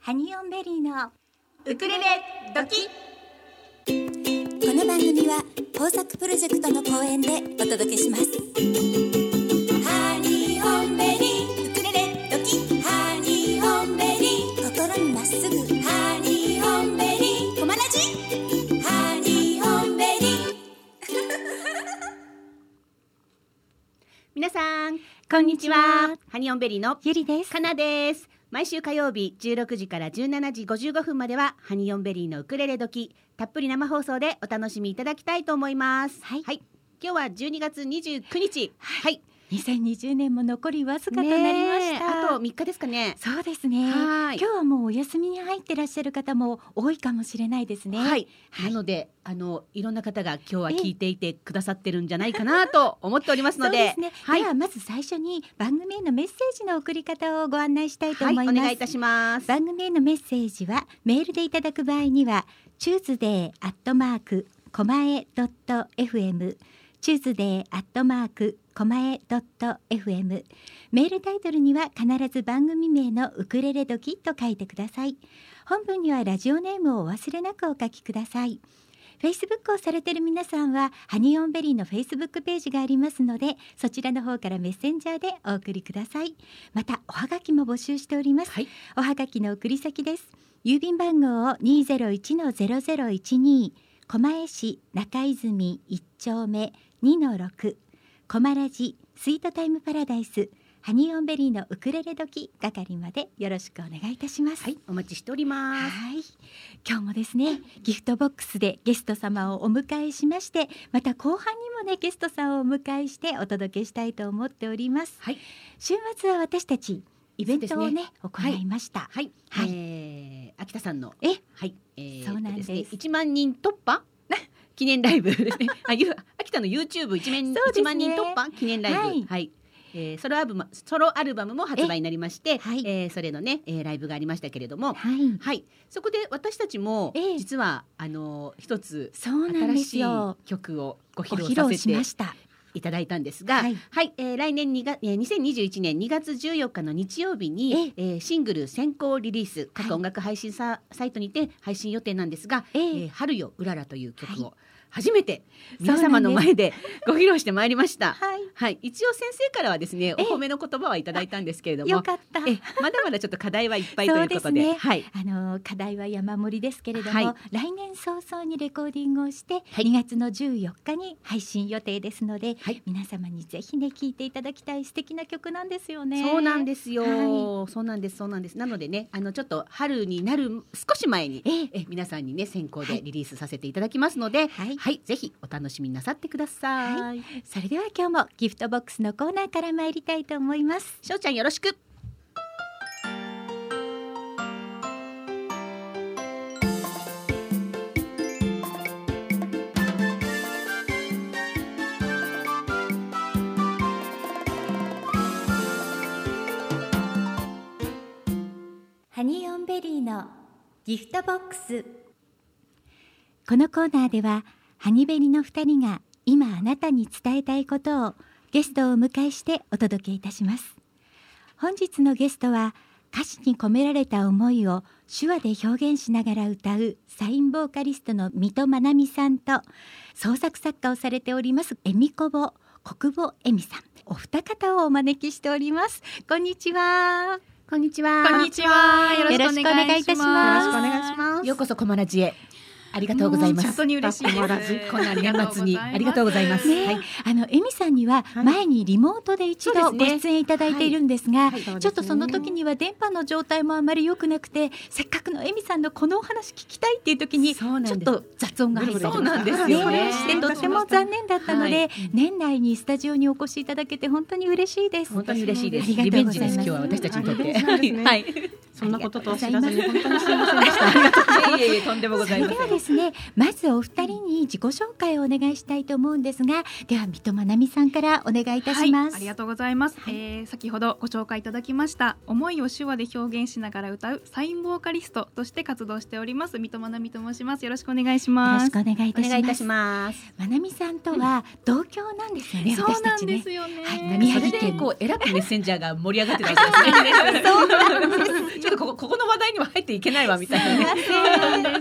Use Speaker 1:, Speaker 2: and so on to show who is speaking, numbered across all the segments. Speaker 1: ハニオンベリーのウクレレドキ
Speaker 2: この番組は豊作プロジェクトの公演でお届けしますハニーオンベリーウクレレドキハニーオンベリー心にまっすぐハニーオンベリーコマラジハニーオンベリー
Speaker 3: 皆さん
Speaker 1: こんにちは
Speaker 3: ハニオンベリーの
Speaker 1: ゆりです
Speaker 3: かなです毎週火曜日16時から17時55分まではハニオンベリーのウクレレ時たっぷり生放送でお楽しみいただきたいと思います
Speaker 1: はい
Speaker 3: 今日は12月29日はい、
Speaker 1: 2020年も残りわずかとな
Speaker 3: ね
Speaker 1: りま
Speaker 3: え
Speaker 1: した
Speaker 3: あと3日ですかね
Speaker 1: そうですね
Speaker 3: は
Speaker 1: 今
Speaker 3: い
Speaker 1: 日はもうお休みに入ってらっしゃる方も多いかもしれないですね
Speaker 3: はい、なのであのいろんな方が今日は聞いていてくださってるんじゃないかなと思っております
Speaker 1: そ
Speaker 3: の
Speaker 1: う
Speaker 3: で
Speaker 1: ですね、
Speaker 3: はい
Speaker 1: ではまず最初に番組へのメッセージの送り方をご案内したいと思います、
Speaker 3: はい、お願いいたします
Speaker 1: 番組へのメッセージはメールでいただく場合には tuesday.com.fm tuesday.com.fm メールタイトルには必ず番組名のウクレレ時と書いてください本文にはラジオネームをお忘れなくお書きください Facebook をされている皆さんはハニーオンベリーの Facebook ページがありますのでそちらの方からメッセンジャーでお送りくださいまたおはがきも募集しております
Speaker 3: はい、
Speaker 1: おはがきの送り先です。郵便番号を二ゼロ一のゼロゼロ一二、狛江市中泉一丁目二の六。コマラジスイートタイムパラダイスハニーオンベリーのウクレレ時係までよろしくお願いいたします。
Speaker 3: はい、お待ちしております
Speaker 1: はい今日もですねギフトボックスでゲスト様をお迎えしましてまた後半にもねゲストさんをお迎えしてお届けしたいと思っております
Speaker 3: はい
Speaker 1: 週末は私たちイベントをね
Speaker 3: ね
Speaker 1: 行いました、
Speaker 3: はい、
Speaker 1: はい
Speaker 3: えー秋田さんの
Speaker 1: え
Speaker 3: はい、えー
Speaker 1: そうなんです
Speaker 3: ね一万人突破 記念ライブ ですね。あ、ゆ秋田の YouTube 一面
Speaker 1: そうですね
Speaker 3: 一、万人突破記念ライブ
Speaker 1: は
Speaker 3: はいい。えーソロアルバムソロアルバムも発売になりまして、え
Speaker 1: はい
Speaker 3: ーそれのね、えーライブがありましたけれども、
Speaker 1: はい、
Speaker 3: はい、そこで私たちも
Speaker 1: ええ
Speaker 3: 実はあの一つ
Speaker 1: そうなん
Speaker 3: 新
Speaker 1: です
Speaker 3: しい
Speaker 1: よ。
Speaker 3: 曲をご
Speaker 1: お
Speaker 3: 披露
Speaker 1: 披
Speaker 3: さ
Speaker 1: 露
Speaker 3: せ
Speaker 1: しま
Speaker 3: て
Speaker 1: した。
Speaker 3: いただいたんですが、
Speaker 1: は
Speaker 3: はいい、えー来年2月、えー、2021年2月14日の日曜日に、えーシングル先行リリース各音楽配信サ,、サイトにて配信予定なんですが「
Speaker 1: え
Speaker 3: え
Speaker 1: え
Speaker 3: ー春ようらら」という曲を初めて
Speaker 1: そうなんで
Speaker 3: 皆
Speaker 1: す
Speaker 3: 様の 前でご披露してまいりました。
Speaker 1: は
Speaker 3: はい、一応先生からはです
Speaker 1: え
Speaker 3: ね、
Speaker 1: え
Speaker 3: お褒めの言葉はいただいたんですけれど
Speaker 1: い、よ
Speaker 3: も、
Speaker 1: かった。
Speaker 3: えまだまだちょっと課題はいっぱいということ
Speaker 1: そう
Speaker 3: で、
Speaker 1: ですね
Speaker 3: はい、
Speaker 1: あの課題は山盛りですけれども、
Speaker 3: はい
Speaker 1: 来年早々にレコーディングをして、
Speaker 3: はい
Speaker 1: 2月の14日に配信予定ですので、
Speaker 3: はい
Speaker 1: 皆様にぜひね聴いていただきたい素敵な曲なんですよね。
Speaker 3: そうなん
Speaker 1: す。
Speaker 3: ですよ、そうなんですそうなんですなのでねあのちょっと春になる少し前に
Speaker 1: ええ、
Speaker 3: え皆さんにね先行でリリースさせていただきますので、はい、
Speaker 1: はい、
Speaker 3: ぜひお楽しみなさってください。
Speaker 1: それでは今日もギフトボックスのコーナーから参りたいと思います。
Speaker 3: しょうちゃんよろしく。
Speaker 1: ハニーオンベリーのギフトボックスこのコーナーではハニベリの2人が今あなたに伝えたいことをゲストをお迎えしてお届けいたします本日のゲストは歌詞に込められた思いを手話で表現しながら歌うサインボーカリストの水戸真奈美さんと創作作家をされております恵美子ぼ国母恵美さんお二方をお招きしておりますこんにちは
Speaker 3: こんにちは
Speaker 4: こんにちは。よろしくお願いいたします。
Speaker 1: よろしくお願い
Speaker 4: します
Speaker 3: ようこそコマラジへ。あり
Speaker 4: あ
Speaker 3: がとうございます。
Speaker 4: 本当に嬉しいです。
Speaker 3: コマラジこんな年末にありがとうございます。
Speaker 1: ね
Speaker 3: はい
Speaker 1: あのエミさんには
Speaker 3: はい
Speaker 1: 前にリモートで一
Speaker 3: そ
Speaker 1: 度
Speaker 3: う
Speaker 1: ご
Speaker 3: ですね
Speaker 1: 出演いただいているんですが、
Speaker 3: はい
Speaker 1: ちょっとその時には電波の状態もあまり良くなくてせっかくのエミさんのこのお話聞きたいっていう時にち
Speaker 3: そうな
Speaker 1: ょ
Speaker 3: んです
Speaker 1: っと雑音が入って
Speaker 3: そうなんです
Speaker 4: よね
Speaker 1: ねしてとっても残念だったので、
Speaker 3: はい
Speaker 1: 年内にスタジオにお越しいただけて本当に嬉しいです。
Speaker 3: 本当に嬉しいです。
Speaker 1: ありがとう
Speaker 3: リベ
Speaker 1: ご
Speaker 3: ン
Speaker 1: ざ
Speaker 3: ジ
Speaker 1: いま
Speaker 3: ですす。今日は私たちにとって。
Speaker 4: そうですね
Speaker 3: はい。
Speaker 4: そんなこととは知らずに本当にすみませんでし
Speaker 3: いえいえとんでもござい
Speaker 1: そ
Speaker 3: ま
Speaker 1: れ
Speaker 3: せん
Speaker 1: では。ですねまずお二人に自己紹介をお願いしたいと思うんですがでは水戸まなみさんからお願いいた
Speaker 4: た。
Speaker 1: します、
Speaker 4: ありがとうございます、えー先ほどご紹介いただきました思いを手話で表現しながら歌うサインボーカリストとして活動しております水戸まなみと申しますよろしくお願いし
Speaker 1: よろ
Speaker 4: ます
Speaker 1: しくお願いいた
Speaker 3: お願
Speaker 1: し
Speaker 3: いい
Speaker 1: ま
Speaker 3: た
Speaker 1: す
Speaker 3: し。ます。
Speaker 1: まなみさんとは同郷なんですよね、
Speaker 4: そう
Speaker 1: 私た
Speaker 4: な
Speaker 1: ち
Speaker 4: んで
Speaker 1: ね
Speaker 4: すよね、
Speaker 1: はい
Speaker 3: そ
Speaker 1: 宮
Speaker 3: れ
Speaker 1: 城県
Speaker 3: でこうえらくメッセンジャーが盛り上がってたりしますね。
Speaker 1: そうなんです
Speaker 3: ちょっとここここの話題には入っていけないわみたいなね。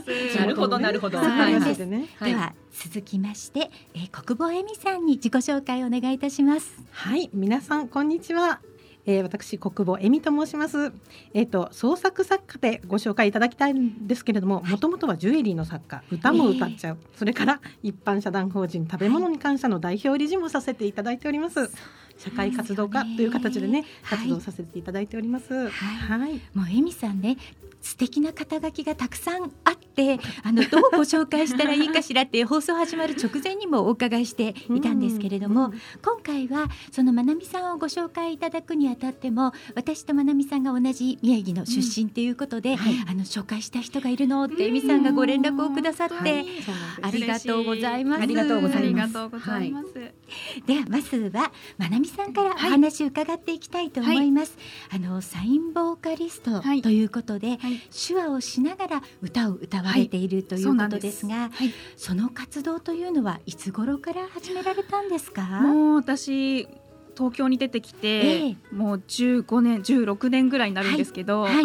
Speaker 4: です
Speaker 3: なるほどなるほど。
Speaker 1: そう
Speaker 3: は
Speaker 1: ないんです。
Speaker 5: ね。
Speaker 3: はい
Speaker 1: では続きまして、えー、国防恵美さんに自己紹介をお願いいたします。
Speaker 5: はい、皆さんこんにちは。えー、私国母恵美と申します。えっ、と創作作家でご紹介いただきたいんですけれども、もともとはジュエリーの作家、歌も歌っちゃう。それから一般社団法人食べ物に感謝の代表理事もさせていただいております。社会活動家という形でね、
Speaker 1: はい
Speaker 5: 活動させていただいております。
Speaker 1: は
Speaker 5: はい
Speaker 1: もう恵美さんね素敵な肩書きがたくさんあって あのどうご紹介したらいいかしらって放送始まる直前にもお伺いしていたんですけれども、
Speaker 5: うん
Speaker 1: 今回はそのまなみさんをご紹介いただくにあたっても私とまなみさんが同じ宮城の出身ということで、あの紹介した人がいるのって恵美さんがご連絡をくださって、
Speaker 4: はい
Speaker 5: そうなんです
Speaker 1: ありがとうございます
Speaker 3: ありがとうございます
Speaker 4: ありがとうございます
Speaker 1: ではまずはまなみさんからお話伺っていきたいと思います、あのサインボーカリスト
Speaker 4: はい
Speaker 1: ということで、
Speaker 4: はい
Speaker 1: 手話をしながら歌を歌われているとい
Speaker 4: そう
Speaker 1: う
Speaker 4: な
Speaker 1: こ
Speaker 4: ん
Speaker 1: と
Speaker 4: で
Speaker 1: です
Speaker 4: す
Speaker 1: が、
Speaker 4: はい
Speaker 1: その活動というのはいつ頃から始められたんですか
Speaker 4: もう私東京に出てきて、
Speaker 1: ええ
Speaker 4: もう15年16年ぐらいになるんですけど、
Speaker 1: はい、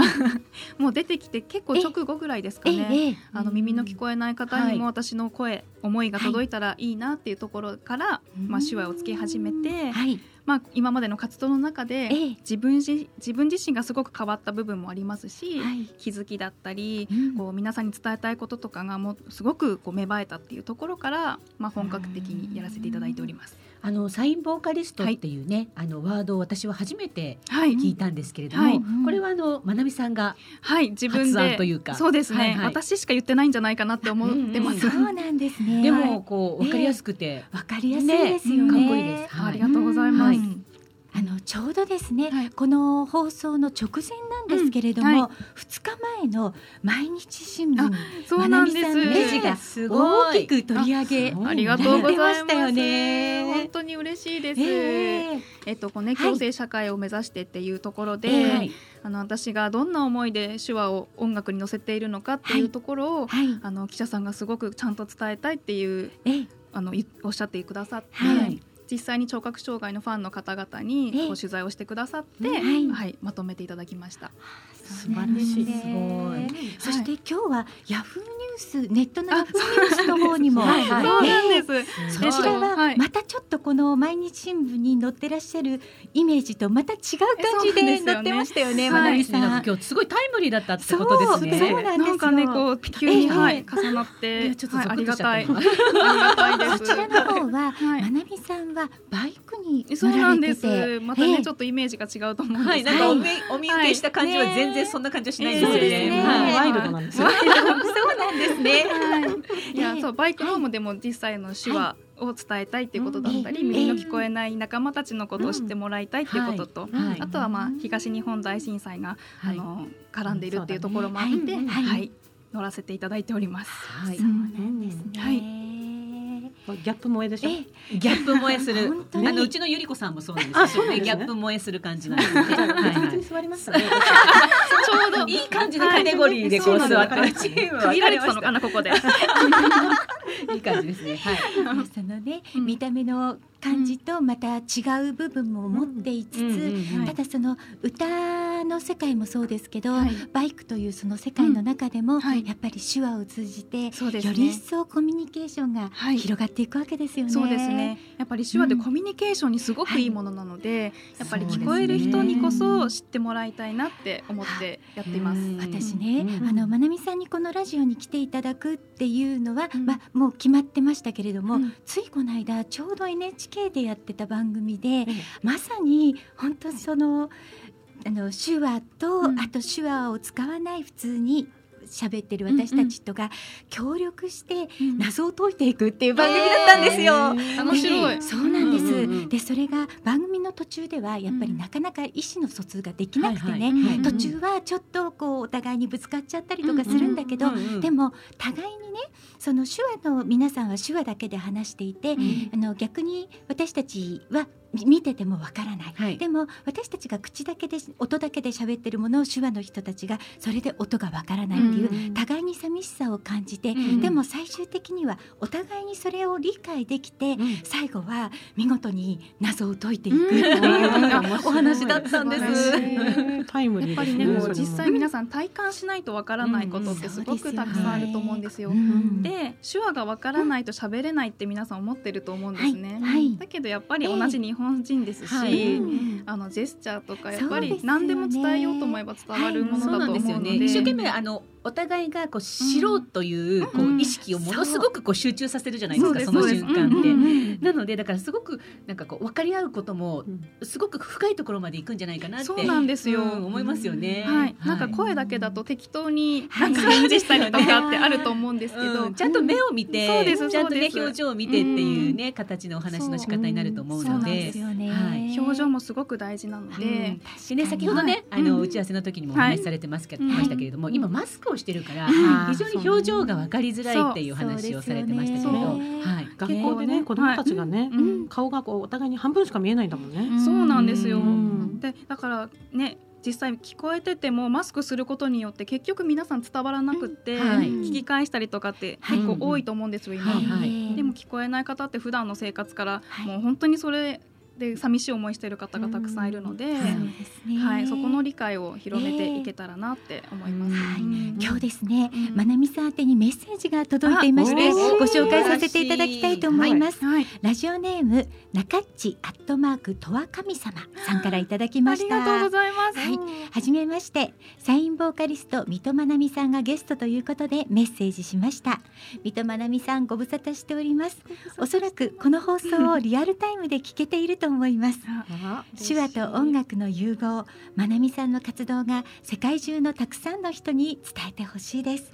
Speaker 4: もう出てきて結構直後ぐらいですか
Speaker 1: え
Speaker 4: ね、
Speaker 1: えええ
Speaker 4: あの耳の聞こえない方に
Speaker 3: はい
Speaker 4: も私の声、思いが届いたらいいなっていうところから、まあ、手話をつけ始めて、
Speaker 1: はい、
Speaker 4: まあ、今までの活動の中で、
Speaker 1: ええ
Speaker 4: 自分自自分自身がすごく変わった部分もありますし、
Speaker 1: はい、
Speaker 4: 気づきだったり
Speaker 1: うん
Speaker 4: こう皆さんに伝えたいこととかがもうすごくこう芽生えたっていうところから、まあ、本格的にやらせていただいております。
Speaker 3: あのサインボーカリストっていうね、あのワードを私は初めて
Speaker 4: はい、
Speaker 3: 聞いたんですけれども、
Speaker 4: はい
Speaker 3: これはあのまなみさんが
Speaker 4: はい、自分
Speaker 3: 発案
Speaker 4: で
Speaker 3: というか
Speaker 4: そうですね、
Speaker 3: はいはい
Speaker 4: 私しか言ってないんじゃないかなって思ってま
Speaker 3: うん
Speaker 4: す。
Speaker 1: そうなんですね
Speaker 3: で
Speaker 1: はい
Speaker 3: もこう
Speaker 1: はい
Speaker 3: わかりやすくて、
Speaker 1: わかりやすいですよね
Speaker 3: かっこいいです。
Speaker 4: あ
Speaker 3: は
Speaker 4: り
Speaker 3: い
Speaker 4: が。とうございます。
Speaker 3: う
Speaker 1: あのちょうどですね、
Speaker 4: はい
Speaker 1: この放送の直前なんですけれども、
Speaker 4: うんは
Speaker 1: 2日前の毎日新聞
Speaker 4: あそうなんです。
Speaker 1: まなみさんの
Speaker 3: レ
Speaker 1: レ
Speaker 3: ジ
Speaker 1: ジ
Speaker 3: が
Speaker 1: が
Speaker 3: すご
Speaker 1: 大
Speaker 3: い
Speaker 1: き。く取り上げ
Speaker 3: あ
Speaker 4: ありがとうございま
Speaker 1: 出
Speaker 4: す。
Speaker 1: ましたよね
Speaker 4: 本当に嬉しいです。
Speaker 1: ええ
Speaker 4: えっとこうね
Speaker 1: はい
Speaker 4: 共生社会を目指してっていうところで、
Speaker 1: ええ
Speaker 3: はい
Speaker 4: あの私がどんな思いで手話を音楽に乗せているのかっていうところを、
Speaker 1: はい、
Speaker 4: あの記者さんがすごくちゃんと伝えたいっていう
Speaker 1: ええ
Speaker 4: あのいおっしゃってくださって、
Speaker 1: はい
Speaker 4: 実際に聴覚障害のファンの方々
Speaker 1: ええ
Speaker 4: にこう取材をしてくださって、
Speaker 1: は
Speaker 4: はいいまとめていただきました。
Speaker 1: そうなんですね
Speaker 5: 素晴らしい
Speaker 1: そして今日はヤフーニュース、ネットのヤフーニュースの方にも、
Speaker 3: はい
Speaker 4: そう
Speaker 3: はい
Speaker 4: なんです。
Speaker 1: ええ
Speaker 4: で
Speaker 1: そちら
Speaker 4: は
Speaker 1: はいまたちょっとこの毎日新聞に載ってらっしゃるイメージとまた違う感じで
Speaker 4: えそう
Speaker 1: 載
Speaker 4: な
Speaker 1: っ
Speaker 4: んです
Speaker 1: て
Speaker 4: よね
Speaker 1: ましたよね、
Speaker 4: はい
Speaker 1: まなみ
Speaker 3: そ
Speaker 1: さ。
Speaker 3: うんなんか今日すごいタイムリーだったって
Speaker 1: そ
Speaker 3: こ
Speaker 1: う
Speaker 3: とですね。
Speaker 1: そうなんですよ。
Speaker 4: なんかねこう急
Speaker 1: ええ
Speaker 4: に、はい、重なっ
Speaker 3: い
Speaker 4: て
Speaker 3: やちょっと
Speaker 4: はい
Speaker 3: ゾ
Speaker 4: あ
Speaker 3: クッ
Speaker 4: り
Speaker 3: としちゃっ
Speaker 4: が
Speaker 3: た
Speaker 4: たい
Speaker 3: 今
Speaker 4: ありがたいで
Speaker 1: こ
Speaker 4: す。
Speaker 1: ちらの方は、
Speaker 4: はい
Speaker 1: まなみさんはバイクに
Speaker 4: そう
Speaker 1: 乗
Speaker 4: な
Speaker 1: ら
Speaker 4: ん
Speaker 1: れ
Speaker 4: で
Speaker 1: てて、
Speaker 4: す。またね、
Speaker 1: ええ
Speaker 4: ちょっとイメージが違うと思うんです
Speaker 3: はい、
Speaker 4: けど
Speaker 3: なんかお見お見受けした感じは
Speaker 1: はい
Speaker 3: 全然そんな感じはしない
Speaker 5: え
Speaker 3: で
Speaker 5: ー
Speaker 3: すよ
Speaker 5: そう
Speaker 3: ね。
Speaker 5: ですね。
Speaker 3: はい
Speaker 5: ワイルドなんですよ。
Speaker 1: そうなんですね。
Speaker 4: はいいや、そうバイクホームでも実際の手話を伝えたいっていうことだったり、耳の聞こえない仲間たちのことを知ってもらいたいっていうことと、
Speaker 3: はい
Speaker 4: あとはまあ東日本大震災が、
Speaker 3: は
Speaker 4: あ
Speaker 3: い
Speaker 4: の絡んでいるっていうところもあって、
Speaker 1: そうだねは
Speaker 4: はいい、
Speaker 1: はい
Speaker 4: 乗らせていただいております。
Speaker 3: はい
Speaker 1: そうなんですね。
Speaker 4: はい
Speaker 5: ギャップ萌えでしょ。
Speaker 1: え
Speaker 3: ギャップ萌えする
Speaker 1: 本。当に
Speaker 3: あのうちのゆり子さんもそうなんですよね。ギャップ萌えする感じなんですね。 はいは
Speaker 5: 別
Speaker 3: い
Speaker 5: に座りましたね。
Speaker 4: ちょうど
Speaker 3: いい感じのカテゴリーでこう
Speaker 5: はい
Speaker 3: 座ってるチーム分
Speaker 4: 区
Speaker 3: か
Speaker 4: 切ら
Speaker 3: り
Speaker 4: れ
Speaker 3: ま
Speaker 4: てた
Speaker 3: し
Speaker 4: のかなここで。
Speaker 3: た。いい感じですね。はい。
Speaker 1: えまあそのね、
Speaker 4: うん
Speaker 1: 見た目の感じとまた違う部分も持っていつつ、
Speaker 3: うん
Speaker 1: ただその歌の世界もそうですけど、
Speaker 4: はい
Speaker 1: バイクというその世界の中でも、
Speaker 4: んはい
Speaker 1: やっぱり手話を通じて、
Speaker 4: そうですね
Speaker 1: より一層コミュニケーションが
Speaker 4: はい
Speaker 1: 広がっていくわけですよね。
Speaker 4: そうですね。やっぱり手話でコミュニケーションにすごくいいものなので、やっぱり聞こえる人にこそ知ってもらいたいなって思ってやっています。
Speaker 3: うん
Speaker 1: 私ね、
Speaker 5: うん
Speaker 1: あのまなみさんにこのラジオに来ていただくっていうのは、
Speaker 4: うん
Speaker 1: まあもう決まってましたけれども、
Speaker 4: うん
Speaker 1: ついこの間ちょうど NHK でやってた番組で、まさに本当にそのあの手話と、
Speaker 4: うん
Speaker 1: あと手話を使わない普通に喋ってる私たちとか協力して
Speaker 4: うん
Speaker 1: 謎を解いていくっていう番組だったんですよ。
Speaker 4: 面白
Speaker 1: ね
Speaker 4: い。
Speaker 1: そうなんです、
Speaker 3: うんうんうん
Speaker 1: でそれが番組の途中ではやっぱりなかなか意思の疎通ができなくてね、
Speaker 3: はいはい
Speaker 4: うん
Speaker 1: 途中はちょっとこうお互いにぶつかっちゃったりとかするんだけど、
Speaker 3: うんうん
Speaker 1: でも互いにねその手話の皆さんは手話だけで話していて、
Speaker 4: ん
Speaker 1: あの逆に私たちはみ見ててもわからない、
Speaker 3: はい
Speaker 1: でも私たちが口だけで音だけで喋ってるものを手話の人たちがそれで音がわからないっていう、
Speaker 4: うん
Speaker 1: 互いに寂しさを感じて、
Speaker 3: うん
Speaker 1: でも最終的にはお互いにそれを理解できて、
Speaker 3: ん
Speaker 1: 最後は見事に謎を解いていくっていう
Speaker 5: うん
Speaker 1: お話だったんで
Speaker 4: 素
Speaker 1: す
Speaker 4: 晴。らしい
Speaker 5: タイム
Speaker 4: や
Speaker 5: リ
Speaker 4: っ
Speaker 5: ー
Speaker 4: ぱり
Speaker 5: です
Speaker 4: ね、
Speaker 5: ね。
Speaker 4: も
Speaker 5: そうれも
Speaker 4: 実際皆さん体感しないとわからないことってすごくたくさんあると思うんですよ。
Speaker 1: うん
Speaker 4: で手話がわからないと喋れないって皆さん思ってると思うんですね、
Speaker 1: はいはい
Speaker 4: だけどやっぱり同じ日本人ですし、
Speaker 3: え
Speaker 1: う
Speaker 3: え
Speaker 1: ん
Speaker 4: あのジェスチャーとかやっ
Speaker 1: そう
Speaker 4: ぱ
Speaker 1: ですよね
Speaker 4: り何でも伝えようと思えば伝わるも
Speaker 3: そう
Speaker 4: のだ
Speaker 3: な
Speaker 4: と
Speaker 3: んです
Speaker 4: 思
Speaker 3: よ
Speaker 4: うの
Speaker 3: ね。
Speaker 4: で
Speaker 3: 一生懸命あのお互いがこう知ろうというこ
Speaker 4: うん
Speaker 3: う意識をものすごくこう集中させるじゃないですか。
Speaker 4: うん
Speaker 3: そ
Speaker 4: そ
Speaker 3: の
Speaker 4: うです
Speaker 3: 瞬間
Speaker 4: そうですうん
Speaker 3: で。
Speaker 1: うん
Speaker 3: なのでだからすごくなんかこう分かり合うこともすごく深いところまで行くんじゃないかなって。
Speaker 4: そうなんですよ、
Speaker 3: うん思いますよね。
Speaker 4: はい、なんか声だけだと適当になんか返事したりとかってあると思うんですけど、
Speaker 3: うんちゃんと目を見て、
Speaker 4: そうです
Speaker 3: ちゃんと
Speaker 4: そう
Speaker 3: ね
Speaker 4: です
Speaker 3: 表情を見てっていうね、形のお話の仕方になると思う
Speaker 4: そう
Speaker 3: の
Speaker 4: なん
Speaker 3: で。
Speaker 4: です
Speaker 1: よね
Speaker 3: はい
Speaker 4: 表情もすごく大事なので、
Speaker 3: でね、先ほどね、
Speaker 4: はい
Speaker 3: あの
Speaker 4: うん
Speaker 3: 打ち合わせの時にもお話しされてますけど、
Speaker 4: はい
Speaker 3: ましたけれども、今マスクをしてるから、
Speaker 5: あー
Speaker 3: 非常に表情がわかりづらいっていうお話をされてましたけど、
Speaker 4: そう
Speaker 1: ですよね
Speaker 3: はい、
Speaker 5: 学校でね、子供たちがね
Speaker 4: う、ん
Speaker 5: 顔がこうお互いに半分しか見えないんだもんね。
Speaker 4: そうなんですよ、
Speaker 5: うん
Speaker 4: でだからね実際聞こえててもマスクすることによって結局皆さん伝わらなくって、
Speaker 3: うんはい
Speaker 4: 聞き返したりとかって
Speaker 1: はい
Speaker 4: 結構多いと思うんですよ、今、
Speaker 3: はいはい
Speaker 4: でも聞こえない方って普段の生活から
Speaker 1: はい
Speaker 4: もう本当にそれで寂しい思いしてる方がたくさんいるので、
Speaker 1: そうですね
Speaker 4: はい、そこの理解を広めていけたらなって思います。
Speaker 1: はい
Speaker 4: うん
Speaker 1: 今日ですね、
Speaker 4: うん
Speaker 1: まなみさん宛てにメッセージが届いていまして
Speaker 3: あ嬉しい
Speaker 1: ご紹介させていただきたいと思います、
Speaker 4: はい、
Speaker 1: ラジオネーム中っちアットマークとわ神様さんからいただき
Speaker 4: あ
Speaker 1: まし
Speaker 4: り
Speaker 1: た
Speaker 4: がとうございます。
Speaker 1: はいはじめましてサインボーカリスト水戸まなみさんがゲストということでメッセージしました水戸まなみさんご無沙汰しておりますおそらくこの放送をリアルタイムで聞けていると思います
Speaker 5: あ
Speaker 1: 手話と音楽の融合まなみさんの活動が世界中のたくさんの人に伝えてほしいです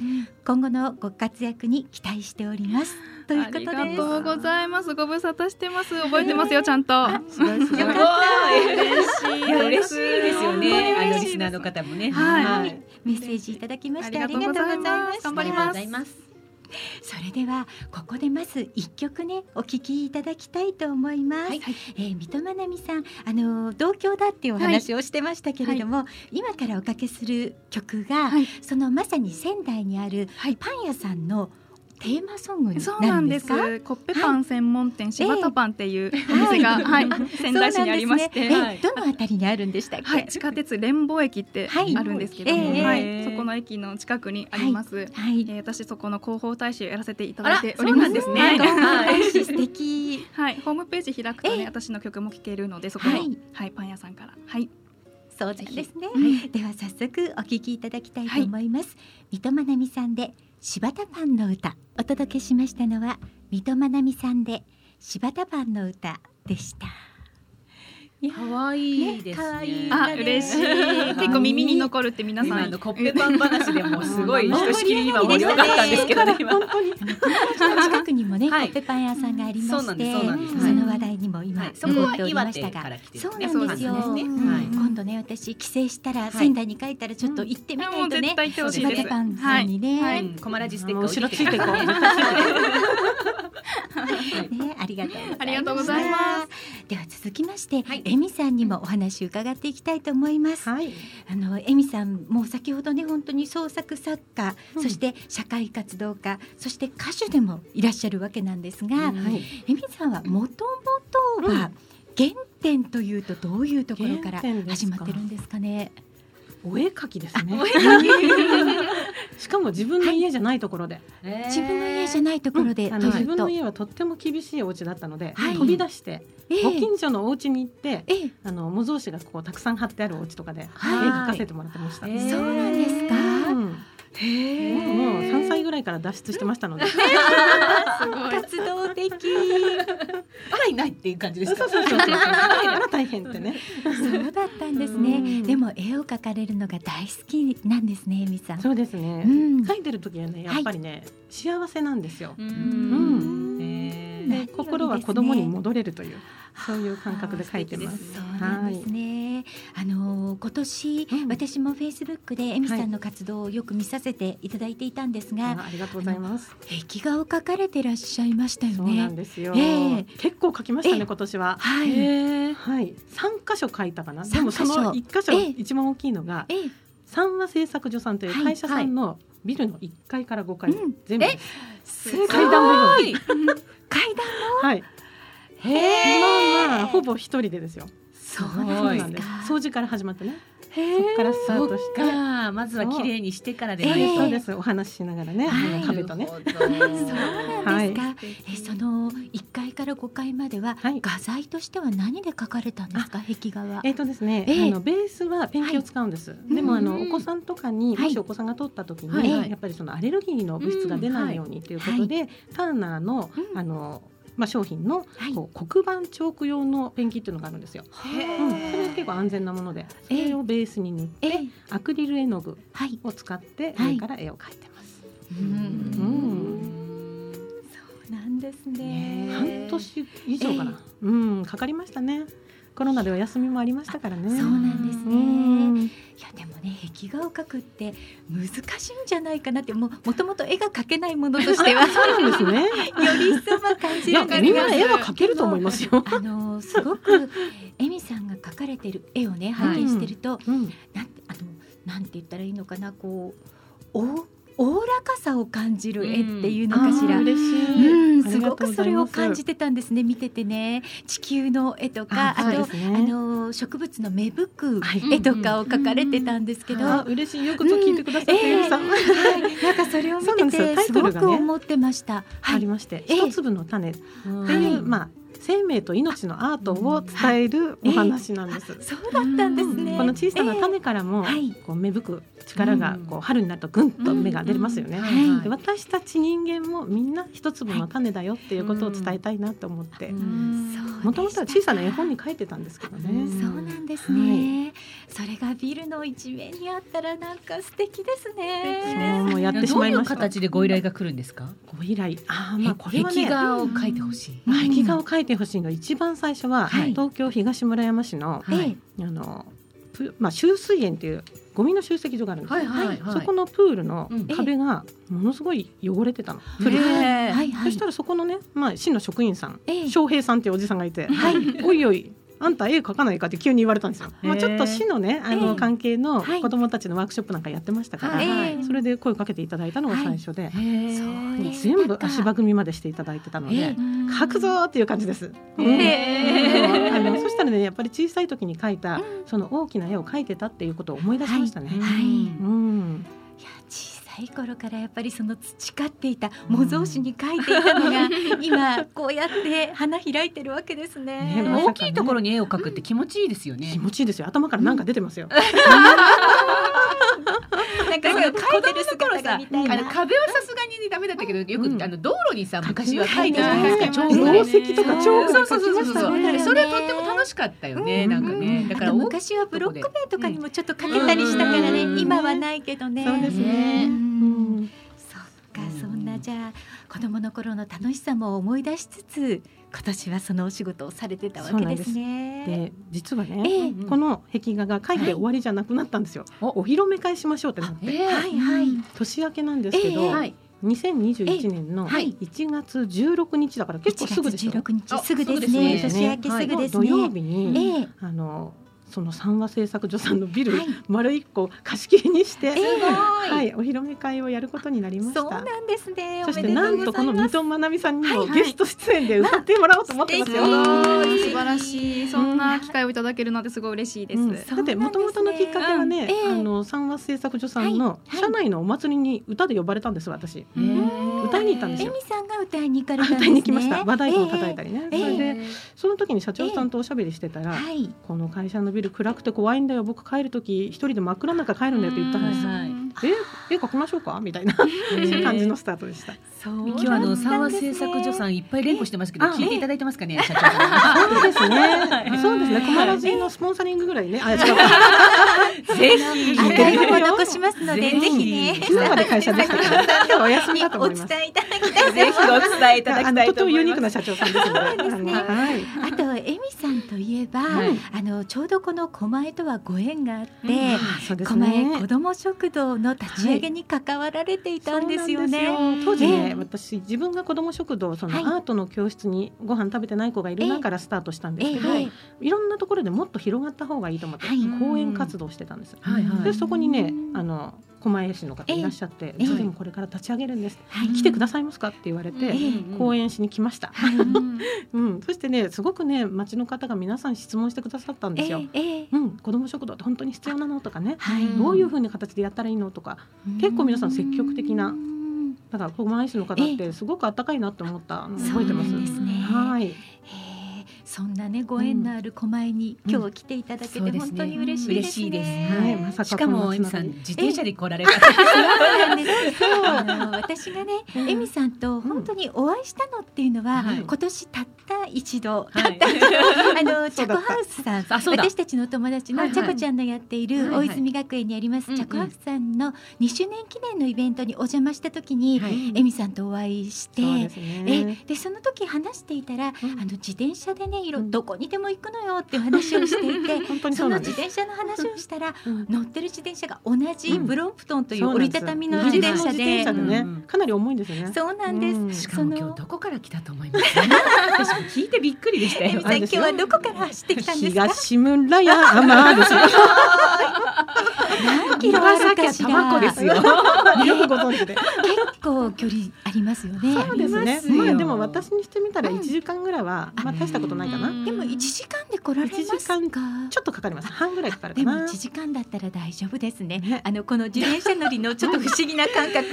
Speaker 1: 今後のご活躍に期待しておりますということです
Speaker 4: ありがとうございます。ご無沙汰してます。覚えてますよ、ちゃんと。
Speaker 5: すごいすごい
Speaker 3: よかった嬉しい嬉しいですよね。あのリスナーの方もね。
Speaker 4: はい
Speaker 5: はい
Speaker 1: メッセージいただきましてあ
Speaker 4: あ
Speaker 1: り
Speaker 4: り
Speaker 1: が
Speaker 4: が
Speaker 1: とう
Speaker 4: とう
Speaker 1: ご
Speaker 4: ご
Speaker 1: ざ
Speaker 4: ざ
Speaker 1: いま
Speaker 4: いますす頑張り
Speaker 3: あり
Speaker 4: ます
Speaker 3: がとうございます。
Speaker 1: それではここでまず一曲ねお聞きいただきたいと思います、
Speaker 3: はい
Speaker 1: えー、水戸まなみさんあのー同郷だっていうお話をしてましたけれども、今からおかけする曲が、
Speaker 4: はい
Speaker 1: そのまさに仙台にあるパン屋さんのテーマソングに
Speaker 4: そう
Speaker 1: な
Speaker 4: な
Speaker 1: るん
Speaker 4: ん
Speaker 1: で
Speaker 4: ですす
Speaker 1: か。
Speaker 4: コッペパン専門店柴田パンっていうお
Speaker 1: はい
Speaker 4: 店が、はい、仙台市
Speaker 1: そうなんですね
Speaker 4: にありまして、
Speaker 1: え
Speaker 4: はい
Speaker 1: どのあたりにあるんでしたっけ。
Speaker 4: はい、地下鉄連邦駅って
Speaker 1: はい
Speaker 4: あるんですけども、
Speaker 1: ええ
Speaker 4: はい、そこの駅の近くにあります。
Speaker 1: はい
Speaker 4: えー私そこの広報大使をやらせていた
Speaker 3: あ
Speaker 4: だい
Speaker 3: ら、
Speaker 4: て
Speaker 3: そ
Speaker 4: おり
Speaker 3: う
Speaker 4: ま
Speaker 3: な
Speaker 4: す。
Speaker 3: んですね。
Speaker 4: はい
Speaker 3: はい
Speaker 1: 嬉し い素敵。
Speaker 4: はい、ホームページ開くと
Speaker 1: え
Speaker 4: ね、
Speaker 1: え
Speaker 4: 私の曲も聴けるので、そこの、
Speaker 1: は
Speaker 4: はいい、パン屋さんから。はい、
Speaker 1: そうなんですね。
Speaker 4: はい
Speaker 1: では早速お聞きいただきたいと思います、水戸まなみさんで柴田パンの歌お届けしましたのは水戸まなみさんで柴田パンの歌でした
Speaker 3: 可愛いです
Speaker 1: ね可愛い
Speaker 3: ね。
Speaker 1: 歌
Speaker 4: あ、
Speaker 1: ね
Speaker 4: 嬉しい。結構耳に残るって皆さ
Speaker 3: 今あ
Speaker 4: ん
Speaker 3: の。コッペパン話でもすごいひとしきり今
Speaker 1: 盛り
Speaker 3: 盛り
Speaker 1: 上
Speaker 3: 上
Speaker 1: が
Speaker 3: が
Speaker 1: り
Speaker 3: っ
Speaker 1: でした
Speaker 3: た
Speaker 1: ね
Speaker 3: んですけどね今。
Speaker 1: 近くにもね、
Speaker 3: はい
Speaker 1: コッペパン屋さんがありま
Speaker 3: そう
Speaker 1: し
Speaker 3: なん
Speaker 1: て
Speaker 3: です。そうなんです。
Speaker 1: そ
Speaker 3: はい
Speaker 1: の話題にも今、
Speaker 3: はいそこは
Speaker 1: 上っており
Speaker 3: 岩
Speaker 1: まし
Speaker 3: 手
Speaker 1: た
Speaker 3: か
Speaker 1: が
Speaker 3: ら来てる
Speaker 1: そう
Speaker 3: ね
Speaker 1: なんですよ、
Speaker 4: そうなんです
Speaker 3: ねはい
Speaker 1: 今度ね私帰省したら
Speaker 3: い
Speaker 1: 仙台に帰ったらちょっと行ってみ
Speaker 4: あ
Speaker 1: た
Speaker 4: も
Speaker 1: いうと
Speaker 4: 絶
Speaker 1: ね、
Speaker 4: 対行ってほしい
Speaker 1: 柴
Speaker 4: です。
Speaker 1: 田パンさんにね、
Speaker 4: はい
Speaker 3: うんコマラジステッ
Speaker 5: も
Speaker 3: カー
Speaker 5: う
Speaker 3: を
Speaker 5: 後ろついてこう。
Speaker 3: ね
Speaker 1: ね、 ありがとうございます。。
Speaker 4: ありがとうございます
Speaker 1: では続きまして、
Speaker 3: はい
Speaker 1: えみさんにもお話伺っていきたいと思います。
Speaker 5: はい。
Speaker 1: あのえみさんもう先ほどね本当に創作作家、
Speaker 5: うん
Speaker 1: そして社会活動家、そして歌手でもいらっしゃるわけなんですが、
Speaker 3: うん
Speaker 5: はい。
Speaker 1: えみさんはもともとは原点というとどういうところから
Speaker 5: 原点です
Speaker 1: 始
Speaker 5: か
Speaker 1: まってるんですかね。
Speaker 5: お絵描きですね。しかも自分の家じゃないところで。
Speaker 1: 自分の家じゃ
Speaker 3: な
Speaker 1: ないところで
Speaker 5: あ
Speaker 1: とい
Speaker 5: の自
Speaker 1: う
Speaker 5: 分の
Speaker 1: と、
Speaker 5: 家はとっても厳しいお家だったので、
Speaker 1: はい
Speaker 5: 飛び出して
Speaker 1: ええ
Speaker 5: ご近所のお家に行って、
Speaker 1: ええ
Speaker 5: あの模造紙がこうたくさん貼ってあるお家とかで絵
Speaker 1: はい
Speaker 5: 描かせてもらってました。
Speaker 3: え
Speaker 1: そうなんですか。
Speaker 5: うんもう三歳ぐらいから脱出してましたので、
Speaker 1: 活動的。
Speaker 3: あらいないっていう感じです
Speaker 5: そう
Speaker 3: か
Speaker 5: そうそうそう。だから大変ってね。
Speaker 1: そうだったんです
Speaker 5: う
Speaker 1: ね。
Speaker 5: ん
Speaker 1: でも絵を描かれるのが大好きなんですね、えみさん。
Speaker 5: そうです
Speaker 1: う
Speaker 5: ね。
Speaker 1: ん
Speaker 5: 描いてる時はね、やっぱりね、幸せなんですよ。
Speaker 3: う
Speaker 5: うん
Speaker 3: ん。へー
Speaker 5: で心は子供に戻れるというそういう感覚で書いてます。
Speaker 1: そうなんですね。あのー今年、
Speaker 5: うん
Speaker 1: 私もフェイスブックでエミさ
Speaker 5: はい
Speaker 1: んの活動をよく見させていただいていたんですが、
Speaker 5: あありがとうございます。
Speaker 1: 壁画を描かれてらっしゃいましたよ
Speaker 5: そうなん
Speaker 1: ね。
Speaker 5: ですよ。
Speaker 1: ええ
Speaker 5: 結構書きました
Speaker 1: ええ
Speaker 5: ね今年は。
Speaker 1: はい
Speaker 5: い。はい。三箇所書いたかな。でもそ
Speaker 1: 三箇所
Speaker 5: の一箇所
Speaker 1: ええ
Speaker 5: 一番大きいのが
Speaker 1: ええ、
Speaker 5: 三和製作所さんとい
Speaker 1: はいう
Speaker 5: 会社さんのビルの一階から五階
Speaker 1: うん
Speaker 5: 全部
Speaker 1: えすごい
Speaker 5: 階段部分。
Speaker 1: 階段。
Speaker 5: はい。
Speaker 1: へえ
Speaker 5: 今はほぼ一人でですよ。
Speaker 1: そう
Speaker 5: そう
Speaker 1: な
Speaker 5: な
Speaker 1: ん
Speaker 5: ん
Speaker 1: で
Speaker 5: です
Speaker 1: すか。
Speaker 5: 掃除から始まってね。
Speaker 1: へ
Speaker 5: そ
Speaker 1: え
Speaker 5: こからスタ
Speaker 3: そ
Speaker 5: ー
Speaker 3: っ
Speaker 5: トして。
Speaker 3: か、まずは綺麗にしてからで
Speaker 1: え
Speaker 3: す
Speaker 5: は
Speaker 1: え
Speaker 5: い、
Speaker 3: ね。
Speaker 5: そうです。お話ししながらね、
Speaker 1: はい
Speaker 5: あの壁とね。
Speaker 3: なるほど。
Speaker 1: そうなんですか。えその1階から5階までは、
Speaker 5: はい
Speaker 1: 画材としては何で描かれたんですか壁画は。
Speaker 5: えっ、とですね、
Speaker 1: ええ
Speaker 5: あのベースはペンキを使うんです。
Speaker 1: い
Speaker 5: でもあ
Speaker 3: う
Speaker 5: の
Speaker 3: ん
Speaker 5: お子さんとかに、
Speaker 1: はい
Speaker 5: もしお子さんが通った時に、
Speaker 3: はいはい
Speaker 5: やっぱりそのアレルギーの物質が出ないようにということで、ターナーの、
Speaker 1: うん
Speaker 5: あのまあ商品の、
Speaker 1: はい
Speaker 5: こう黒板チョーク用のペンキっていうのがあるんですよ。うん、それは結構安全なもので、それをベースに塗って、
Speaker 1: ええ
Speaker 5: アクリル絵の具
Speaker 1: はい。
Speaker 5: を使って
Speaker 1: はい
Speaker 5: 上から絵を描いてます。
Speaker 1: うん
Speaker 5: うん
Speaker 1: そうなんですね。
Speaker 5: 半年以上かな、うん、かかりましたね。コロナでお休みもありましたからね。
Speaker 1: そうなんです
Speaker 5: う
Speaker 1: ね。
Speaker 5: ん
Speaker 1: いやでもね壁画を描くって難しいんじゃないかなってもうもともと絵が描けないものとしてはよ
Speaker 5: そうなんで すね。
Speaker 1: り一層ま感じ
Speaker 5: い
Speaker 1: る
Speaker 5: や
Speaker 1: ん です
Speaker 5: みんな絵は描けると思いますよ。
Speaker 1: あのすごくエミさんが描かれてる絵をね拝見してると、
Speaker 5: うん、
Speaker 1: なんてあのなんて言ったらいいのかなこうおおおらかさを感じる絵っていうのかしら。
Speaker 5: あ
Speaker 1: う
Speaker 5: ー
Speaker 1: ん
Speaker 5: 嬉しい。
Speaker 1: すごくそれを感じ
Speaker 5: て
Speaker 1: てたんですね見ててね地球の絵とかあ
Speaker 5: あ
Speaker 1: と、
Speaker 5: そうですね
Speaker 1: あの植物の芽吹く
Speaker 5: はい
Speaker 1: 絵とかを描かれてたんですけど、
Speaker 5: あ嬉しいよくぞ聞いてくださった
Speaker 1: うんええ
Speaker 5: ゆうさん、
Speaker 1: はい なんかそれを見
Speaker 5: そうなん
Speaker 1: て
Speaker 5: です
Speaker 1: て
Speaker 5: よタイ
Speaker 1: す
Speaker 5: ト
Speaker 1: ご
Speaker 5: ルがね
Speaker 1: く思ってました。は
Speaker 5: あり
Speaker 1: い、
Speaker 5: まして、
Speaker 1: ええ
Speaker 5: 一粒の種っていう、
Speaker 1: はい
Speaker 5: まあ生命と命のアートを伝えるお話なんです。
Speaker 1: そうだったんですね。
Speaker 5: この小さな種からも、
Speaker 1: ええはい
Speaker 5: こう芽吹く力が
Speaker 3: うん
Speaker 5: こう春になるとぐんと芽が出ますよね。
Speaker 3: うん
Speaker 1: はい
Speaker 5: で私たち人間もみんな一粒の種だよっていうことを伝えたいなと思って、もともとは小さな絵本に書いてたんですけどね。
Speaker 1: そうなんですね、それがビルの一面にあったらなんか素敵ですね。
Speaker 5: そうもうやってしまいました。
Speaker 3: どういう形でご依頼が来るんですか。
Speaker 5: ご依頼。ああ、まあこれは
Speaker 3: 壁
Speaker 5: ね。
Speaker 3: 画を描いてほしい。
Speaker 1: うん
Speaker 5: 壁画を描いてほしいの一番最初は、
Speaker 3: はい
Speaker 5: 東京東村山市の、
Speaker 3: はい
Speaker 1: え
Speaker 5: あのプまあ集水園っていうゴミの集積所があるんですよ、
Speaker 3: はいはい
Speaker 5: そこのプールの
Speaker 3: うん
Speaker 5: 壁がものすごい汚れてたの、
Speaker 3: え
Speaker 5: 古くて
Speaker 1: え
Speaker 3: え
Speaker 1: はいは
Speaker 5: そ
Speaker 1: い
Speaker 5: し。たらそこのね、まあ、市の職員さん、
Speaker 1: ええ
Speaker 5: 翔平さんっていうおじさんがいて、
Speaker 1: はい
Speaker 5: おいおいあんた絵描かないかって急に言われたんですよ、まあ、
Speaker 3: へえ
Speaker 5: ちょっと市のねあ
Speaker 1: ええ
Speaker 5: の関係の
Speaker 1: はい
Speaker 5: 子どもたちのワークショップなんかやってましたから、
Speaker 3: はい
Speaker 1: ええ
Speaker 5: それで声をかけていただいたのが最初で、
Speaker 3: へえ
Speaker 1: そう
Speaker 5: も
Speaker 1: で
Speaker 5: う
Speaker 1: す
Speaker 5: 全部足場組みまでしていただいてたので、
Speaker 3: ええ
Speaker 5: 書くぞーっていう感じです。
Speaker 1: え
Speaker 5: あのそしたらねやっぱり小さい時に描いた、
Speaker 1: うん
Speaker 5: その大きな絵を描いてたっていうことを思い出しましたね。
Speaker 1: はい
Speaker 5: うん、
Speaker 1: いや小さい頃からやっぱりその培っていた模造紙に書いていたのが、今こうやって花開いてるわけですね。
Speaker 5: ね
Speaker 3: 大きいところに絵を描くって気持ちいいですよ
Speaker 5: 気
Speaker 3: ね。
Speaker 5: 持ちいいですよ。頭からなんか出てますよ。
Speaker 1: なんか
Speaker 3: だ
Speaker 1: その
Speaker 3: から
Speaker 1: 書いてる
Speaker 3: 子供の
Speaker 1: 姿
Speaker 3: 頃
Speaker 1: が
Speaker 3: さ
Speaker 1: 見たい
Speaker 3: あの
Speaker 1: な。
Speaker 3: 壁はさすがにダメだったけどよく、
Speaker 5: うん
Speaker 3: あの道路にさ昔は
Speaker 5: 書
Speaker 3: 書
Speaker 5: い
Speaker 3: い
Speaker 5: て
Speaker 3: て
Speaker 5: ま
Speaker 3: た
Speaker 5: し
Speaker 3: じゃない
Speaker 5: た
Speaker 3: で
Speaker 5: ね
Speaker 3: すか彫刻
Speaker 4: ね
Speaker 5: 彫刻宝石とか彫刻
Speaker 3: そう
Speaker 5: が
Speaker 3: そうそうそうそ
Speaker 5: 描きました
Speaker 3: う、
Speaker 5: ね
Speaker 1: ね
Speaker 3: それとっても楽しかったよね、
Speaker 5: うん
Speaker 3: なんかね、だか
Speaker 1: あ
Speaker 3: ら
Speaker 1: と
Speaker 3: 大
Speaker 1: 昔はブロック塀とかにもちょっとかけたりしたからね、
Speaker 3: うん
Speaker 1: 今はないけどね。
Speaker 5: そうです
Speaker 3: ね
Speaker 1: うん
Speaker 5: うん
Speaker 1: そっか、
Speaker 3: うん
Speaker 1: そんなじゃあ子供の頃の楽しさも思い出しつつ今年はそのお仕事をされてたわけですね。
Speaker 5: で実は
Speaker 1: え
Speaker 5: ね、
Speaker 1: え
Speaker 5: この壁画が描いて終わりじゃなくなったんですよ。
Speaker 3: はい
Speaker 5: お披露目会しましょうってなって、
Speaker 3: え
Speaker 1: はいはい。
Speaker 5: 年明けなんですけ
Speaker 1: え
Speaker 5: ど、
Speaker 1: え
Speaker 3: はい
Speaker 5: 2021年の
Speaker 1: はい
Speaker 5: 1月16日だから結構すぐです
Speaker 1: 1
Speaker 5: よ。
Speaker 1: 月16
Speaker 3: あ
Speaker 1: 日すぐです
Speaker 3: すぐ
Speaker 1: ね。
Speaker 3: で
Speaker 1: 年
Speaker 3: す
Speaker 5: ね
Speaker 1: 明けすぐです
Speaker 5: 土曜
Speaker 1: ね。
Speaker 5: 日に、
Speaker 1: ええ
Speaker 5: あのその三和製作所さんのビル、
Speaker 1: はい
Speaker 5: 丸一個貸し切りにして、
Speaker 1: ええ
Speaker 5: はい、お披露目会をやることになりまし
Speaker 1: そう
Speaker 5: た。
Speaker 1: なんですね。お
Speaker 5: そし
Speaker 1: め
Speaker 5: て
Speaker 1: でと
Speaker 5: なん
Speaker 1: うご
Speaker 5: と
Speaker 1: ざ
Speaker 5: こ
Speaker 1: い
Speaker 5: の
Speaker 1: ま
Speaker 5: 水
Speaker 1: す。
Speaker 5: 戸まなみさんに
Speaker 1: はい
Speaker 5: も
Speaker 1: はい
Speaker 5: ゲスト出演で歌ってもらおうと思ってますよ。
Speaker 1: わあ
Speaker 4: い素晴らしいそんな機会をいただけるなんてすごい嬉しいです、
Speaker 5: うんだってもともとのきっかけ
Speaker 1: そうな
Speaker 5: はね、
Speaker 1: んですねうんええ
Speaker 5: あの三和製作所さんの
Speaker 1: はいはい
Speaker 5: 社内のお祭りに歌で呼ばれたんです私、
Speaker 3: えー
Speaker 5: 歌いに行ったんです
Speaker 1: え
Speaker 5: よ
Speaker 1: みさんが歌いに行かれたんですね。
Speaker 5: 歌いに来ました和太鼓を叩いた
Speaker 1: り。
Speaker 5: りね、
Speaker 1: ええ
Speaker 5: それ
Speaker 1: え
Speaker 5: でその時に社長さんとおしゃべりしてたら、
Speaker 1: はい。
Speaker 5: この会社のビル暗くて怖いんだよ僕帰る時一人で真っ暗な中帰るんだよって言ったんですよ、
Speaker 3: はい
Speaker 5: え絵描きましょうかみたいなそういう感じのスタート でした。
Speaker 1: そう
Speaker 3: 今日あの三和製作所さんいっぱい連呼してますけど聞いていただいてますかね社長さ
Speaker 5: そうですね。そうですね。コマラジのスポンサリングぐらいね。あ、違う。
Speaker 3: ん。ぜひ
Speaker 1: アーカイブも残しますので、
Speaker 3: ぜ
Speaker 1: ぜ
Speaker 3: ひ
Speaker 1: ひ ね。
Speaker 5: 昨日まで会社でしたけど、今日はお休みだと思
Speaker 1: お
Speaker 5: います。
Speaker 1: 伝えいただきたい。
Speaker 3: ぜひお伝えいただ
Speaker 5: あ
Speaker 3: き
Speaker 5: の
Speaker 3: た
Speaker 5: と
Speaker 3: い
Speaker 5: て
Speaker 3: と
Speaker 5: も
Speaker 3: 思
Speaker 5: ユ
Speaker 3: い
Speaker 5: ニー
Speaker 3: ま
Speaker 5: ク
Speaker 3: す。
Speaker 5: な社長さんですので、あのはい。
Speaker 1: あと、えみさんといえば、
Speaker 3: はい
Speaker 1: あの、ちょうどこの狛江とはご縁があって。
Speaker 5: あそうです
Speaker 1: 狛江
Speaker 5: ね
Speaker 1: 子。ども食堂の立ち上げに関わられていたんですよ
Speaker 5: そう
Speaker 1: ね。
Speaker 5: なんですよ当時ね、
Speaker 1: ええ
Speaker 5: 私自分が子ども食堂その
Speaker 1: はい
Speaker 5: アートの教室にご飯食べてない子がいる中からスタートしたんですけど、
Speaker 1: ええ
Speaker 5: いろんなところでもっと広がった方がいいと思って、
Speaker 1: はい
Speaker 5: 講演活動をしてたんです。
Speaker 3: はいは
Speaker 5: で
Speaker 3: い。
Speaker 5: そこにね
Speaker 1: うん
Speaker 5: あの狛江市の方いらっしゃって、
Speaker 1: ええ
Speaker 5: ちょっとでもこれから立ち上げるんです、
Speaker 1: はい
Speaker 5: 来てくださいますかって言われて、
Speaker 1: え
Speaker 5: 講演しに来ました、
Speaker 4: うん
Speaker 5: うん、そしてねすごくね町の方が皆さん質問してくださったんですよ、
Speaker 1: ええええ
Speaker 5: うん、子ども食堂って本当に必要なのとかね
Speaker 1: はい
Speaker 3: うん
Speaker 5: どういうふうな形でやったらいいのとか結構皆さん積極的な
Speaker 1: うん
Speaker 5: だから狛江市の方ってすごくあったかいなと思ったのを覚えてます
Speaker 1: そうなんですね
Speaker 5: はい
Speaker 1: へえそんなねご縁のある狛江に、
Speaker 5: うん
Speaker 1: 今日来ていただけて本当に嬉しいですね。
Speaker 3: 嬉しいです。
Speaker 5: はいまさか
Speaker 3: しか
Speaker 5: こん
Speaker 3: も
Speaker 5: な
Speaker 3: エ
Speaker 5: つ
Speaker 3: ミ
Speaker 5: なが
Speaker 3: さ
Speaker 5: り
Speaker 3: ん自転車で来られた。
Speaker 1: そうなんです。あの 私がね、
Speaker 5: うん
Speaker 1: えみさんと本当にお会いしたのっていうのは、
Speaker 3: はい
Speaker 1: 今年たった一度、
Speaker 3: は
Speaker 1: た
Speaker 3: い
Speaker 1: った一度 あのチ
Speaker 5: そう
Speaker 1: ャ
Speaker 5: だ
Speaker 1: コ
Speaker 5: った
Speaker 1: ハウスさん、
Speaker 3: あそうだ
Speaker 1: 私たちのお友達
Speaker 3: は
Speaker 1: の
Speaker 3: い
Speaker 1: チ
Speaker 3: はい
Speaker 1: ャコちゃんのやってい
Speaker 3: はい
Speaker 1: る
Speaker 3: はい
Speaker 1: 大泉学園にあります、
Speaker 3: うんうん
Speaker 1: チャコハウスさんの2周年記念のイベントにお邪魔した時に、
Speaker 3: はい
Speaker 1: えみさんとお会いして。
Speaker 5: そうです
Speaker 1: え
Speaker 5: ね
Speaker 1: でその時話していたら、
Speaker 5: うん
Speaker 1: あの自転車でねいろ
Speaker 5: うん
Speaker 1: どこにでも行くのよっていう話をしていて
Speaker 5: 本当にそ
Speaker 1: そうの
Speaker 5: なん
Speaker 1: 自
Speaker 5: です
Speaker 1: 転車の話をしたら
Speaker 5: うん
Speaker 1: 乗ってる自転車が同じ
Speaker 5: うん
Speaker 1: ブロンプトンという折りたたみの
Speaker 5: そうなん
Speaker 1: 自
Speaker 5: です
Speaker 1: 転車
Speaker 5: 自転車
Speaker 1: で。
Speaker 5: でね、
Speaker 3: うん
Speaker 5: かなり重いんですよね。
Speaker 1: そうなんです。
Speaker 5: うん
Speaker 3: しか
Speaker 1: そ
Speaker 3: も今
Speaker 1: の
Speaker 3: 日どこから来たと思います。私も聞いてびっくりでした
Speaker 1: えみ
Speaker 3: よ
Speaker 1: さ。ん
Speaker 5: あれ
Speaker 1: 今
Speaker 5: で
Speaker 1: 日
Speaker 5: すよ
Speaker 1: はどこから走ってきたんですか。
Speaker 5: 東 村山ですよ。
Speaker 1: 何キロあるかしら。
Speaker 3: 長崎は
Speaker 1: 結
Speaker 3: タバコですよ。
Speaker 5: よくご存知で。
Speaker 1: 構距離ありますよね。
Speaker 5: そうです
Speaker 3: ありま
Speaker 5: ね
Speaker 3: す。よ
Speaker 5: まあでも私にしてみたら1時間ぐらいは、まあ大したことないかな。
Speaker 1: でも一時間で来られますか。
Speaker 5: 一時間ちょっとかかります。半ぐらいかかるか
Speaker 1: でも
Speaker 5: な
Speaker 1: 一。時間だったら大丈夫ですね
Speaker 5: ね。
Speaker 1: あのこの自転車乗りのちょっと不思議な感覚。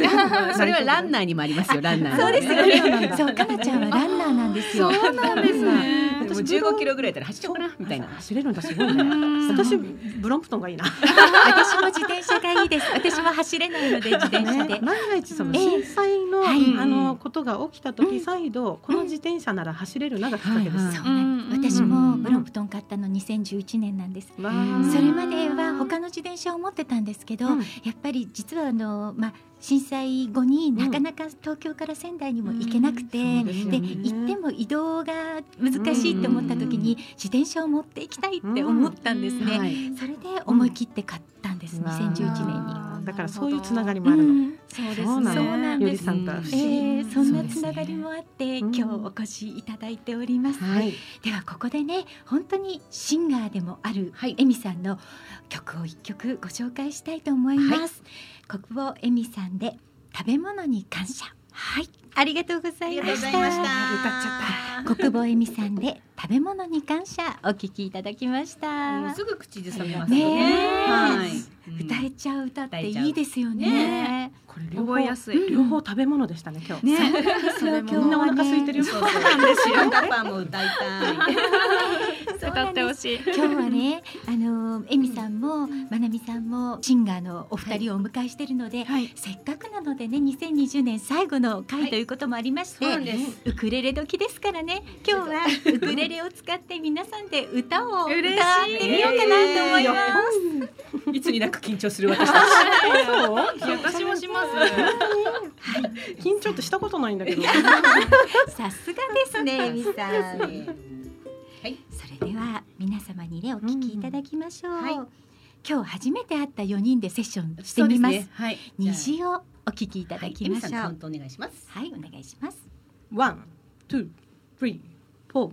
Speaker 3: それはランナーにもありますよ。ランナー。
Speaker 1: そうですよ
Speaker 5: そうなん
Speaker 1: ね。
Speaker 5: だ
Speaker 1: そうかなちゃんはランナーなんですよ。そうなんです
Speaker 3: でも
Speaker 5: 私ブロン
Speaker 3: 15キロぐらいだったら走っちゃおうかなみたいな。
Speaker 5: 走れるんだすごいね。私ブロンプトンがいいな。
Speaker 1: 私も自転車がいいです。私も走れないので自転車で
Speaker 5: ね。万が一その
Speaker 1: ええ
Speaker 5: 震災の
Speaker 1: はい
Speaker 5: あのことが起きた
Speaker 1: うん
Speaker 5: 時再度この自転車なら走れるながきっかけで
Speaker 3: はい
Speaker 5: す
Speaker 1: そ。うなんです私
Speaker 3: うん
Speaker 1: もブロンプトン買ったの2011年なんです。
Speaker 5: わ
Speaker 3: うん
Speaker 5: ー
Speaker 1: それまでは他の自転車を持ってたんですけど、
Speaker 5: うん
Speaker 1: やっぱり実はあの、まあ、震災後になかなか東京から仙台にも行けなくて、
Speaker 5: うん
Speaker 1: で
Speaker 5: そうですよね
Speaker 1: 行っても移動が難しいと思った時に自転車を持っていきたいって思ったんですね、
Speaker 3: はい
Speaker 1: それで思い切って買ったんです、
Speaker 5: うわ
Speaker 1: 2011
Speaker 5: ー
Speaker 1: 年
Speaker 4: に
Speaker 5: だからそういうつながり
Speaker 1: に、
Speaker 5: もある
Speaker 1: う
Speaker 5: の。
Speaker 1: ん
Speaker 4: そうですね
Speaker 5: そうな
Speaker 1: そうなん
Speaker 5: の。
Speaker 1: です
Speaker 5: よりさんとは不思
Speaker 1: え
Speaker 5: 議。
Speaker 1: ーそんなつながりもあって、
Speaker 5: そ
Speaker 1: 今
Speaker 5: うです
Speaker 1: 日
Speaker 5: ね
Speaker 1: お越しいただいております、
Speaker 5: はい。
Speaker 1: ではここでね本当にシンガーでもある
Speaker 3: はい
Speaker 1: エミさんの曲を一曲ご紹介したいと思います、国宝エミさんで食べ物に感謝はいありがとうございました
Speaker 3: 歌っちゃ
Speaker 1: 国宝エミさんで食べ物に感謝お聞きいただきました、
Speaker 3: すぐ口ずさみます
Speaker 1: ね
Speaker 3: よね。
Speaker 1: え、
Speaker 3: はい。
Speaker 1: 歌えちゃう歌っていいですよ
Speaker 3: 歌え
Speaker 1: ね
Speaker 5: これ両方
Speaker 4: 覚えやすい。
Speaker 5: 両方食べ物でしたね今日。
Speaker 4: ね
Speaker 1: すよ
Speaker 4: 食べ
Speaker 5: みんなお
Speaker 1: 今日
Speaker 4: 物
Speaker 5: 腹空いてるよ。
Speaker 3: そうなんですよ。タパも歌いたい。
Speaker 1: そう
Speaker 4: 歌
Speaker 1: な
Speaker 4: っ
Speaker 1: ん
Speaker 4: て
Speaker 1: です
Speaker 4: ほし い。
Speaker 1: 今日はね、あのエミさんもまなみさんもシンガーのお二人をお迎えしているので、
Speaker 4: はい。
Speaker 1: せっかくなのでね、2020年最後の回ということもありまして、
Speaker 3: そうなんです。
Speaker 1: ウクレレ時ですからね、今日はウクレレを使って皆さんで歌を歌って
Speaker 4: 嬉しい
Speaker 1: みようかなと思います。
Speaker 3: いつになく緊張する私たち。
Speaker 4: いや私もします。
Speaker 5: 緊張ってしたことないんだけど。
Speaker 1: さすがですね、 エミさん。
Speaker 3: はい。
Speaker 1: それでは皆様にね、お聞きいただきましょう。
Speaker 3: うんはい
Speaker 1: 今日初めて会った4人でセッションしてみます。
Speaker 3: はい。
Speaker 1: 虹をお聞きいただきましょう。
Speaker 3: カ
Speaker 1: は
Speaker 3: ウントお願いします。
Speaker 1: い、お願いします。
Speaker 5: One, two, three, four.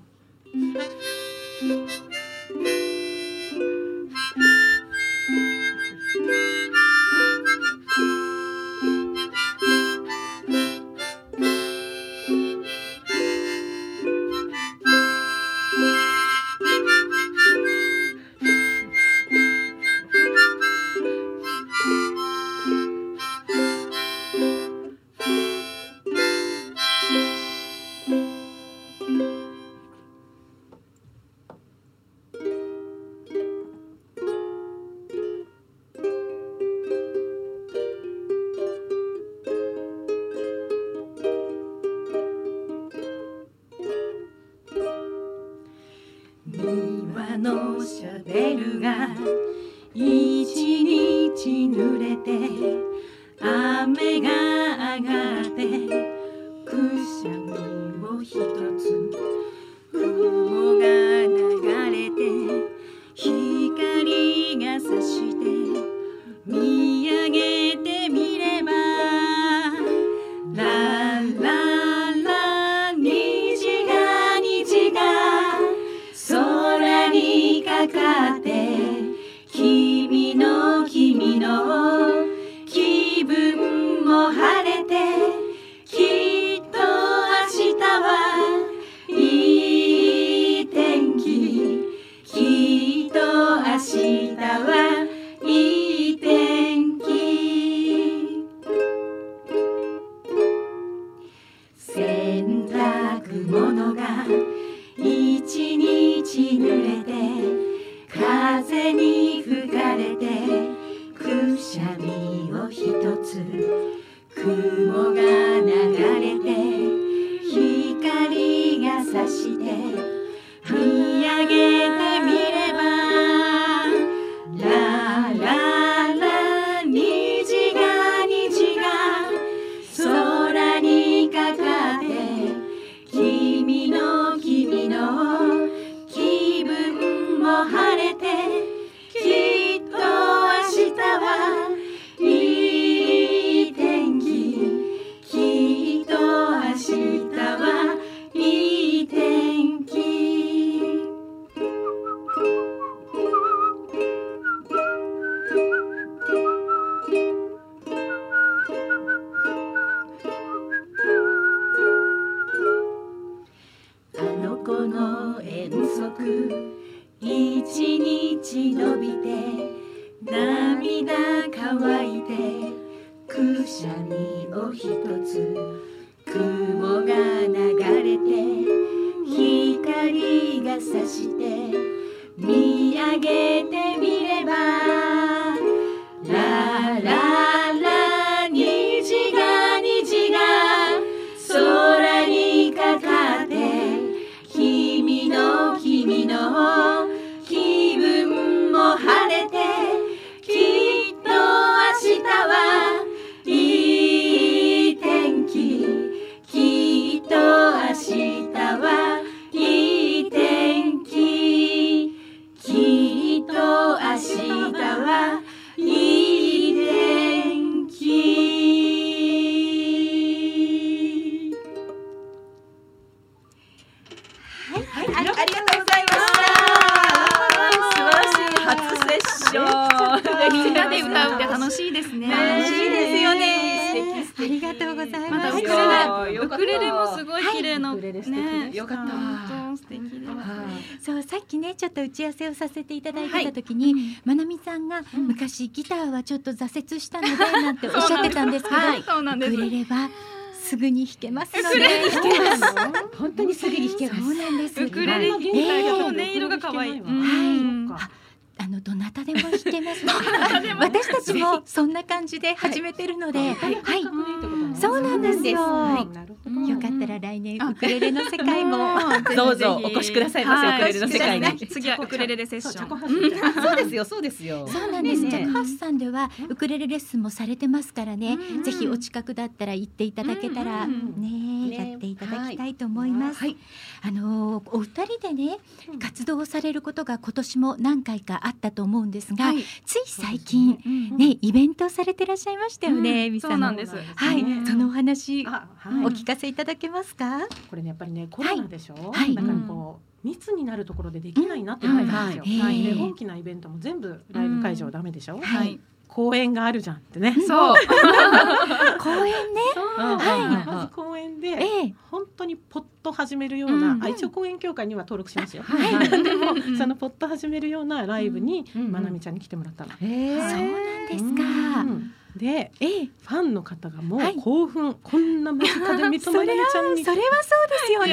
Speaker 1: 「らのシャベルが一日濡れて雨が上がってくしゃみを一つ雲が流れて光が差して見上げてみればラララ虹が虹が空にかかって君の君の気分も晴れてきっと明日はいい天気きっと明日はいい天気洗濯物が一日濡れて風に吹かれてくしゃみをひとつ雲が流れて光が差して見上げてみればラララ虹が虹が空にかかって君の君の気分も晴れてきっと明日はいい天気きっと明日はいい天気あの子の遠足一日伸びて涙乾いてくしゃみをひとつ雲が流れて光が差して見上げてみればラララ虹が虹が空にかかって君の君の気分も晴れてきっと明日はいい天気きっと明日はいい天気きっと明日はいい天気
Speaker 6: はい、ありがとうございました。素晴らしい初セッション。
Speaker 4: みんなで歌うって楽しいですね。
Speaker 6: 楽しいですよね。
Speaker 7: ありがとうござい
Speaker 4: ま
Speaker 7: ま
Speaker 4: たウ
Speaker 7: す
Speaker 4: クレ
Speaker 6: は
Speaker 4: レ、ウクレレもすごい綺麗な、
Speaker 5: ウクレレ素敵でした
Speaker 4: ね、
Speaker 5: よかった
Speaker 4: 本当素敵です。
Speaker 7: そうさっきねちょっと打ち合わせをさせていただいてた時に、まなみさんが昔ギターはちょっと挫折したのでなんておっしゃってたんですけど、
Speaker 4: そうなんです。
Speaker 7: ウクレレ はすぐに弾けますので。
Speaker 5: 本当にすぐに弾けます。
Speaker 7: そうなんです。
Speaker 4: ウクレレ弾きたいけど、音色が可愛い。うん
Speaker 5: はい
Speaker 7: あのどなたでも弾けます。
Speaker 4: たでも
Speaker 7: 私たちもそんな感じで始めてるので、はい、そうなんですよ。
Speaker 5: はいなるほど。
Speaker 7: よかったら来年ウクレレの世界 も。
Speaker 3: どうぞお越しくださいませ
Speaker 4: は
Speaker 3: ウクレレの世界に
Speaker 4: そうですね次はウクレレでセッシ
Speaker 5: そうチ
Speaker 4: ョ
Speaker 5: ャコ
Speaker 4: ン。
Speaker 5: ハスみたいな
Speaker 3: そうですよ、そうですよ。
Speaker 7: そうなんです。
Speaker 3: ね
Speaker 7: ジャクハスさんではウクレレレッスンもされてますからね。
Speaker 4: うん
Speaker 7: ぜひお近くだったら行っていただけたら
Speaker 4: うん
Speaker 7: ね
Speaker 4: う
Speaker 3: ね
Speaker 7: やっていただきたいと思います。
Speaker 3: はい
Speaker 7: あのーお二人でね活動をされることが今年も何回かあったと思うんですが、
Speaker 4: はい
Speaker 7: つい最近ねイベントをされてらっしゃいましたよね、みさ
Speaker 4: そうなんです。
Speaker 7: はい、そのお話
Speaker 5: あはい
Speaker 7: お聞かせいただけますか。
Speaker 5: これねやっぱりねコロナでしょ、
Speaker 7: はい
Speaker 5: だからこう、密になるところでできないなって思ったんですよ、
Speaker 7: うんはい
Speaker 5: で
Speaker 7: はい
Speaker 5: 大きなイベントも全部ライブ会場ダメでしょ、
Speaker 4: はい。
Speaker 5: 公演があるじゃんってね、
Speaker 4: そう。
Speaker 7: 公演ね。
Speaker 3: はい
Speaker 5: まず公演で、
Speaker 7: ええ
Speaker 5: 本当にポッと始めるような、
Speaker 4: うん
Speaker 5: あ一応公演協会には登録しますよ、
Speaker 3: はい
Speaker 5: はい で
Speaker 4: うん
Speaker 5: もそのポッと始めるようなライブに、
Speaker 3: うん
Speaker 5: まなみちゃんに来てもらったの。
Speaker 3: え
Speaker 7: そうなんです
Speaker 5: う
Speaker 7: か。
Speaker 5: んで
Speaker 7: ええ、
Speaker 5: ファンの方がも
Speaker 7: は
Speaker 5: う
Speaker 7: い
Speaker 5: 興奮、こんな間近で三つまなみちゃんに
Speaker 7: それはそうですよ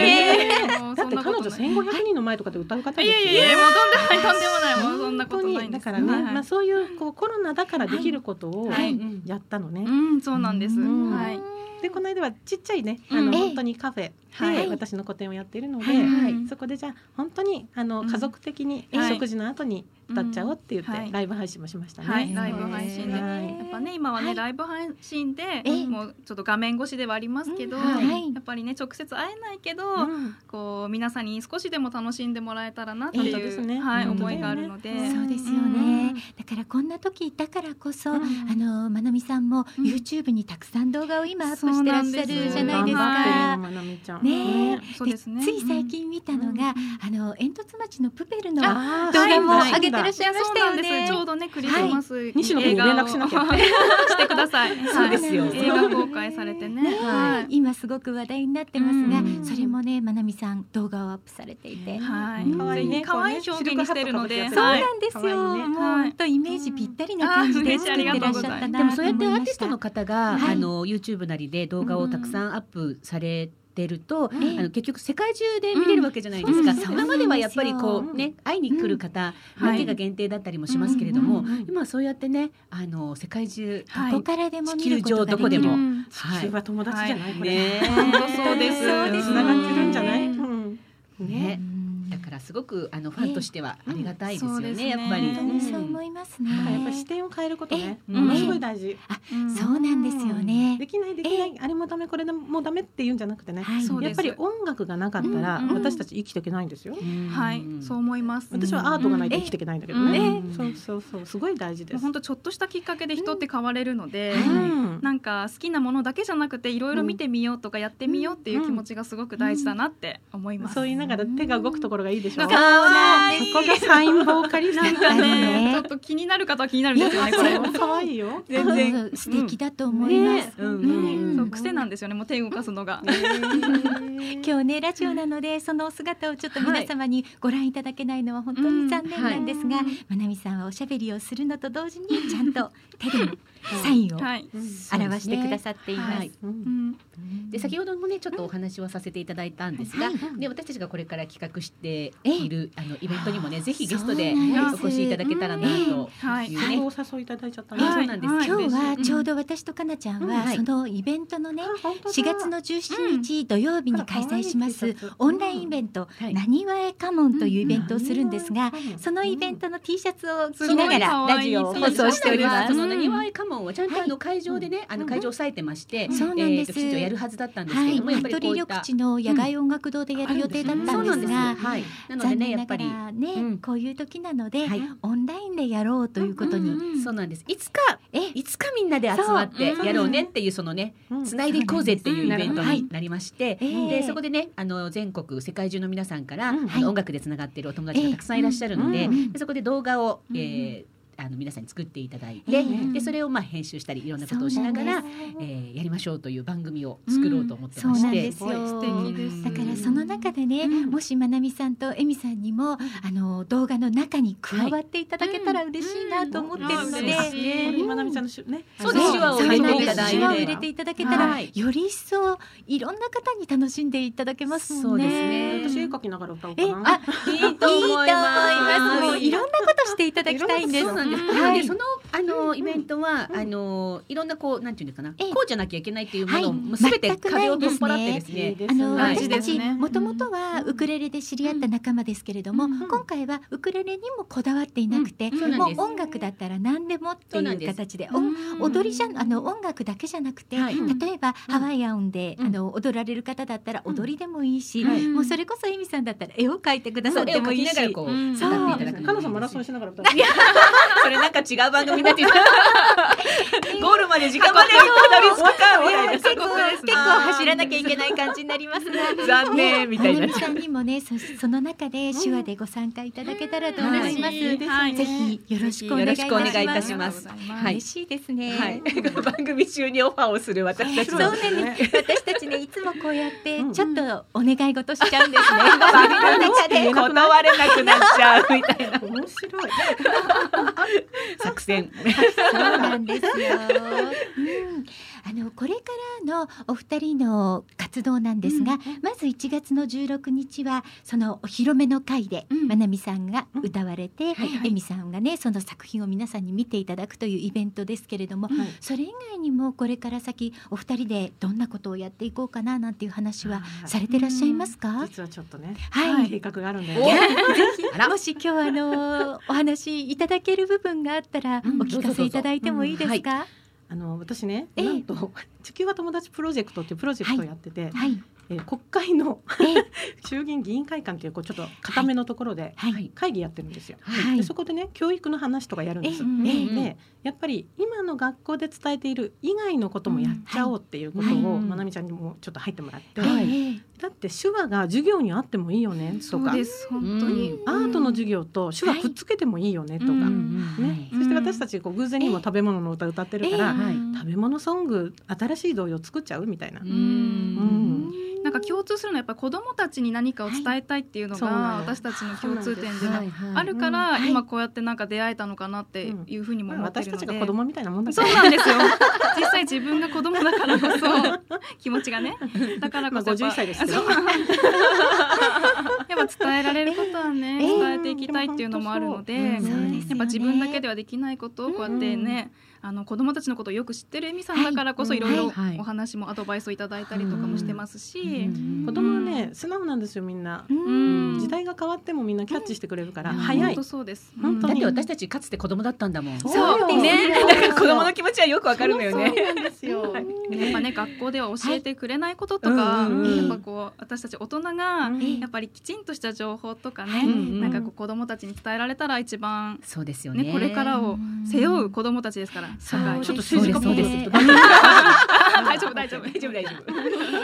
Speaker 7: ね。
Speaker 5: だって彼女
Speaker 4: い
Speaker 5: 1500人の前とかで歌う方
Speaker 4: や
Speaker 5: です
Speaker 4: い
Speaker 5: よ
Speaker 4: やいや、もうとんでもない、とんでもない、もうそんなことない
Speaker 5: だからね、まあ、そういうこうコロナだからできることを
Speaker 4: はい
Speaker 5: やったのね、
Speaker 4: うん、そうなんです。はい。
Speaker 5: でこの間はちっちゃいねあの、
Speaker 7: うん
Speaker 5: 本当にカフェって、
Speaker 4: はい
Speaker 5: 私の個展をやっているので、
Speaker 3: はいはい
Speaker 5: そこでじゃあ本当にあの、
Speaker 4: うん
Speaker 5: 家族的に
Speaker 4: はい
Speaker 5: 食事の後に歌っちゃおうって言って、
Speaker 4: はい
Speaker 5: ライブ配信もしましたね。
Speaker 4: はい、ライブ配信で、
Speaker 5: はい
Speaker 4: やっぱね今はね、
Speaker 1: はい
Speaker 4: ライブ配信で、
Speaker 1: え
Speaker 4: もうちょっと画面越しではありますけど、
Speaker 1: うんはい
Speaker 4: やっぱりね直接会えないけど、
Speaker 5: うん
Speaker 4: こう皆さんに少しでも楽しんでもらえたらなってい
Speaker 5: 本当です
Speaker 4: う、
Speaker 5: ね
Speaker 4: はい、
Speaker 5: 本当
Speaker 4: 思
Speaker 5: だよね
Speaker 4: いがあるので、
Speaker 1: そうですよ
Speaker 4: うん
Speaker 1: ね。だからこんな時だからこそ、あのまなみさんも
Speaker 4: うん
Speaker 1: YouTube にたくさん動画を今アップ
Speaker 4: そ
Speaker 1: し
Speaker 4: う
Speaker 1: てら
Speaker 4: な
Speaker 1: っ
Speaker 4: ん
Speaker 1: しゃ
Speaker 4: で
Speaker 1: る
Speaker 4: す
Speaker 1: じゃないですか
Speaker 5: 頑張っ。てるよまなみちゃん。
Speaker 1: ねえ、
Speaker 4: そうですね
Speaker 1: つい最近見たのが、あの煙突町のプペルの動
Speaker 5: あー
Speaker 1: 画も
Speaker 5: はい
Speaker 1: 上げてらっしゃいましたよ
Speaker 4: そうなんで
Speaker 1: ね。
Speaker 4: すちょうどねクリスマスに
Speaker 5: 西野君に
Speaker 4: 映画を
Speaker 5: 連絡しなきゃ
Speaker 4: してください。
Speaker 5: そうですよ
Speaker 4: はい映画公開されてね。
Speaker 1: はい
Speaker 4: い。
Speaker 1: 今すごく話題になってますが、
Speaker 5: うん
Speaker 1: それもねまなみさん動画をアップされていて、
Speaker 4: はい。
Speaker 5: 可愛いね
Speaker 4: 可愛い表現にしてるので、
Speaker 5: シルク
Speaker 1: そう
Speaker 5: ハ
Speaker 4: はい
Speaker 5: ット
Speaker 1: なんですよ、
Speaker 5: はい
Speaker 1: もう本当イメージぴったりな感じで
Speaker 4: うん
Speaker 1: 作ってらっしゃったな
Speaker 3: でもそうやってア
Speaker 1: と思い
Speaker 3: ー
Speaker 1: ま
Speaker 3: ティ
Speaker 1: し
Speaker 3: ス
Speaker 1: た
Speaker 3: トの方が、
Speaker 1: はい
Speaker 3: あの YouTube なりで動画をたくさんアップされてると、
Speaker 1: ん
Speaker 3: あの結局世界中で見れるわけじゃないです
Speaker 1: うん
Speaker 3: か、
Speaker 1: うんそう
Speaker 3: 今まではやっぱりこ
Speaker 5: そう
Speaker 3: うね会いに来る方だけが限定だったりもしますけれども、
Speaker 5: うんうんうん
Speaker 3: 今はそうやってねあの世界中、
Speaker 4: はい
Speaker 1: どこからでも見ることができる
Speaker 3: 地球上どこでも
Speaker 4: うん
Speaker 5: 地球は友達じゃない、
Speaker 4: はい
Speaker 5: これ。
Speaker 4: 本当そうです。
Speaker 1: そうです
Speaker 5: 繋がってるんじゃない？
Speaker 4: うん
Speaker 5: うん
Speaker 3: ね
Speaker 1: うん
Speaker 3: だからすごくあのファンとしてはありがたいですよ
Speaker 4: うん
Speaker 3: ね、
Speaker 4: そうですね
Speaker 3: やっぱり。
Speaker 1: 本当にそう思いますね、
Speaker 5: なんかやっぱり視点を変えることね、
Speaker 3: え
Speaker 5: ものすごい大事。
Speaker 1: そうなんですよね
Speaker 5: できないできない、あれもダメこれもダメって言うんじゃなくてね。
Speaker 1: はい
Speaker 4: そう
Speaker 5: や
Speaker 4: で
Speaker 5: っ
Speaker 4: す
Speaker 5: ぱり音楽がなかったら
Speaker 4: うんうん
Speaker 5: 私たち生きていけないんですよ。
Speaker 3: うん
Speaker 4: はい、そう思います。
Speaker 5: 私はアートがないと生きていけないんだけどね。そうそうそうすごい大事で
Speaker 4: もう
Speaker 5: す。
Speaker 4: 本当ちょっとしたきっかけで人って変われるので、
Speaker 5: うん
Speaker 4: なんか好きなものだけじゃなくていろいろ見てみようとかやってみようっていう気持ちがすごく大事だなって思います。
Speaker 5: そう言いながら手が動くところがいいでし
Speaker 4: う
Speaker 5: ょ。そ
Speaker 4: ん
Speaker 5: こがサインボーカリスト
Speaker 4: なんかね、 ちょっと気になる方は気になるんですよね。これも
Speaker 5: 可愛いよ。
Speaker 4: 全然
Speaker 1: うん素敵だと思います、
Speaker 3: うん
Speaker 1: うん
Speaker 4: そう癖なんですよね。もう手動かすのが。
Speaker 1: 今日ねラジオなのでそのお姿をちょっと皆様にご覧いただけないのは本当に残念なんですが、まなみさんはおしゃべりをするのと同時にちゃんと手でもサインを
Speaker 4: はい。
Speaker 1: 表してくださっています。
Speaker 3: はい
Speaker 4: うん
Speaker 3: で先ほどもねちょっとお話をさせていただいたんですが、
Speaker 1: はい
Speaker 3: で私たちがこれから企画している、あのイベントにもねぜひゲストで
Speaker 1: そう
Speaker 4: なん
Speaker 3: お
Speaker 4: です
Speaker 3: 越しいただけたらなと
Speaker 4: はい
Speaker 3: い。う
Speaker 5: 最
Speaker 3: ね
Speaker 5: 後お誘いいただいちゃった
Speaker 3: はい
Speaker 5: ね。
Speaker 3: そうなんです
Speaker 1: 今日はちょう
Speaker 4: ど
Speaker 1: ど私とかなちゃん
Speaker 3: うん
Speaker 1: は
Speaker 3: はい
Speaker 1: そのイベントのね
Speaker 5: あ本当だ
Speaker 1: 4月の17日土曜日に開催しま
Speaker 5: う
Speaker 1: す
Speaker 5: ん
Speaker 1: オンラインイベント
Speaker 3: うんはい
Speaker 1: なにわえ家紋というイベントをするんですが
Speaker 5: うん
Speaker 1: そのイベントの T シャツを着ながら
Speaker 4: うん
Speaker 1: ラジオを
Speaker 4: す
Speaker 1: 放送しておりま
Speaker 3: そ
Speaker 1: す
Speaker 4: う
Speaker 3: の
Speaker 4: ん
Speaker 3: なにわいカモンはちゃんとあ
Speaker 1: は
Speaker 3: の会場でね、あの会場を抑えてまして、
Speaker 1: そうなんです
Speaker 3: えーときちんとやるはずだったんですけ
Speaker 1: は
Speaker 3: れ
Speaker 1: い
Speaker 3: ども、やっぱり
Speaker 1: 服
Speaker 3: こ
Speaker 1: 部
Speaker 3: ういっ
Speaker 1: 緑
Speaker 3: た
Speaker 1: 地の野外音楽堂でやる予定だったんです
Speaker 3: あ
Speaker 1: が
Speaker 3: るすねはい、なの
Speaker 1: 残
Speaker 3: でね
Speaker 1: 念
Speaker 3: や
Speaker 1: な
Speaker 3: っ
Speaker 1: が
Speaker 3: ぱり。
Speaker 1: らね
Speaker 3: ん
Speaker 1: こういう時なので
Speaker 3: はい
Speaker 1: オンラインでやろうということ
Speaker 4: うん
Speaker 1: に
Speaker 4: うん
Speaker 3: そうなんですいつか
Speaker 1: え
Speaker 3: いつかみんなで集まって
Speaker 4: そう
Speaker 3: やろうねっていうそのね
Speaker 5: うん
Speaker 3: つないでいこうぜっていうイベント
Speaker 1: はい
Speaker 3: になりまして、
Speaker 1: ええ
Speaker 3: でそこでねあの全国世界中の皆さんから、
Speaker 5: うん
Speaker 3: あの音楽でつながっているお友達がたくさんいらっしゃるので,、
Speaker 5: ええうん
Speaker 3: でそこで動画を、
Speaker 4: うん
Speaker 3: えーあの皆さんに作っていただいて、
Speaker 1: ええ
Speaker 3: でそれをまあ編集したりいろんなことをしなが
Speaker 1: そうな
Speaker 3: ら
Speaker 1: ん
Speaker 3: えーやりましょうという番組を作ろうと思って
Speaker 1: そう
Speaker 3: ま
Speaker 1: な
Speaker 3: し
Speaker 1: ん
Speaker 3: て、
Speaker 1: ですよ
Speaker 4: 素敵です。
Speaker 1: だからその中でね、もしまなみさんとえみさんにも、あの動画の中に加わっていただけたら嬉しいなと思ってるので、
Speaker 4: うんうん
Speaker 5: 今なみちゃんのしゅね。
Speaker 3: そうです
Speaker 5: あの
Speaker 3: 手話を入れていただいて
Speaker 1: 手話を入れていただけたら、
Speaker 3: はい
Speaker 1: より一層いろんな方に楽しんでいただけます
Speaker 3: そ
Speaker 1: も
Speaker 3: うんです
Speaker 1: ね。
Speaker 3: ね
Speaker 5: 私絵描きながら歌おう
Speaker 1: え、
Speaker 5: かな。
Speaker 1: あ、いいと思い
Speaker 3: と思います
Speaker 1: ますもういろんなことしていただきたいんです。
Speaker 3: そうなんで
Speaker 1: はい
Speaker 3: す。なのでそのあのイベントはあのいろんなこうなんていうのかな、
Speaker 1: ええ
Speaker 3: こうじゃなきゃいけないっていうもの
Speaker 1: は
Speaker 3: を
Speaker 1: い
Speaker 3: もうすべて
Speaker 1: 全くない
Speaker 3: 壁を取っ払っ
Speaker 1: で
Speaker 3: てですすね。
Speaker 1: あの、
Speaker 4: はい
Speaker 1: 私た
Speaker 4: 大事です
Speaker 1: ち
Speaker 4: ね
Speaker 1: もともとはウクレレで知り合った仲間ですけれども、
Speaker 5: うん
Speaker 1: 今回はウクレレにもこだわっていなくて、
Speaker 3: そうなん
Speaker 1: も
Speaker 3: です
Speaker 1: う音楽だったら何でもって
Speaker 3: そうなん
Speaker 1: い
Speaker 3: で
Speaker 1: う
Speaker 3: す
Speaker 1: 形で音踊りじゃあの音楽だけじゃなくて、
Speaker 3: はい
Speaker 1: 例えばハワイアンで、あの踊られる方だったら踊りでもいいし、
Speaker 3: はい
Speaker 1: もうそれこそエミさんだったら絵を描いてくださ
Speaker 3: そ
Speaker 1: っ
Speaker 3: れ
Speaker 1: て
Speaker 3: を
Speaker 1: も
Speaker 3: 書
Speaker 1: い
Speaker 3: き
Speaker 1: い
Speaker 3: な
Speaker 1: し
Speaker 3: がらこう
Speaker 4: うん
Speaker 3: 歌っていただくのもいいですし。
Speaker 5: カナさんマラソンしながら歌う。
Speaker 3: それなんか違う番組になってる。ゴールまで時間までたどり着くかみたいな。
Speaker 1: 結構結構走らなきゃいけない感じになります が
Speaker 3: 残念みたい
Speaker 1: ま
Speaker 3: な
Speaker 1: な。みさんにもねそその中で手話でご参加いただけたらと思います、
Speaker 4: 嬉しいですね
Speaker 1: はいぜひよろしくお願いいたします
Speaker 3: よろしくお願いいたします
Speaker 1: はい嬉しいですね、
Speaker 3: はい。 番組中にオファーをする私たち
Speaker 1: そう
Speaker 3: の
Speaker 1: なんです私たちねいつもこうやって
Speaker 5: うん
Speaker 1: ちょっとお願い事しちゃうんですね番組 の中で
Speaker 3: 断れなくなっちゃうみたいな
Speaker 5: 面白い。
Speaker 3: 作戦。
Speaker 1: そうなんですよ。うん、あのこれからのお二人の活活動なんですが、まず1月の16日はそのお披露目の会で、まなみさんが歌われて、えみさんがねその作品を皆さんに見ていただくというイベントですけれども、それ以外にもこれから先お二人でどんなことをやっていこうかななんていう話はされてらっしゃいますか、
Speaker 5: 実はちょっとね、
Speaker 1: はい
Speaker 5: 計画があるんだよ
Speaker 1: いや
Speaker 5: ね。
Speaker 1: ぜひもし今日あのお話いただける部分があったらお聞かせいただいてもいいですか。
Speaker 5: あの私ね、
Speaker 1: ええ
Speaker 5: なんと地球は友達プロジェクトっていうプロジェクトをやってて、
Speaker 1: はい
Speaker 5: えー国会の
Speaker 1: ええ
Speaker 5: 衆議院議員会館っていうこうちょっと固めのところで
Speaker 1: はい
Speaker 5: 会議やってるんですよ。
Speaker 1: はい
Speaker 5: でそこでね教育の話とかやるんです。
Speaker 1: え
Speaker 8: え
Speaker 1: え
Speaker 5: でやっぱり今の学校で伝えている以外のこともやっちゃおうっていうことを、
Speaker 1: うんはい
Speaker 5: まなみちゃんにもちょっと入ってもらって、
Speaker 1: はい
Speaker 5: だって手話が授業にあってもいいよねと
Speaker 4: そう
Speaker 5: か
Speaker 4: です本当に、
Speaker 5: アートの授業と手話くっつけてもいいよねとか、
Speaker 4: はい
Speaker 5: ね
Speaker 1: はい
Speaker 5: そして私たちこう偶然にも食べ物の歌歌ってるから、
Speaker 1: ええ
Speaker 5: 食べ物ソング新しい童謡作っちゃうみたいな、
Speaker 8: う
Speaker 5: うん
Speaker 8: ん
Speaker 4: なんか共通するのはやっぱり子どもたちに何かを伝えたいっていうのが、
Speaker 5: はいそうなの
Speaker 4: 私たちの共通点で
Speaker 5: そうな
Speaker 4: も
Speaker 5: ん
Speaker 4: あるから、
Speaker 1: はい
Speaker 4: 今こうやってなんか出会えたのかなっていうふうにも
Speaker 5: まあ
Speaker 4: 思って
Speaker 5: 私
Speaker 4: る
Speaker 5: た
Speaker 4: の
Speaker 5: ち
Speaker 4: で、
Speaker 5: が子供みたいなもんだか
Speaker 4: そう
Speaker 5: ら
Speaker 4: なんですよ実際自分が子供だからこそ気持ちがねだから
Speaker 5: ま
Speaker 4: こ
Speaker 5: あ
Speaker 4: そやっぱ
Speaker 5: 51歳ですけど
Speaker 4: そうやっぱ伝えられることはね、
Speaker 1: ええ
Speaker 4: 伝えていきたいっていうのもあるので,、
Speaker 5: でも本当そううん
Speaker 1: そうですよね
Speaker 4: やっぱ自分だけではできないことをこうやってね、あの子供たちのことをよく知ってるエミさんだからこそ
Speaker 1: はい
Speaker 4: いろいろ
Speaker 8: はい
Speaker 4: お話もアドバイスをいただいたりとかもしてますし、
Speaker 5: 子供はね素直なんですよみんな、
Speaker 4: うん
Speaker 5: 時代が変わってもみんなキャッチしてくれるから、
Speaker 8: うん
Speaker 5: 早
Speaker 4: 本
Speaker 5: い
Speaker 4: 当そうです。
Speaker 5: 本当
Speaker 8: だっ
Speaker 5: に
Speaker 8: て私たちかつて子供だったんだもん。
Speaker 5: そ
Speaker 8: よ
Speaker 5: うそう
Speaker 8: ね。
Speaker 5: そう
Speaker 8: だから子供の気持ちはよくわかるのよね。
Speaker 5: そうなんです よ、
Speaker 4: やっぱね学校では教えてくれないこととか、
Speaker 5: はいうんうんうん
Speaker 4: やっぱこう私たち大人が
Speaker 5: うん
Speaker 4: やっぱりきちんとした情報とかね、
Speaker 1: はい
Speaker 4: なんかこう子供たちに伝えられたら一番
Speaker 8: そうですよ
Speaker 4: ね
Speaker 8: ね。
Speaker 4: これからを背負う子供たちですから社会
Speaker 5: ちょっと
Speaker 1: そう
Speaker 5: 政
Speaker 1: で
Speaker 5: 治
Speaker 1: す
Speaker 5: 家っぽくなってき た
Speaker 4: 大丈夫大丈夫
Speaker 8: 大丈夫大丈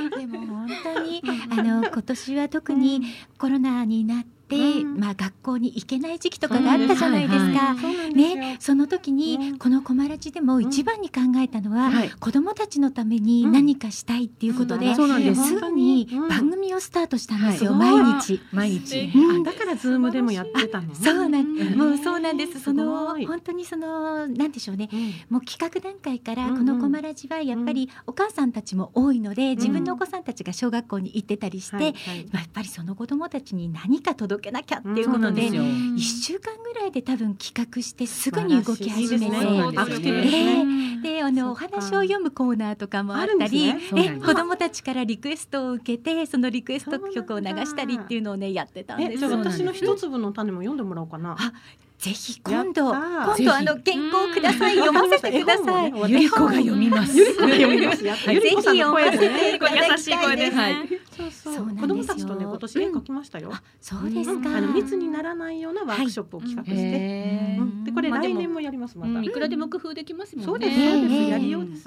Speaker 8: 夫。
Speaker 1: でも本当にあの今年は特にコロナになって、
Speaker 5: うん
Speaker 1: まあ学校に行けない時期とかがあったじゃないですか。
Speaker 8: うんは
Speaker 5: そうなんですよ
Speaker 1: ね、その時に、
Speaker 5: うん
Speaker 1: この「コマラジ」でも一番に考えたのは、
Speaker 8: はい
Speaker 1: 子どもたちのために何かしたいっていうことで、
Speaker 5: うんそうなんです
Speaker 1: すぐに
Speaker 5: 本当にうん
Speaker 1: 番組をスタートしたんですよ、
Speaker 4: はい
Speaker 1: 毎日。
Speaker 8: 毎日。
Speaker 1: うん
Speaker 5: だからズームでもやってたの
Speaker 1: そうなん、
Speaker 8: うん
Speaker 1: もうそうなんです。その
Speaker 5: すごい
Speaker 1: 本当にそのなんでしょうね。
Speaker 5: うん
Speaker 1: もう企画段階から
Speaker 5: うんうん
Speaker 1: このコマラジはやっぱりお母さんたちも多いので、自分のお子さんたちが小学校に行ってたりして、
Speaker 5: はいはい
Speaker 1: まあやっぱりその子どもたちに何か届けなきゃっていう
Speaker 5: そう
Speaker 1: こ
Speaker 5: な
Speaker 1: と
Speaker 5: ん
Speaker 1: で、
Speaker 5: ですよ
Speaker 1: 1週間ぐらいで多分企画してすぐに動き始めて
Speaker 5: 素晴らしい
Speaker 8: そうなん
Speaker 5: ア
Speaker 8: ですよね
Speaker 5: クティブですね、
Speaker 1: であのお
Speaker 5: そっか
Speaker 1: 話を読むコーナーとかもあったり、
Speaker 5: あるんです
Speaker 8: ね
Speaker 1: え
Speaker 8: そうなんです
Speaker 1: 子どもたちからリクエストを受けてそのリクエスト曲を流したりっていうのをねやってたんです
Speaker 5: えじゃ
Speaker 1: よ
Speaker 5: あ
Speaker 8: そうなんです
Speaker 5: 私の一粒の種も読んでもらおうかな
Speaker 1: あぜひ今度
Speaker 5: やっ
Speaker 1: 今
Speaker 5: た
Speaker 8: ぜひ
Speaker 1: 度あの原稿をください読ませてください。
Speaker 8: ゆり子が読みます。ゆり子が読みます。
Speaker 5: やった
Speaker 1: ぜ
Speaker 5: ゆ
Speaker 1: ひ
Speaker 5: り子さん
Speaker 1: 読
Speaker 5: の
Speaker 1: ませ
Speaker 5: 声で
Speaker 1: て
Speaker 5: ね
Speaker 1: いただきたい
Speaker 4: 優しい声ですね、
Speaker 8: はい
Speaker 5: そうそう
Speaker 1: そうなんですよ
Speaker 5: 子供たちとね今年絵描きましたよ、
Speaker 1: そうですか。
Speaker 5: あの密にならないようなワークショップを企画して、
Speaker 8: へ
Speaker 5: う
Speaker 8: ー
Speaker 5: んでこれ
Speaker 8: まあで
Speaker 5: 来
Speaker 8: も
Speaker 5: 年もやりますまた、
Speaker 8: うんいくらでも工夫できますもんね。
Speaker 5: そうです
Speaker 1: ね
Speaker 5: そうです、
Speaker 1: ええ
Speaker 5: やりようです、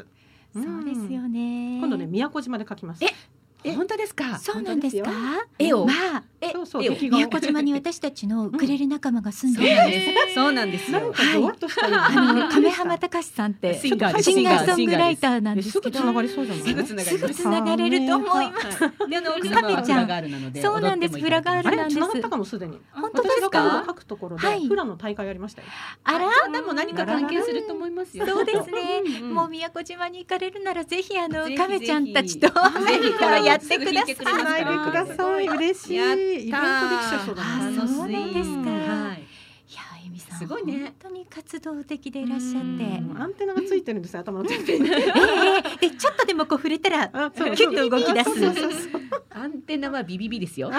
Speaker 1: そうですよね。
Speaker 5: 今度ね宮古島で描きます
Speaker 8: え本当ですか。
Speaker 1: そうなんですか。
Speaker 8: 絵を
Speaker 1: まあ
Speaker 8: え
Speaker 5: そうそう
Speaker 8: 絵を
Speaker 5: 壁画を
Speaker 1: 宮古 島に私たちのウクレレ仲間が住んでるんです。
Speaker 8: そうなんです
Speaker 5: なん
Speaker 8: よ。
Speaker 5: かドワッとしたような
Speaker 1: あの亀浜
Speaker 5: ちょ
Speaker 1: 隆さんって
Speaker 8: シンガーです
Speaker 1: シンガーソングライターな
Speaker 5: っ
Speaker 1: ん
Speaker 5: と
Speaker 1: ですすけ
Speaker 5: ぐつ
Speaker 1: ど、
Speaker 5: ながりそうじゃない
Speaker 8: すぐつながります
Speaker 1: ぐ繋がれると思います。
Speaker 8: であの奥
Speaker 1: 亀ちゃ
Speaker 8: 様は
Speaker 1: ん
Speaker 8: フラガールなので
Speaker 1: そうなんです
Speaker 8: 踊ってもいただ
Speaker 1: フラガー
Speaker 5: あ
Speaker 1: ル
Speaker 5: れ
Speaker 1: なんです
Speaker 5: つながったかもすでに
Speaker 1: 本当です
Speaker 5: 私が今度
Speaker 1: か
Speaker 5: 書？くところ
Speaker 1: は
Speaker 5: で
Speaker 1: い
Speaker 5: フラの大会やりましたよ
Speaker 1: あら、
Speaker 8: けますでも何か関係すると思いますよ。
Speaker 1: そうですね。
Speaker 8: ん
Speaker 1: もう宮古島に行かれるならぜひあの
Speaker 8: ぜひ
Speaker 1: 亀ちゃんたちと
Speaker 8: ぜひ
Speaker 1: 何かをやってくださ
Speaker 8: ぜ
Speaker 1: い
Speaker 8: ひ。来てくれますから
Speaker 5: 繋い嬉し
Speaker 8: やったー
Speaker 5: イベントできちゃいそうだ
Speaker 1: あ
Speaker 5: な
Speaker 1: そうなんですか
Speaker 8: はい
Speaker 1: いやえみさん
Speaker 8: すごいね
Speaker 1: 本当に活動的でいらっしゃっ
Speaker 8: うん
Speaker 1: て、え
Speaker 5: アンテナがついてるんですよ頭のついてる
Speaker 1: えでちょっとでもこう触れたらキ
Speaker 5: あ
Speaker 1: ュ
Speaker 5: そう
Speaker 1: ッと動き出す
Speaker 5: そうそうそうそう
Speaker 8: アンテナはビビビですよ。
Speaker 1: そう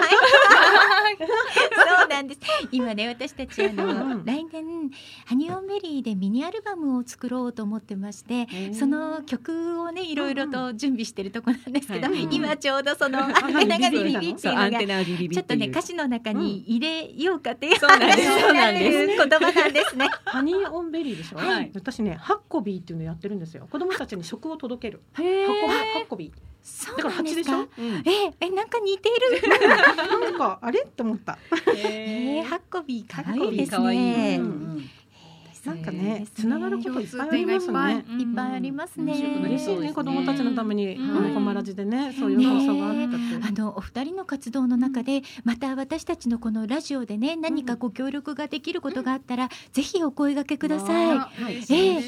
Speaker 1: なんです今ね私たちあ
Speaker 5: う
Speaker 1: の
Speaker 5: ん
Speaker 1: 来年ハニオンベリーでミニアルバムを作ろうと思ってましてその曲をねいろいろと準備してるとこなんですけど、
Speaker 8: うんうん
Speaker 1: 今ちょうどそのアンテナがビビビって
Speaker 8: そ
Speaker 1: いうう
Speaker 8: アン
Speaker 1: のが
Speaker 8: テナはビビビ
Speaker 1: ちょっとね歌
Speaker 8: 詞
Speaker 1: 詞の中に入れようかっていう
Speaker 8: そうなんです
Speaker 1: 話になる言葉なんですね。
Speaker 5: ハニーオンベリーでしょ、
Speaker 8: はい
Speaker 5: 私ねハッコビーっていうのやってるんですよ子供たちに食を届けるハッコビーハッコビー
Speaker 1: そう
Speaker 5: だから
Speaker 1: なんで
Speaker 5: 蜂ですしょ
Speaker 1: か。ええなんか似てる。
Speaker 5: なんかあれって思った
Speaker 1: えー、
Speaker 8: ハ
Speaker 1: ハッコビー可
Speaker 5: ハッコ
Speaker 1: 愛い
Speaker 5: ビ
Speaker 1: で
Speaker 5: ー
Speaker 1: す
Speaker 8: 可愛い
Speaker 1: ね。
Speaker 5: うん
Speaker 1: そ
Speaker 5: な
Speaker 1: うんです
Speaker 5: かねつながることいっぱいあります
Speaker 4: 共通点がいっ
Speaker 1: いっぱいありま
Speaker 4: ぱ
Speaker 5: ね
Speaker 8: うん
Speaker 1: すね。
Speaker 5: 嬉しいね子供たちのために、
Speaker 8: うん
Speaker 5: あのコマラジでね、そういう放送があったって、
Speaker 1: あのお二人の活動の中でまた私たちのこのラジオでね何かご協力ができることがあったら、ぜひお声掛けください。
Speaker 4: はい
Speaker 1: え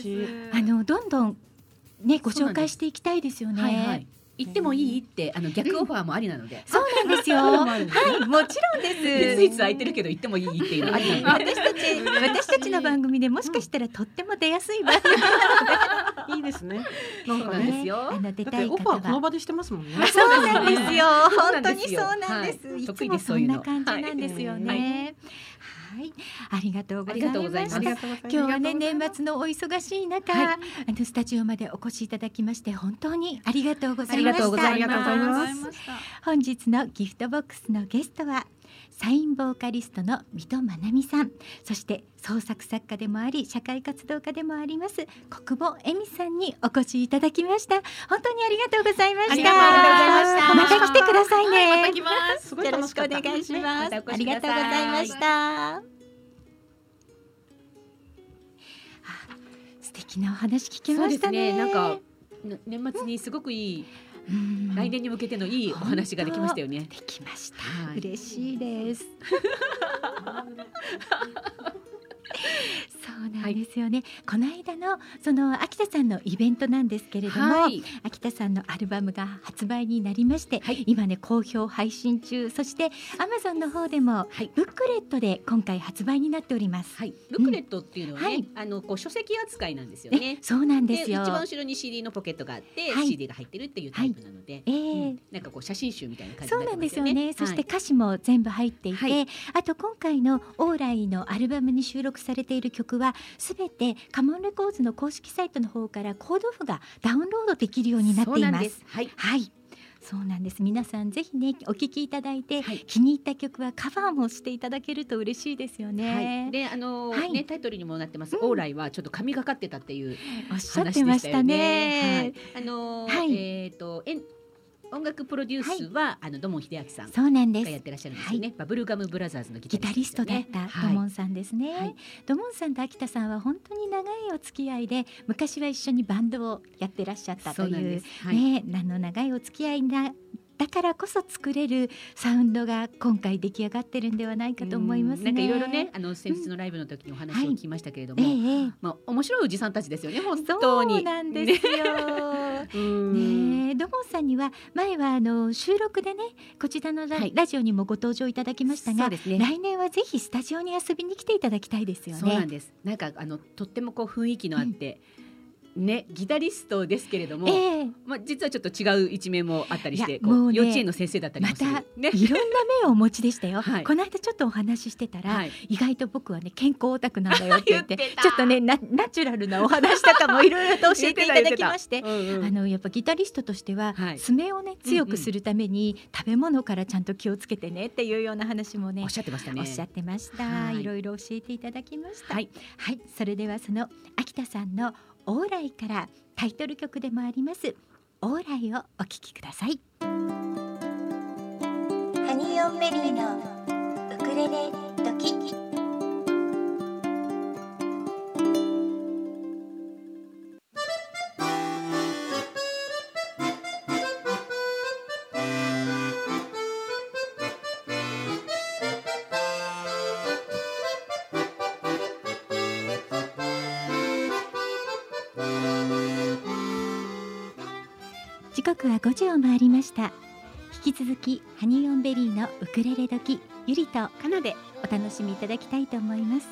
Speaker 1: えあのどんどんねご紹介していきたいですよね。
Speaker 8: はいはい
Speaker 3: 行ってもいいってあの逆オファーもありなので。
Speaker 1: そうなんですよ。はい、もちろん
Speaker 3: いつい
Speaker 1: で
Speaker 3: つ
Speaker 1: す。
Speaker 3: 空いてるけど行ってもいいっていうのありなの
Speaker 1: 私
Speaker 3: で
Speaker 1: たち私たちの番組でもしかしたらとっても出やすい番組
Speaker 5: いいですね。なん
Speaker 3: そう
Speaker 5: か
Speaker 3: なんで
Speaker 5: ね。
Speaker 3: すよ
Speaker 1: あの出
Speaker 5: だ
Speaker 1: た
Speaker 5: って
Speaker 1: い
Speaker 5: オフ
Speaker 1: 方
Speaker 5: ァーこの
Speaker 1: は。
Speaker 5: 場でしてますもんね。
Speaker 1: そうなんですよ。
Speaker 3: そうな
Speaker 1: 本
Speaker 3: ん
Speaker 1: 当
Speaker 3: です
Speaker 1: に
Speaker 3: よ
Speaker 1: そうなんです。
Speaker 3: はい
Speaker 1: い、つ
Speaker 3: 得意
Speaker 1: も
Speaker 3: です
Speaker 1: そ
Speaker 3: そうい
Speaker 1: ん
Speaker 3: う
Speaker 1: な
Speaker 3: の
Speaker 1: 感じなんですよね。はい、ありがとうござい
Speaker 3: ありがとうござ
Speaker 1: ま
Speaker 3: いますす
Speaker 5: ありがとうございます。
Speaker 1: 今日はね
Speaker 4: ありがと
Speaker 1: 年
Speaker 4: うございます
Speaker 1: 末のお忙しい中、
Speaker 3: は
Speaker 1: あのスタジオまでお越しいただきまして本当にありがとうございま
Speaker 3: ありがとうご
Speaker 1: した
Speaker 3: ざいます
Speaker 4: ありがとうございました。
Speaker 1: 本日のギフトボックスのゲストはサインボーカリストの水戸真奈美さんそして創作作家でもあり社会活動家でもあります国母恵美さんにお越しいただきました本当にありがとうございました
Speaker 4: ありがとうございました
Speaker 1: また来てくださいね、
Speaker 4: はいまた来ます。
Speaker 5: すごい楽しかった。
Speaker 1: よろしくお願いします。
Speaker 3: ねまたお
Speaker 1: あ
Speaker 3: 越
Speaker 1: り
Speaker 3: しく
Speaker 1: が
Speaker 3: ださい
Speaker 1: とうございました。あ素敵なお話聞け
Speaker 3: そう
Speaker 1: ま
Speaker 3: で
Speaker 1: し
Speaker 3: す
Speaker 1: たね。
Speaker 3: ね。なんかな年末にすごくいい、
Speaker 1: うん
Speaker 3: 来年に向けてのいいお話ができましたよね。
Speaker 1: できました。
Speaker 3: はい
Speaker 1: 嬉しいです。そうなんですよね。この間のその秋田さんのイベントなんですけれども、
Speaker 3: はい、
Speaker 1: 秋田さんのアルバムが発売になりまして、
Speaker 3: はい
Speaker 1: 今ね好評配信中そしてアマゾンの方でも
Speaker 3: はい
Speaker 1: ブックレットで今回発売になっております、
Speaker 3: はい、ブックレットっていうのはね、
Speaker 1: はい
Speaker 3: あのこう書籍扱いなんですよ
Speaker 1: え
Speaker 3: ね。
Speaker 1: そうなん
Speaker 3: で
Speaker 1: です
Speaker 3: 一
Speaker 1: よ
Speaker 3: 番後ろに CD のポケットがあって、
Speaker 1: はい
Speaker 3: CD が入ってるっていうタイプなので、
Speaker 1: え
Speaker 3: う
Speaker 1: え
Speaker 3: んなんかこう写真集みたいな感じ
Speaker 1: そ
Speaker 3: に
Speaker 1: うな
Speaker 3: なって
Speaker 1: ん
Speaker 3: ま
Speaker 1: ですす
Speaker 3: よ
Speaker 1: よ
Speaker 3: ね。
Speaker 1: ねそして歌詞も全部入っていて、
Speaker 3: はい
Speaker 1: あと今回のオーライのアルバムに収録されている曲はすべてカモンレコーズの公式サイトの方からコード譜がダウンロードできるよう
Speaker 3: はい
Speaker 1: になってい
Speaker 3: そうなん
Speaker 1: ま
Speaker 3: ですす。はい、
Speaker 1: はい。そうなんです皆さんぜひねお聞きいただいて、
Speaker 3: はい
Speaker 1: 気に入った曲はカバーもしていただけると嬉しいですよ
Speaker 3: はい、
Speaker 1: ね、
Speaker 3: で、あのー
Speaker 1: はい
Speaker 3: ね、タイトルにもなってます。
Speaker 1: うん
Speaker 3: オーライはちょっと神がかってたっていう
Speaker 1: おっしゃっ
Speaker 3: 話
Speaker 1: て
Speaker 3: で
Speaker 1: ま
Speaker 3: し
Speaker 1: したた
Speaker 3: よね
Speaker 1: ね。
Speaker 3: はい、あのー
Speaker 1: はい
Speaker 3: えっ、と、えん、音楽プロデュースは、あの土門秀明さん
Speaker 1: そうなんで
Speaker 3: がやっ
Speaker 1: す
Speaker 3: てらっしゃるんですよね。バブルガムブラザーズのギ
Speaker 1: ギ
Speaker 3: タ
Speaker 1: タ
Speaker 3: リ
Speaker 1: リ
Speaker 3: ス
Speaker 1: ス
Speaker 3: ト
Speaker 1: ト
Speaker 3: です
Speaker 1: だ
Speaker 3: よ
Speaker 1: った
Speaker 3: ね、は
Speaker 1: ド
Speaker 3: い
Speaker 1: モンさんですね、
Speaker 3: はい
Speaker 1: ドモンさんと秋田さんは本当に長いお付き合いで昔は一緒にバンドをやってらっしゃった
Speaker 3: そ
Speaker 1: と
Speaker 3: うなん
Speaker 1: い
Speaker 3: で
Speaker 1: う
Speaker 3: す。はい、
Speaker 1: ねあの長いお付き合いなだからこそ作れるサウンドが今回出来上がってるんではないかと思いますね。
Speaker 3: なんかいろいろね、あの先日のライブの時にお話を聞きましたけれど
Speaker 1: え
Speaker 3: も、
Speaker 1: え、ええ、
Speaker 3: まあ面白いおじさんたちですよね、本
Speaker 1: そ
Speaker 3: 当に。
Speaker 1: うなんですよ。
Speaker 5: うん。
Speaker 1: ねえ、ドモンさんには前はあの収録でねこちらのラ,、
Speaker 3: はい
Speaker 1: ラジオにもご登場いただきました
Speaker 3: そ
Speaker 1: が、
Speaker 3: うですね。
Speaker 1: 来年はぜひスタジオに遊びに来ていただきたいですよ
Speaker 3: そうなん
Speaker 1: ね。
Speaker 3: です。なんかあのとってもこう雰囲気のあって、ねギタリストですけれども、
Speaker 1: え え、
Speaker 3: まあ実はちょっと違う一面もあったり
Speaker 1: い
Speaker 3: し
Speaker 1: や
Speaker 3: て、こ
Speaker 1: も
Speaker 3: う
Speaker 1: うね
Speaker 3: 幼稚園の先生だったり
Speaker 1: ま
Speaker 3: もする。
Speaker 1: た
Speaker 3: ね。
Speaker 1: いろんな面をお持ちでしたよ。
Speaker 3: はい
Speaker 1: この間ちょっとお話ししてたら、
Speaker 3: はい。
Speaker 1: 意外と僕はね健康オタクなんだよって言って
Speaker 3: 言ってた
Speaker 1: ちょっとねなナチュラルなお話とかもいろいろと教えていただきまして
Speaker 3: うんう
Speaker 1: あ
Speaker 3: ん
Speaker 1: のやっぱギタリストとしては、
Speaker 3: はい
Speaker 1: 爪をね強くするために、食べ物からちゃんと気をつけてねっていうような話もね
Speaker 3: おっしゃってましたね。
Speaker 1: おっしゃってました、
Speaker 3: はい
Speaker 1: い、ろいろ教えていただきました
Speaker 3: は
Speaker 1: はいい、それではその秋田さんのオーライからタイトル曲でもありますオーライをお聞きください
Speaker 9: ハニーオンベリーのウクレレドキ
Speaker 1: 時刻は5時を回りました引き続きハニーオンベリーのウクレレ時ゆりとかなでお楽しみいただきたいと思います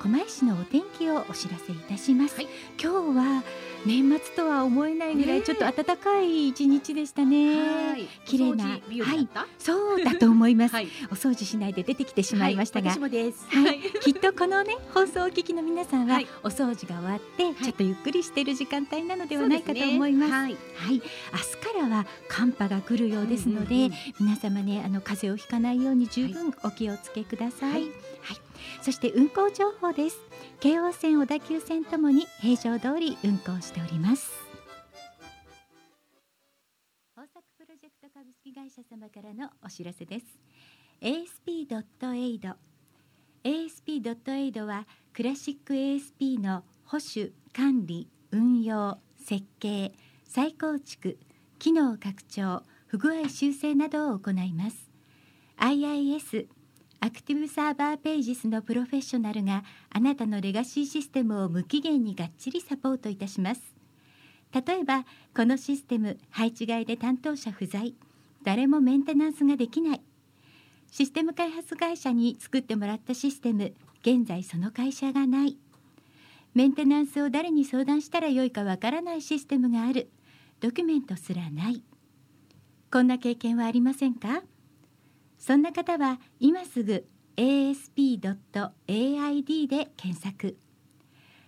Speaker 1: 狛江市のお天気をお知らせいたします、
Speaker 3: はい
Speaker 1: 今日は年末とは思えないぐらいちょっと暖かい一日でしたね、
Speaker 3: はい。
Speaker 1: 綺麗な
Speaker 3: お掃除日和だった。
Speaker 1: そうだと思います、
Speaker 3: はい。
Speaker 1: お掃除しないで出てきてしまいましたが、
Speaker 3: はい私もです。
Speaker 1: はい。きっとこのね放送をお聞きの皆さんは、
Speaker 3: はい
Speaker 1: お掃除が終わって、ちょっとゆっくりしている時間帯なのではないかと
Speaker 3: そうですね
Speaker 1: 思います
Speaker 3: はい。
Speaker 1: はい、明日からは寒波が来るようですので、
Speaker 3: うんうんうん
Speaker 1: 皆様ねあの風邪をひかないように十分お気をつけください、はいそして運行情報です京王線小田急線ともに平常通り運行しております豊作プロジェクト株式会社様からのお知らせです ASP.AID ASP.AID はクラシック ASP の保守管理運用設計再構築機能拡張不具合修正などを行います IIS アクティブサーバーページスのプロフェッショナルがあなたのレガシーシステムを無期限にがっちりサポートいたします例えばこのシステム配置外で担当者不在誰もメンテナンスができないシステム開発会社に作ってもらったシステム現在その会社がないメンテナンスを誰に相談したらよいかわからないシステムがあるドキュメントすらないこんな経験はありませんかそんな方は今すぐ asp.aid で検索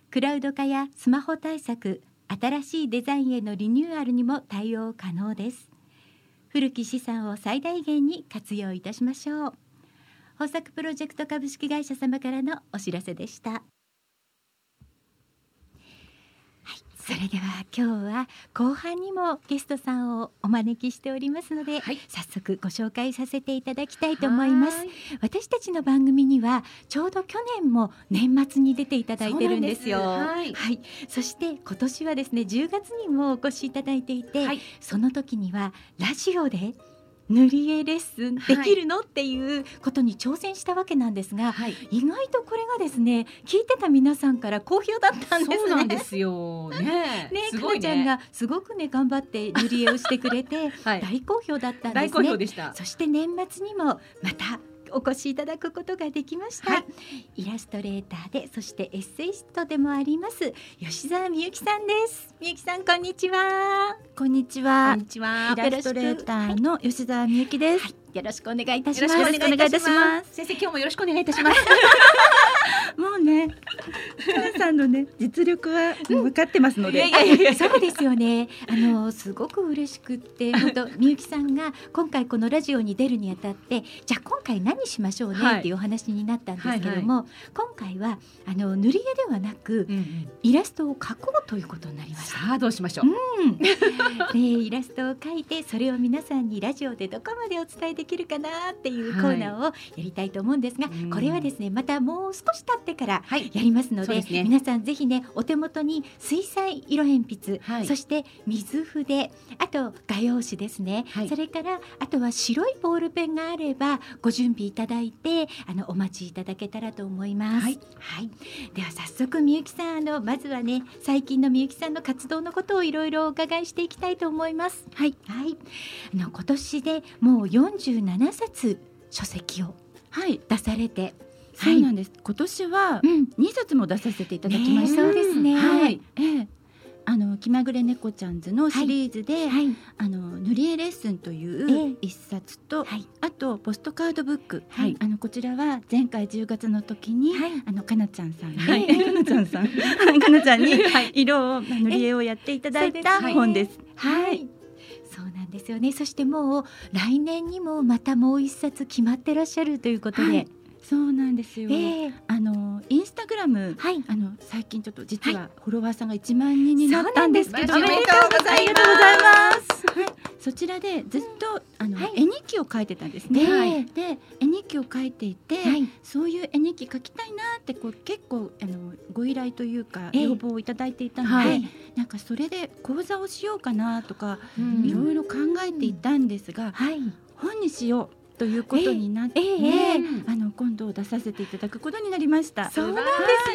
Speaker 1: クラウド化やスマホ対策新しいデザインへのリニューアルにも対応可能です古き資産を最大限に活用いたしましょう豊作プロジェクト株式会社様からのお知らせでしたはい、それでは今日は後半にもゲストさんをお招きしておりますので、
Speaker 10: はい
Speaker 1: 早速ご紹介させていただきたいと思います私たちの番組にはちょうど去年も年末に出ていただいてるんですよ
Speaker 10: そうなんです
Speaker 1: はい、そして今年はですね10月にもお越しいただいていて、
Speaker 10: はい
Speaker 1: その時にはラジオで塗り絵レッスンできるの、っていうことに挑戦したわけなんですが、
Speaker 3: はい。
Speaker 1: 意外とこれがですね聞いてた皆さんから好評だったんですね。
Speaker 3: そうなんですよ。ねえ。
Speaker 1: ね、
Speaker 3: す
Speaker 1: か
Speaker 3: ご
Speaker 1: ないちゃん
Speaker 3: ね。
Speaker 1: がすごくね頑張って塗り絵をしてくれて、
Speaker 3: はい
Speaker 1: 大好評だったんですね。
Speaker 3: 大好評でした。
Speaker 1: そして年末にもまたお越しいただくことができました、
Speaker 3: はい
Speaker 1: イラストレーターでそしてエッセイストでもあります吉澤美由紀さんです美由紀さんこんにちは
Speaker 11: こんにち
Speaker 10: こ
Speaker 11: は
Speaker 10: んにちは
Speaker 11: イ。ラストレーターの吉澤美幸です、
Speaker 1: よろしくお願いいたし
Speaker 11: よ
Speaker 1: ま
Speaker 11: ろ
Speaker 1: す
Speaker 11: しくお願いいたします
Speaker 3: 先生今日もよろしくお願いいたします。
Speaker 11: もうね皆さんのね実力は向かってますので、
Speaker 1: そうですよねあのすごく嬉しくって本当みゆきさんが今回このラジオに出るにあたってじゃあ今回何しましょう
Speaker 3: はい
Speaker 1: ねっていうお話になったんですけども、今回はあの塗り絵ではなくイラストを描こうということになりました
Speaker 3: さあどうしましょ う。
Speaker 1: でイラストを描いてそれを皆さんにラジオでどこまでお伝えできるかなっていうコーナーをやりたいと思うんですが、
Speaker 3: うん
Speaker 1: これはですねまたもう少し経ってから
Speaker 3: はい
Speaker 1: やりますの
Speaker 3: そう
Speaker 1: で,、
Speaker 3: ですね
Speaker 1: 皆さんぜひねお手元に水彩色鉛筆、
Speaker 3: はい
Speaker 1: そして水筆あと画用紙ですね、
Speaker 3: はい
Speaker 1: それからあとは白いボールペンがあればご準備いただいてあのお待ちいただけたらと思います。
Speaker 3: はい
Speaker 1: はいでは早速みゆきさんあのまずはね最近のみゆきさんの活動のことをいろいろお伺いしていきたいと思いますはいはいあの今年でもう47冊書籍を
Speaker 11: はい
Speaker 1: 出されて
Speaker 11: そうなんんです、今年は
Speaker 1: うん
Speaker 11: 2冊も出させていただきま
Speaker 1: ね
Speaker 11: した、
Speaker 1: そうですね
Speaker 11: はい、ええあの気まぐれ猫ちゃんズのシリーズで、
Speaker 1: はい
Speaker 11: あの塗り絵レッスンと
Speaker 1: え
Speaker 11: い
Speaker 1: え
Speaker 11: う一冊と、
Speaker 1: はい
Speaker 11: あとポストカードブック、
Speaker 1: はい
Speaker 11: あのこちらは前回10月の時に、
Speaker 1: はい
Speaker 11: あのかなちゃんさんに、
Speaker 1: はい
Speaker 11: かなちゃんさんかなちゃんに色を、まあ塗り絵をやっていただい
Speaker 1: えそう
Speaker 11: た
Speaker 1: です
Speaker 11: 本です。
Speaker 1: はい、そうなんですよねそしてもう来年にもまたもう一冊決まってらっしゃるということで、
Speaker 11: はいそうなんですよ。
Speaker 1: ええ
Speaker 11: あのインスタグラム、
Speaker 1: はい
Speaker 11: あの最近ちょっと実はフォロワーさんが1万人にな
Speaker 1: そう
Speaker 11: っ
Speaker 1: な
Speaker 11: た
Speaker 1: ん
Speaker 11: ん
Speaker 1: で
Speaker 11: ですす
Speaker 1: け
Speaker 11: け
Speaker 1: ど
Speaker 11: ど、
Speaker 1: おめでと
Speaker 11: うございます。そちらでずっとあの、
Speaker 1: はい
Speaker 11: 絵日記を書いてたんです
Speaker 1: え
Speaker 11: ね。
Speaker 1: え
Speaker 11: はいで絵日記を書いていて、
Speaker 1: はい
Speaker 11: そういう絵日記書きたいなってこう結構あのご依頼というか
Speaker 1: ええ
Speaker 11: 要望をいただいていたので、
Speaker 1: はい
Speaker 11: なんかそれで講座をしようかなとか、
Speaker 1: うん
Speaker 11: いろいろ考えていたんですが、
Speaker 1: はい
Speaker 11: 本にしようということになって、
Speaker 1: ええええ
Speaker 11: あの今度出させていただくことになりました。
Speaker 1: そうなんで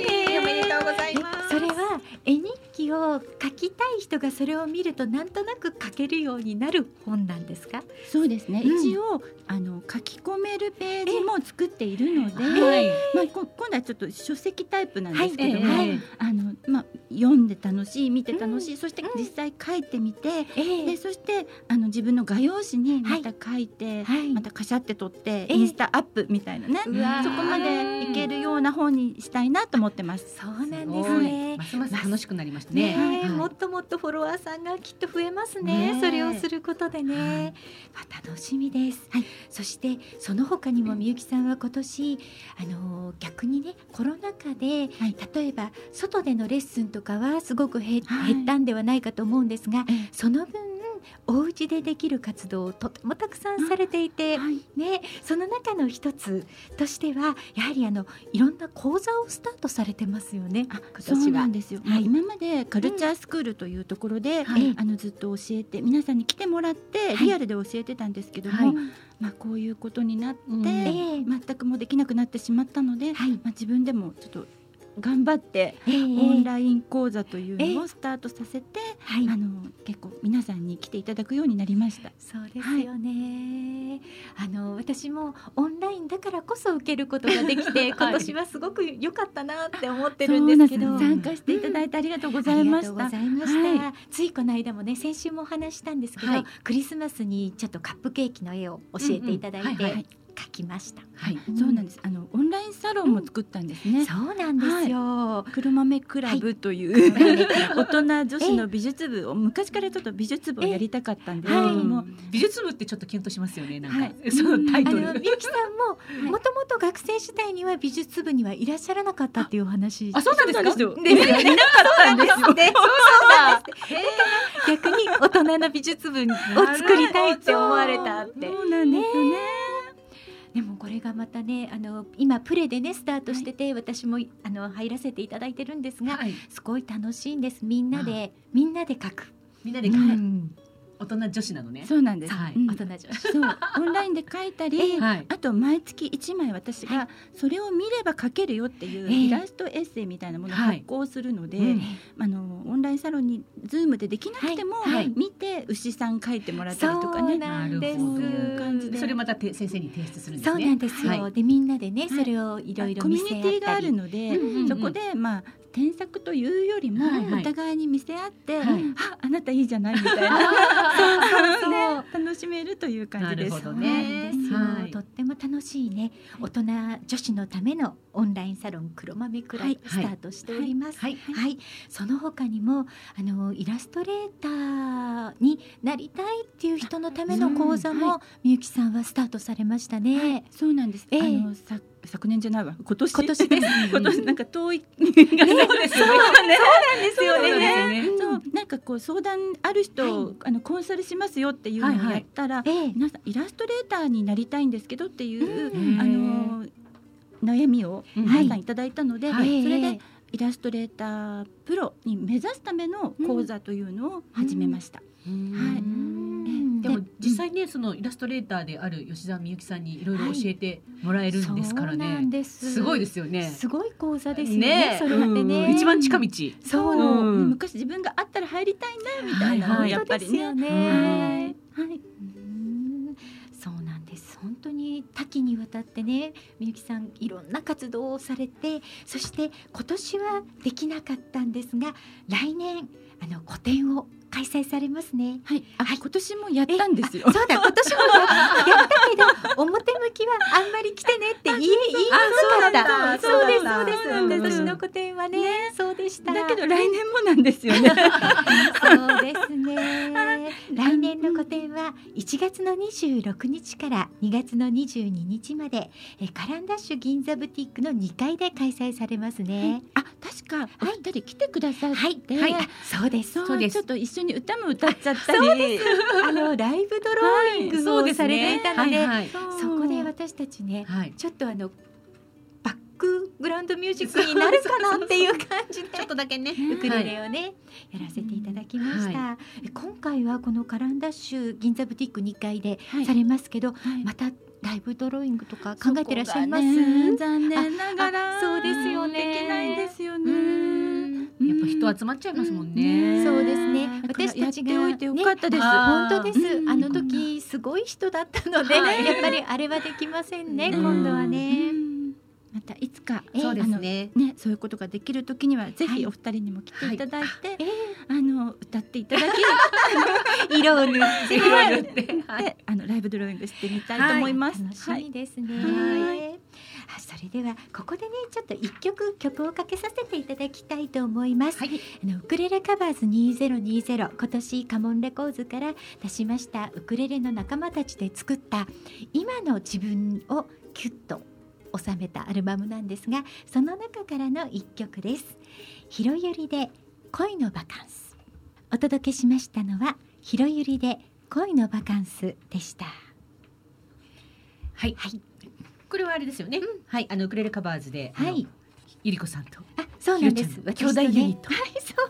Speaker 1: すね、おめでとうございますそれは絵日記を書きたい人がそれを見るとなんとなく書けるようになる本なんですか
Speaker 11: そうですね、
Speaker 1: うん
Speaker 11: 一応あの書き込めるページも作っているので、
Speaker 1: はい
Speaker 11: まあ、こ今度はちょっと書籍タイプなんですけども、
Speaker 1: はいええ
Speaker 11: あのまあ、読んで楽しい見て楽しい、そして実際書いてみて、
Speaker 1: え
Speaker 11: でそしてあの自分の画用紙にまた書いて、
Speaker 1: はい
Speaker 11: またカシャって撮って、
Speaker 1: え
Speaker 11: インスタアップみたいなね、
Speaker 1: うわー
Speaker 11: そこまでいけるような本にしたいなと思ってます。
Speaker 1: そうなん
Speaker 3: ご
Speaker 1: で
Speaker 3: い
Speaker 1: すね
Speaker 3: ますます楽しくなりました
Speaker 1: ね
Speaker 3: ね。
Speaker 1: え
Speaker 3: はい
Speaker 1: もっともっとフォロワーさんがきっと増えますね
Speaker 3: ねえ
Speaker 1: それをすることでね、まあ、楽しみです、そしてその他にもみゆきさんは今年あのー逆にねコロナ禍で、
Speaker 11: はい
Speaker 1: 例えば外でのレッスンとかはすごく減,、
Speaker 11: はい
Speaker 1: 減ったんではないかと思うんですが
Speaker 11: ええ
Speaker 1: その分お家でできる活動をとてもたくさんされていて、
Speaker 11: はい
Speaker 1: ね、その中の一つとしてはやはりあのいろんな講座をスタートされてますよね。
Speaker 11: あ
Speaker 1: 年は
Speaker 11: そうなんですよ、
Speaker 1: はい
Speaker 11: 今までカルチャースクールというところで、
Speaker 1: はい
Speaker 11: あのずっと教えて皆さんに来てもらって、
Speaker 1: はい
Speaker 11: リアルで教えてたんですけども、
Speaker 1: はい
Speaker 11: まあ、こういうことになって、
Speaker 3: うん
Speaker 1: ええ
Speaker 11: 全くもうできなくなってしまったので、
Speaker 1: はい
Speaker 11: まあ、自分でもちょっと頑張って
Speaker 1: ええ
Speaker 11: オンライン講座というの
Speaker 1: え
Speaker 11: をスタートさせて、
Speaker 1: はい
Speaker 11: あの結構皆さんに来ていただくようになりました。
Speaker 1: そうですよね、あの私もオンラインだからこそ受けることができて、今年はすごく良かったなって思ってるんですけ
Speaker 11: そう
Speaker 1: ど
Speaker 11: なん参加していただいてありがとうございました。
Speaker 1: ありがとうございました。
Speaker 11: は
Speaker 1: ついこの間もね、先週もお話ししたんですけど、
Speaker 3: はい
Speaker 1: クリスマスにちょっとカップケーキの絵を教えていただいて、描きました。
Speaker 3: はい。
Speaker 11: そうなんです。あのオンラインサロンも作ったんですね。
Speaker 1: そうなんですよ。
Speaker 11: 黒豆クラブという、大人女子の美術部を昔からちょっと美術部をやりたかったんですけども、
Speaker 8: 美術部ってちょっと検討しますよねなんか、
Speaker 11: はい
Speaker 8: そのタイ
Speaker 1: あ
Speaker 8: ト
Speaker 1: のみ
Speaker 8: ル
Speaker 1: ゆきさんももともと学生時代には美術部にはいらっしゃらなかったっていうお話
Speaker 8: あそうなんですか
Speaker 11: そうなん
Speaker 1: ですよ
Speaker 11: いなかった んですよ。
Speaker 1: 逆に大人の美術部を作り たいって思われたって
Speaker 11: そうなんですよね。
Speaker 1: でもこれがまたねあの今プレでねスタートしてて、私もあの入らせていただいてるんですが、
Speaker 8: はい
Speaker 1: すごい楽しいんですみんなで、みんなで書く、
Speaker 8: みんなで書
Speaker 1: う
Speaker 8: く
Speaker 1: ん
Speaker 8: 大人女子なのね
Speaker 11: そうなんです。
Speaker 8: はい
Speaker 11: うん
Speaker 1: 大人女子
Speaker 11: そうオンラインで書いたり、
Speaker 8: はい
Speaker 11: あと毎月一枚私がそれを見れば書けるよっていう
Speaker 1: ええ
Speaker 11: イラストエッセイみたいなものを
Speaker 8: はい
Speaker 11: 発行するので、
Speaker 8: うん
Speaker 11: あのオンラインサロンにズームでできなくても、
Speaker 1: はいはい
Speaker 11: 見て牛さん書いてもらったりとか
Speaker 1: そう
Speaker 11: ね。
Speaker 1: なんで
Speaker 8: なる
Speaker 1: す
Speaker 8: ほど
Speaker 11: いう感じで
Speaker 8: それまたて先生に提出するんで
Speaker 1: そ
Speaker 8: す
Speaker 1: う
Speaker 8: ね
Speaker 1: なんですよ、
Speaker 8: はい
Speaker 1: でみんなでねそれをいろいろ
Speaker 11: コミュニティがある
Speaker 1: の
Speaker 11: ので、
Speaker 8: うんうん
Speaker 11: そこでまあ添削というよりも、
Speaker 8: はいはい
Speaker 11: お互いに見せ合って、
Speaker 8: はい
Speaker 11: ああなたいいじゃないみた いな ね楽しめるという感じです。
Speaker 8: なるほどね
Speaker 1: ねですよ、
Speaker 8: はい
Speaker 1: とっても楽しいね大人女子のためのオンラインサロン黒豆クラブ、
Speaker 11: はい
Speaker 1: スタートしております
Speaker 8: はい
Speaker 1: はい、その他にもあのイラストレーターになりたいっていう人のための講座
Speaker 11: うん
Speaker 1: も、みゆきさんはスタートされましたね。
Speaker 11: そうなんです。
Speaker 1: ええ
Speaker 11: あのさ昨年じゃないわ今年
Speaker 1: 今年です
Speaker 11: 今年なんか遠 い
Speaker 8: そうですよね
Speaker 1: です
Speaker 8: そうなんですよね
Speaker 11: そうなんかこう相談ある人を、あのコンサルしますよっていうのを
Speaker 8: はいはい
Speaker 11: やったら、
Speaker 1: ええ
Speaker 11: 皆さんイラストレーターになりたいんですけどっていう、
Speaker 8: うん
Speaker 11: あの悩みを
Speaker 8: うん
Speaker 11: 皆さんいただいたので、
Speaker 8: はい
Speaker 11: それ
Speaker 1: え
Speaker 11: で
Speaker 1: え
Speaker 11: イラストレータープロに目指すための講座というのを始めました。はい
Speaker 1: うん
Speaker 8: でも実際ねそのイラストレーターである吉澤美由紀さんにいろいろ教えてもらえるんですから
Speaker 1: そうな
Speaker 8: ね
Speaker 1: ん。です。
Speaker 8: すごいですよね。
Speaker 1: すごい講座ですよね。それはで
Speaker 8: うん
Speaker 1: ね。
Speaker 8: 一番近道。
Speaker 1: そう
Speaker 11: あの
Speaker 8: うん
Speaker 11: 昔自分があったら入りたいなみたいなのを
Speaker 8: はい
Speaker 11: やっぱりね。
Speaker 1: 本当ですよね
Speaker 11: はいはい
Speaker 1: うんそうなんです本当に多岐にわたってねみゆきさんいろんな活動をされてそして今年はできなかったんですが来年あの個展を開催されますね。
Speaker 11: はい、あ、
Speaker 1: はい
Speaker 11: 今年もやったんですよ
Speaker 1: あ。そうだ今年もややったけど表向きはあんまり来てねって言え言いにくかった
Speaker 11: あそう
Speaker 1: で
Speaker 11: だ
Speaker 1: すそうです
Speaker 11: そうなんだ
Speaker 1: 今年の個展はねそうでした
Speaker 11: だけど来年もなんですよね。
Speaker 1: そうですね。来年の個展は1月の26日から2月の22日まで、えーカランダッシュ銀座ブティックの2階で開催されますね。
Speaker 11: あ、 確かお二人来てくださって、
Speaker 1: はい、
Speaker 11: はい
Speaker 1: あそうです。
Speaker 11: そう
Speaker 8: そうです
Speaker 11: ちょっと一緒に歌も歌っちゃったり、
Speaker 1: あのライブドローイング
Speaker 8: そう
Speaker 1: を
Speaker 8: です
Speaker 1: されてい
Speaker 8: ね。
Speaker 1: たので、
Speaker 8: はい
Speaker 11: そ
Speaker 1: そこで私たちね、
Speaker 8: はい。
Speaker 1: ちょっとあのバックグラウンドミュージックになるかなっていう感じで。
Speaker 3: ちょっとだけね。
Speaker 1: ウクレレをね、やらせていただきました、え今回はこのカランダッシュ銀座ブティック2階で
Speaker 11: はい
Speaker 1: されますけど、
Speaker 11: はい
Speaker 1: またライブドローイングとか考えてらっしゃいます、
Speaker 11: そこがね残念なが
Speaker 1: あ
Speaker 11: ら、
Speaker 1: そうですよね
Speaker 11: できないんですよ
Speaker 8: う
Speaker 11: ね。
Speaker 8: んやっぱ人集まっちゃいますもん
Speaker 11: うん
Speaker 8: ね。
Speaker 1: そうですね
Speaker 11: だから
Speaker 1: 私たちが
Speaker 11: やっておいてよかったです。
Speaker 8: ね
Speaker 1: 本当です、
Speaker 11: うん
Speaker 1: あの時すごい人だったので、
Speaker 8: はい
Speaker 1: やっぱりあれはできませんね、
Speaker 8: うん
Speaker 1: 今度は
Speaker 11: う
Speaker 1: ね、
Speaker 11: んまたいつか、
Speaker 1: え
Speaker 8: そうですね。
Speaker 11: ね、そういうことができるときにはぜ
Speaker 1: はい
Speaker 11: ひお二人にも来ていただいて、
Speaker 1: え
Speaker 11: あの歌っていただき、
Speaker 1: ー色を塗って
Speaker 8: 色々やってはい
Speaker 11: であのライブドローイングしてみたいと思います。
Speaker 1: 楽しみですね。
Speaker 11: はい
Speaker 1: あそれではここでねちょっと一曲曲をかけさせていただきたいと思います。
Speaker 8: はい
Speaker 1: あのウクレレカバーズ2020今年カモンレコーズから出しましたウクレレの仲間たちで作った今の自分をキュッと収めたアルバムなんですがその中からの一曲です。ひろゆりで恋のバカンスお届けしましたのはひろゆりで恋のバカンスでした。
Speaker 8: はい。
Speaker 1: はい
Speaker 8: これはあれですよね。はい。あのウクレレカバーズで、あの
Speaker 1: はい。
Speaker 8: ゆりこさんと
Speaker 1: あ、そうなんです。
Speaker 8: ひろちゃんの兄弟ユニット
Speaker 1: 私と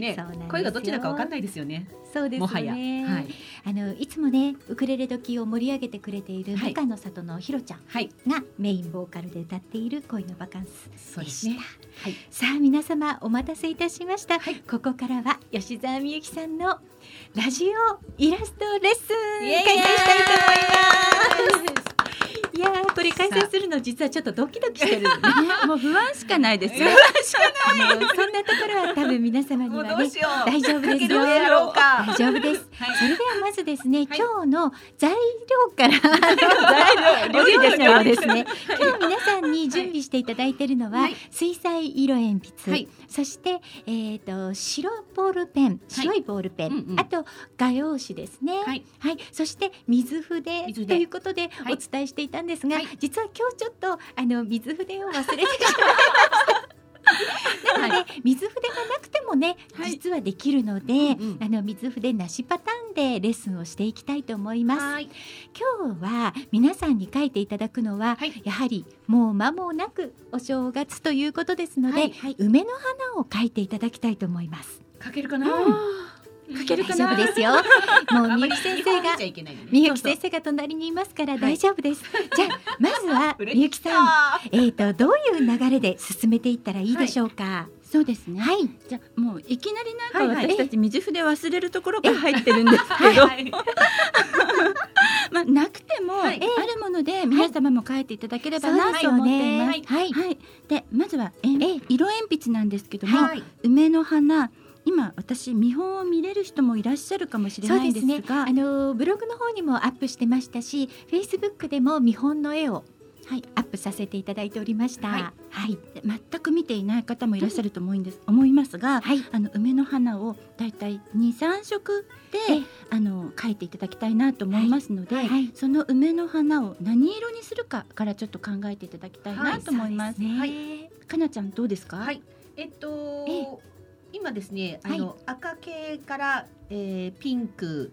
Speaker 1: ねはい、そうなんです。そう
Speaker 3: ね
Speaker 1: なんですよ
Speaker 3: 声がどっちだかわかんないですよね。
Speaker 1: そうですよね
Speaker 3: もはや。はい。
Speaker 1: あのいつもねウクレレ時を盛り上げてくれている
Speaker 3: はい
Speaker 1: 中の里のひろちゃん
Speaker 3: はい。
Speaker 1: がメインボーカルで歌っている恋のバカンス
Speaker 3: そう
Speaker 1: で
Speaker 3: です
Speaker 1: した。
Speaker 3: ね。はい。
Speaker 1: さあ皆様お待たせいたしました、ここからは吉澤美幸さんのラジオイラストレッス
Speaker 3: イエイ
Speaker 1: ン開催したいと思いますいやーこれ開催するの実はちょっとドキドキしてる、ね、
Speaker 11: もう不安しかないですよ。
Speaker 1: あのそんなところは多分皆様にはね
Speaker 3: よ
Speaker 1: 大丈夫ですよ
Speaker 3: どうやろうか。
Speaker 1: 大丈夫です、それではまずですね、今日の材料から
Speaker 3: 料
Speaker 1: 料理
Speaker 3: 理
Speaker 1: の
Speaker 3: から
Speaker 1: 方ですね今日皆さんに準備していただいているのは、水彩色鉛筆、
Speaker 3: はい
Speaker 1: そして、えー、と白ボールペン白いボールペン、
Speaker 3: うんうん
Speaker 1: あと画用紙ですねは
Speaker 3: はいい、
Speaker 1: そして水筆
Speaker 3: 水筆
Speaker 1: ということで
Speaker 3: はい
Speaker 1: お伝えしていたんですが、
Speaker 3: はい
Speaker 1: 実は今日ちょっとあの水筆を忘れてしまいま した。なので、水筆がなくてもね、
Speaker 3: はい
Speaker 1: 実はできるので、
Speaker 3: うんうん
Speaker 1: あの水筆なしパターンでレッスンをしていきたいと思います。
Speaker 3: はい。
Speaker 1: 今日は皆さんに書いていただくのは、
Speaker 3: はい
Speaker 1: やはりもう間もなくお正月ということですので、
Speaker 3: はいはい
Speaker 1: 梅の花を書いていただきたいと思います。
Speaker 3: かけるかな。かける
Speaker 1: 大
Speaker 3: か
Speaker 1: 丈
Speaker 3: な。
Speaker 1: 夫ですよ。もうみゆき先生が
Speaker 3: ちゃいけないよね。
Speaker 1: みゆき先生が隣にいますから大丈夫です。じゃあまずは
Speaker 3: 嬉しい
Speaker 1: みゆきさん、えっ、とどういう流れで進めていったらいいでしょうか。
Speaker 11: そうですね。
Speaker 1: はい、
Speaker 11: じゃあもういきなりなん
Speaker 1: はい
Speaker 11: か
Speaker 1: はい
Speaker 11: 私たち水筆忘れるところから入ってるんですけど、まあなくてもあ
Speaker 3: はい
Speaker 11: るもので皆様も書いていただければなと思っています。
Speaker 1: はい、はい、
Speaker 11: はい、でまずはえん
Speaker 1: ええ
Speaker 11: 色鉛筆なんですけども、
Speaker 3: はい。
Speaker 11: 梅の花今私見本を見れる人もいらっしゃるかもしれ
Speaker 1: そう
Speaker 11: ない
Speaker 1: で
Speaker 11: んです
Speaker 1: ね。
Speaker 11: すが
Speaker 1: あのブログの方にもアップしてましたし、フェイスブックでも見本の絵を、はい、アップさせていただいておりました。
Speaker 11: は
Speaker 1: はい、
Speaker 11: で全く見ていない方もいらっしゃると思うんです、思いますが、
Speaker 1: はい
Speaker 11: あの梅の花をだいたい23色で
Speaker 1: ええ
Speaker 11: あの描いていただきたいなと思いますので、
Speaker 1: はいはい
Speaker 11: その梅の花を何色にするかからちょっと考えていただきたいなと思います。
Speaker 1: ね
Speaker 3: はい
Speaker 11: かなちゃんどうですか？
Speaker 3: はい。えっと
Speaker 1: え
Speaker 3: 今ですね、あの、赤系から、えー、ピンク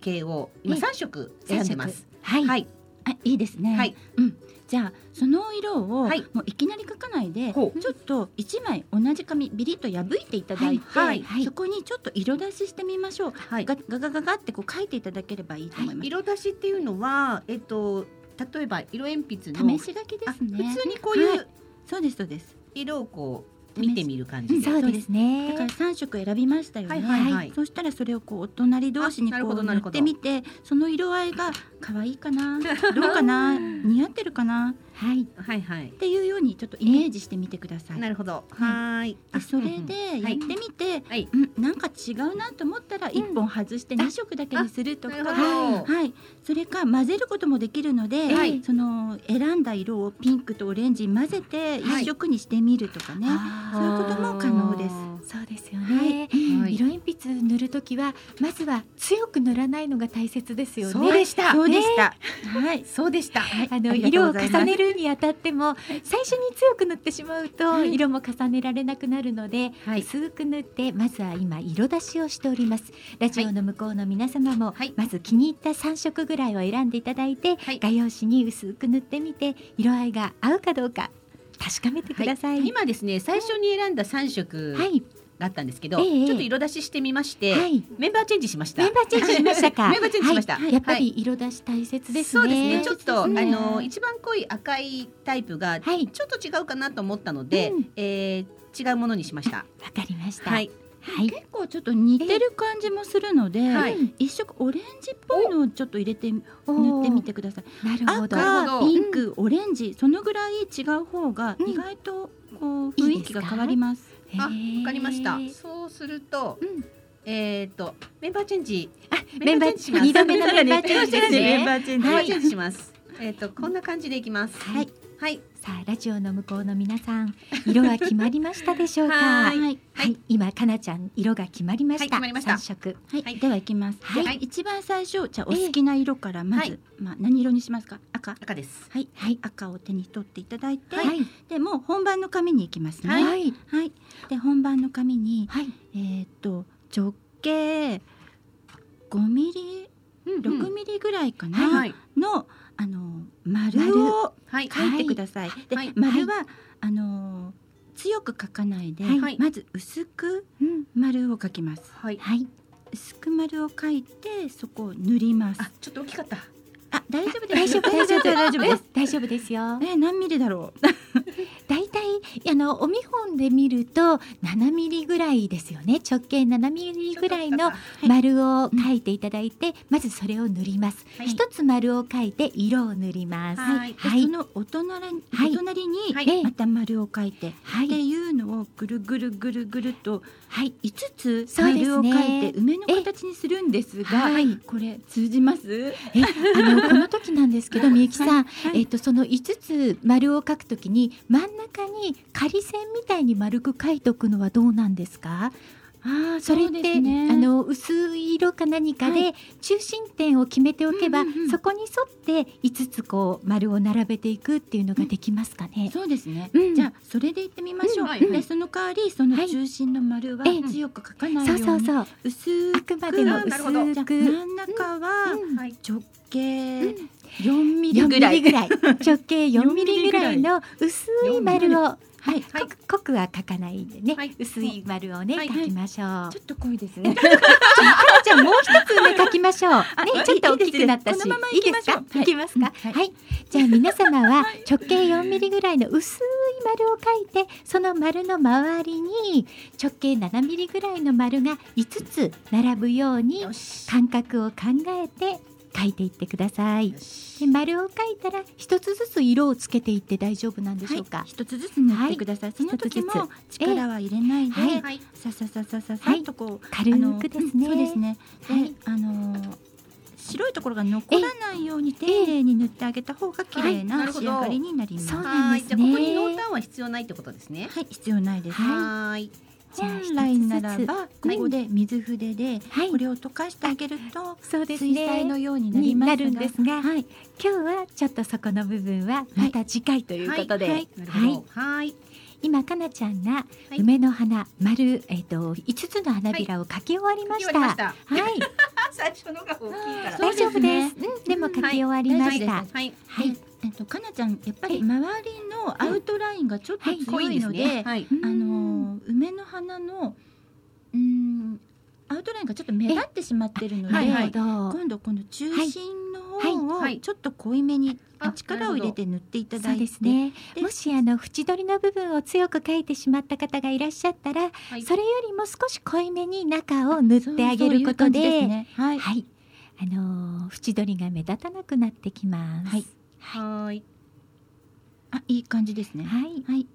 Speaker 3: 系を今
Speaker 1: ええ
Speaker 3: 三色選んでます。
Speaker 1: はい、
Speaker 3: はい
Speaker 11: あいいですね。
Speaker 3: はい
Speaker 11: うん。じゃあその色を、
Speaker 3: はい
Speaker 11: もういきなり書かないで、
Speaker 3: ほう
Speaker 11: ちょっと一枚同じ紙ビリッと破いていただいて、
Speaker 3: はい
Speaker 1: はい
Speaker 11: そこにちょっと色出ししてみましょう。
Speaker 3: はい。
Speaker 11: ガガガガガってこう書いていただければいいと思います。
Speaker 3: 色出しっていうのは、えっと例えば色鉛筆の
Speaker 11: 試し書きで
Speaker 3: あ
Speaker 11: すね。
Speaker 3: 普通にこうい
Speaker 11: は
Speaker 3: う
Speaker 11: そうですそうです。
Speaker 3: 色をこう見てみる感じで。
Speaker 1: そうですね。
Speaker 11: だから三色選びましたよね。
Speaker 3: はいはいはい
Speaker 11: そしたらそれをこうお隣同士に
Speaker 3: あなる
Speaker 11: こ
Speaker 3: ほど
Speaker 11: う
Speaker 3: な
Speaker 11: 塗
Speaker 3: る
Speaker 11: っ
Speaker 3: ほど
Speaker 11: てみて、その色合いが可愛いかな、どうかな、似合ってるかなっ
Speaker 1: はい、
Speaker 3: はいはい。
Speaker 11: ていうようにちょっとイメージしてみてください。
Speaker 3: なるほど。はい。
Speaker 11: でそれ
Speaker 3: うんうん
Speaker 11: でやってみて、
Speaker 3: はい
Speaker 11: うん、なんか違うなと思ったら1本外して2色だけにすると
Speaker 3: な
Speaker 11: か、
Speaker 3: るほど。
Speaker 11: はい、それか混ぜることもできるので、
Speaker 3: はい
Speaker 11: その選んだ色をピンクとオレンジに混ぜて
Speaker 3: はい
Speaker 11: 一色にしてみるとかね、
Speaker 1: あ
Speaker 11: そういうことも可能です。
Speaker 1: ーそうですよ
Speaker 11: は
Speaker 1: ね。
Speaker 3: はい
Speaker 1: 色鉛筆塗るときはまずは強く塗らないのが大切ですよね。
Speaker 3: そうでした。
Speaker 11: そうでした。はい。
Speaker 3: そうでした。
Speaker 1: あの
Speaker 11: ありがと
Speaker 1: 色
Speaker 11: う
Speaker 1: を
Speaker 11: ござい
Speaker 1: 重
Speaker 11: ます
Speaker 1: ねるにあたっても最初に強く塗ってしまうと
Speaker 11: はい
Speaker 1: 色も重ねられなくなるので、
Speaker 3: はい
Speaker 1: 薄く塗ってまずは今色出しをしておりますラジオの向こうの皆様も、
Speaker 3: はい
Speaker 1: まず気に入った3色ぐらいを選んでいただいて、
Speaker 3: はい
Speaker 1: 画用紙に薄く塗ってみて色合いが合うかどうか確かめてください。はい
Speaker 3: 今ですね、最初に選んだ三色
Speaker 1: はい、
Speaker 3: だったんですけど、
Speaker 1: ええ
Speaker 3: ちょっと色出ししてみまして、
Speaker 1: はい
Speaker 3: メンバーチェンジしました。
Speaker 1: メンバーチェンジしましたか。
Speaker 3: メンバーチェンジしました。
Speaker 1: はいやっぱり色出し大切
Speaker 3: はい
Speaker 1: ですね。
Speaker 3: そうですね。ちょっと、
Speaker 1: うん
Speaker 3: あの一番濃い赤いタイプがち
Speaker 1: はい、
Speaker 3: ょっと違うかなと思ったので、
Speaker 1: うん
Speaker 3: えー違うものにしました。
Speaker 1: わかりました。
Speaker 3: はい。
Speaker 1: はい、
Speaker 11: 結構ちょっと似てる感じもするので、
Speaker 3: はい
Speaker 11: 一色オレンジっぽいのをちょっと入れて塗
Speaker 1: おー
Speaker 11: ってみてください。
Speaker 1: なるほど。
Speaker 3: なる
Speaker 11: 赤、
Speaker 3: ほど
Speaker 11: ピンク、オレンジ、そのぐらい違う方が
Speaker 1: うん
Speaker 11: 意外とこう
Speaker 1: い
Speaker 11: 雰
Speaker 1: い
Speaker 11: 囲
Speaker 1: です
Speaker 11: 気
Speaker 1: か
Speaker 11: が変わります。
Speaker 3: あ、わかりました
Speaker 1: へ。ー
Speaker 3: そうすると、
Speaker 1: うん
Speaker 3: えっとメンバーチェンジ、
Speaker 1: メンバー
Speaker 3: チェンジ
Speaker 1: 二
Speaker 3: しま
Speaker 1: 度目のメンバーチェンジです
Speaker 3: メ
Speaker 1: ね
Speaker 3: ン。
Speaker 11: バーチェ
Speaker 3: す。メンバ
Speaker 1: は
Speaker 3: ー
Speaker 1: い
Speaker 3: チェンジします。えっとこんな感じでいきます。
Speaker 1: はい。
Speaker 3: はい。
Speaker 1: さあラジオの向こうの皆さん、色は決まりましたでしょうか。
Speaker 3: は
Speaker 1: はいい。今かなちゃん色が決まりました。
Speaker 3: はい決まりました
Speaker 1: 三色。
Speaker 11: はい、
Speaker 3: はい
Speaker 11: ではいきます。
Speaker 1: はい
Speaker 11: で一番最初、じゃあお
Speaker 1: ええ
Speaker 11: 好きな色からまず、
Speaker 3: はい
Speaker 11: まあ何色にしますか？赤。
Speaker 3: 赤です。
Speaker 11: はい、
Speaker 1: はい
Speaker 11: 赤を手に取っていただいて、
Speaker 1: はい。
Speaker 11: でもう本番の紙に行きますね。
Speaker 1: はい。はい。
Speaker 11: はいで本番の紙に、
Speaker 1: はい
Speaker 11: えーっと直径5ミリ、6ミリぐらいかな、
Speaker 3: はい。
Speaker 11: のあの丸を
Speaker 3: はい。
Speaker 11: 書いてください。で、
Speaker 3: はい
Speaker 11: 丸は、あの強く描かないで、
Speaker 1: はい
Speaker 11: まず薄く
Speaker 1: うん
Speaker 11: 丸を描きます。
Speaker 3: はい。
Speaker 1: はい
Speaker 11: 薄く丸を描いてそこを塗ります。
Speaker 3: あ、ちょっと大きかった。
Speaker 11: あ、大丈夫
Speaker 1: 大丈夫大丈夫大丈夫で
Speaker 11: です
Speaker 1: 大丈夫ですよ
Speaker 11: え、何ミリだろう。
Speaker 1: だいたいあのお見本で見ると7ミリぐらいですよね直径7ミリぐらいの丸を描いていただいて、まずそれを塗ります
Speaker 3: はい
Speaker 1: 一、つ丸を描いて色を塗ります
Speaker 3: はい
Speaker 11: でそのお隣に、
Speaker 1: はい
Speaker 11: お隣に、
Speaker 3: はい
Speaker 1: ええ
Speaker 11: また丸を描いて、
Speaker 1: はい
Speaker 11: っていうのをぐるぐるぐるぐると
Speaker 1: はい
Speaker 11: 5つ
Speaker 1: そうですね
Speaker 11: 丸を描いて梅の形にするんですが、
Speaker 1: はい
Speaker 11: これ通じます？
Speaker 1: えあのこの時なんですけどみゆきさん、
Speaker 11: い
Speaker 1: えっとその5つ丸を描くときに真ん中に仮線みたいに丸く描いておくのはどうなんですか
Speaker 11: ああ、
Speaker 1: それっ
Speaker 11: うで
Speaker 1: て、
Speaker 11: すね
Speaker 1: あの薄い色か何かで、
Speaker 11: は
Speaker 1: 中心点を決めておけば、
Speaker 11: うんうんうん
Speaker 1: そこに沿って5つこう丸を並べていくっていうのができますかね。
Speaker 11: そうですね。
Speaker 1: うん
Speaker 11: じゃあそれでいってみましょう。
Speaker 4: うんはい
Speaker 11: でその代わりその中心の丸は
Speaker 1: はいええ
Speaker 11: 強く描かない
Speaker 1: そ
Speaker 11: よう
Speaker 1: う
Speaker 11: に、
Speaker 1: そうそう。
Speaker 11: 薄
Speaker 1: あ
Speaker 11: く
Speaker 1: くまでも
Speaker 11: あなるほ
Speaker 3: ど
Speaker 1: 薄く。
Speaker 11: 真ん中は
Speaker 1: うん
Speaker 3: はい。
Speaker 11: 直
Speaker 1: う
Speaker 11: 径
Speaker 1: ん
Speaker 11: 4ミリ
Speaker 1: 4
Speaker 11: ぐ
Speaker 1: ミ
Speaker 11: らい。
Speaker 1: リぐらい直径4ミリぐらいの薄い丸をはい、
Speaker 3: はい
Speaker 1: こ濃くは描かないでね、
Speaker 3: はい
Speaker 1: 薄い丸をね、
Speaker 3: はい
Speaker 1: 描きましょう、
Speaker 11: ちょっと濃いで すね。
Speaker 1: じゃあもう一つね描きま しょうねちょっと大きくなったし
Speaker 11: いいですねこのまま
Speaker 1: い
Speaker 11: 行
Speaker 1: い
Speaker 11: き
Speaker 1: で
Speaker 11: ますしょ
Speaker 1: か
Speaker 11: う
Speaker 1: 行きますかは、
Speaker 11: はいい
Speaker 1: じゃあ皆様 は直径4ミリぐらいの薄い丸を描いてその丸の周りに直径7ミリぐらいの丸が5つ並ぶように
Speaker 3: よし。
Speaker 1: 間隔を考えて描いていってください
Speaker 3: よし
Speaker 1: で丸を描いたら一つずつ色をつけていって大丈夫なんでしょうか、
Speaker 11: はい、一つずつ塗ってください。その時
Speaker 1: 一
Speaker 11: も力は入れないで、
Speaker 1: はい
Speaker 3: はい。
Speaker 11: ささささささ
Speaker 1: はい
Speaker 11: っとこう、
Speaker 1: 軽
Speaker 11: あの
Speaker 1: くですね
Speaker 11: うんそうですね。で
Speaker 1: はい
Speaker 11: あのー白いところが残らないように丁寧に塗ってあげた方が綺麗
Speaker 3: はいな
Speaker 11: な
Speaker 3: るほ
Speaker 11: 仕
Speaker 3: ど
Speaker 11: 上がりになります。
Speaker 1: そう
Speaker 11: は
Speaker 1: なん
Speaker 3: は
Speaker 1: で
Speaker 3: い。
Speaker 1: すね
Speaker 3: じゃあここに濃淡は必要ないってことですね。
Speaker 11: い、必要ないです。
Speaker 1: はい
Speaker 3: はい。
Speaker 1: じゃあ一つずつ
Speaker 11: 本来ならばここで水筆で
Speaker 1: はい
Speaker 11: これを溶かしてあげると
Speaker 1: そうです
Speaker 11: 水
Speaker 1: ね
Speaker 11: 彩のようになり
Speaker 1: に
Speaker 11: ます
Speaker 1: な
Speaker 11: が
Speaker 1: るんですが、
Speaker 11: はい、
Speaker 1: 今日はちょっとそこの部分はまた次回ということで、
Speaker 3: は
Speaker 1: はい
Speaker 3: い。なるほど。はい。
Speaker 1: 今かなちゃんが
Speaker 3: い
Speaker 1: 梅の花丸えっ、と五つの花びらを描き終わりま
Speaker 3: 決
Speaker 1: し
Speaker 3: ま
Speaker 1: た。
Speaker 3: りま
Speaker 1: は
Speaker 3: し
Speaker 1: い、
Speaker 3: た。最初のが大きいから。
Speaker 1: 大
Speaker 11: そうです
Speaker 1: 丈夫で
Speaker 11: ね
Speaker 1: す。うん、でも描き終わりました。
Speaker 3: はい。はい。
Speaker 1: はい、
Speaker 11: えっとかなちゃんやっぱり周りのアウトラインがちょっと
Speaker 1: はい
Speaker 11: 強
Speaker 3: 濃い
Speaker 11: い
Speaker 3: です
Speaker 11: ので、
Speaker 3: ね。はい。
Speaker 11: あのー梅の花のうーんアウトラインがちょっと目立ってしまってるので、
Speaker 3: はいはい
Speaker 1: どう
Speaker 11: 今度この中心の方
Speaker 3: はいは
Speaker 11: を
Speaker 3: い
Speaker 11: ちょっと濃いめに
Speaker 3: あ
Speaker 11: 力を入れて塗っていた
Speaker 1: そ
Speaker 11: だ
Speaker 1: う
Speaker 11: いて、
Speaker 1: ですね。
Speaker 11: で
Speaker 1: もしあの縁取りの部分を強く描いてしまった方がいらっしゃったら、
Speaker 3: はい
Speaker 1: それよりも少し濃いめに中を塗っ
Speaker 11: そう
Speaker 1: てあげることで、
Speaker 11: そういう感じすねはい、
Speaker 1: はい、あのー縁取りが目立たなくなってきます。
Speaker 11: はい
Speaker 3: はい。
Speaker 11: あいい感じですね。
Speaker 1: はい、
Speaker 11: はい、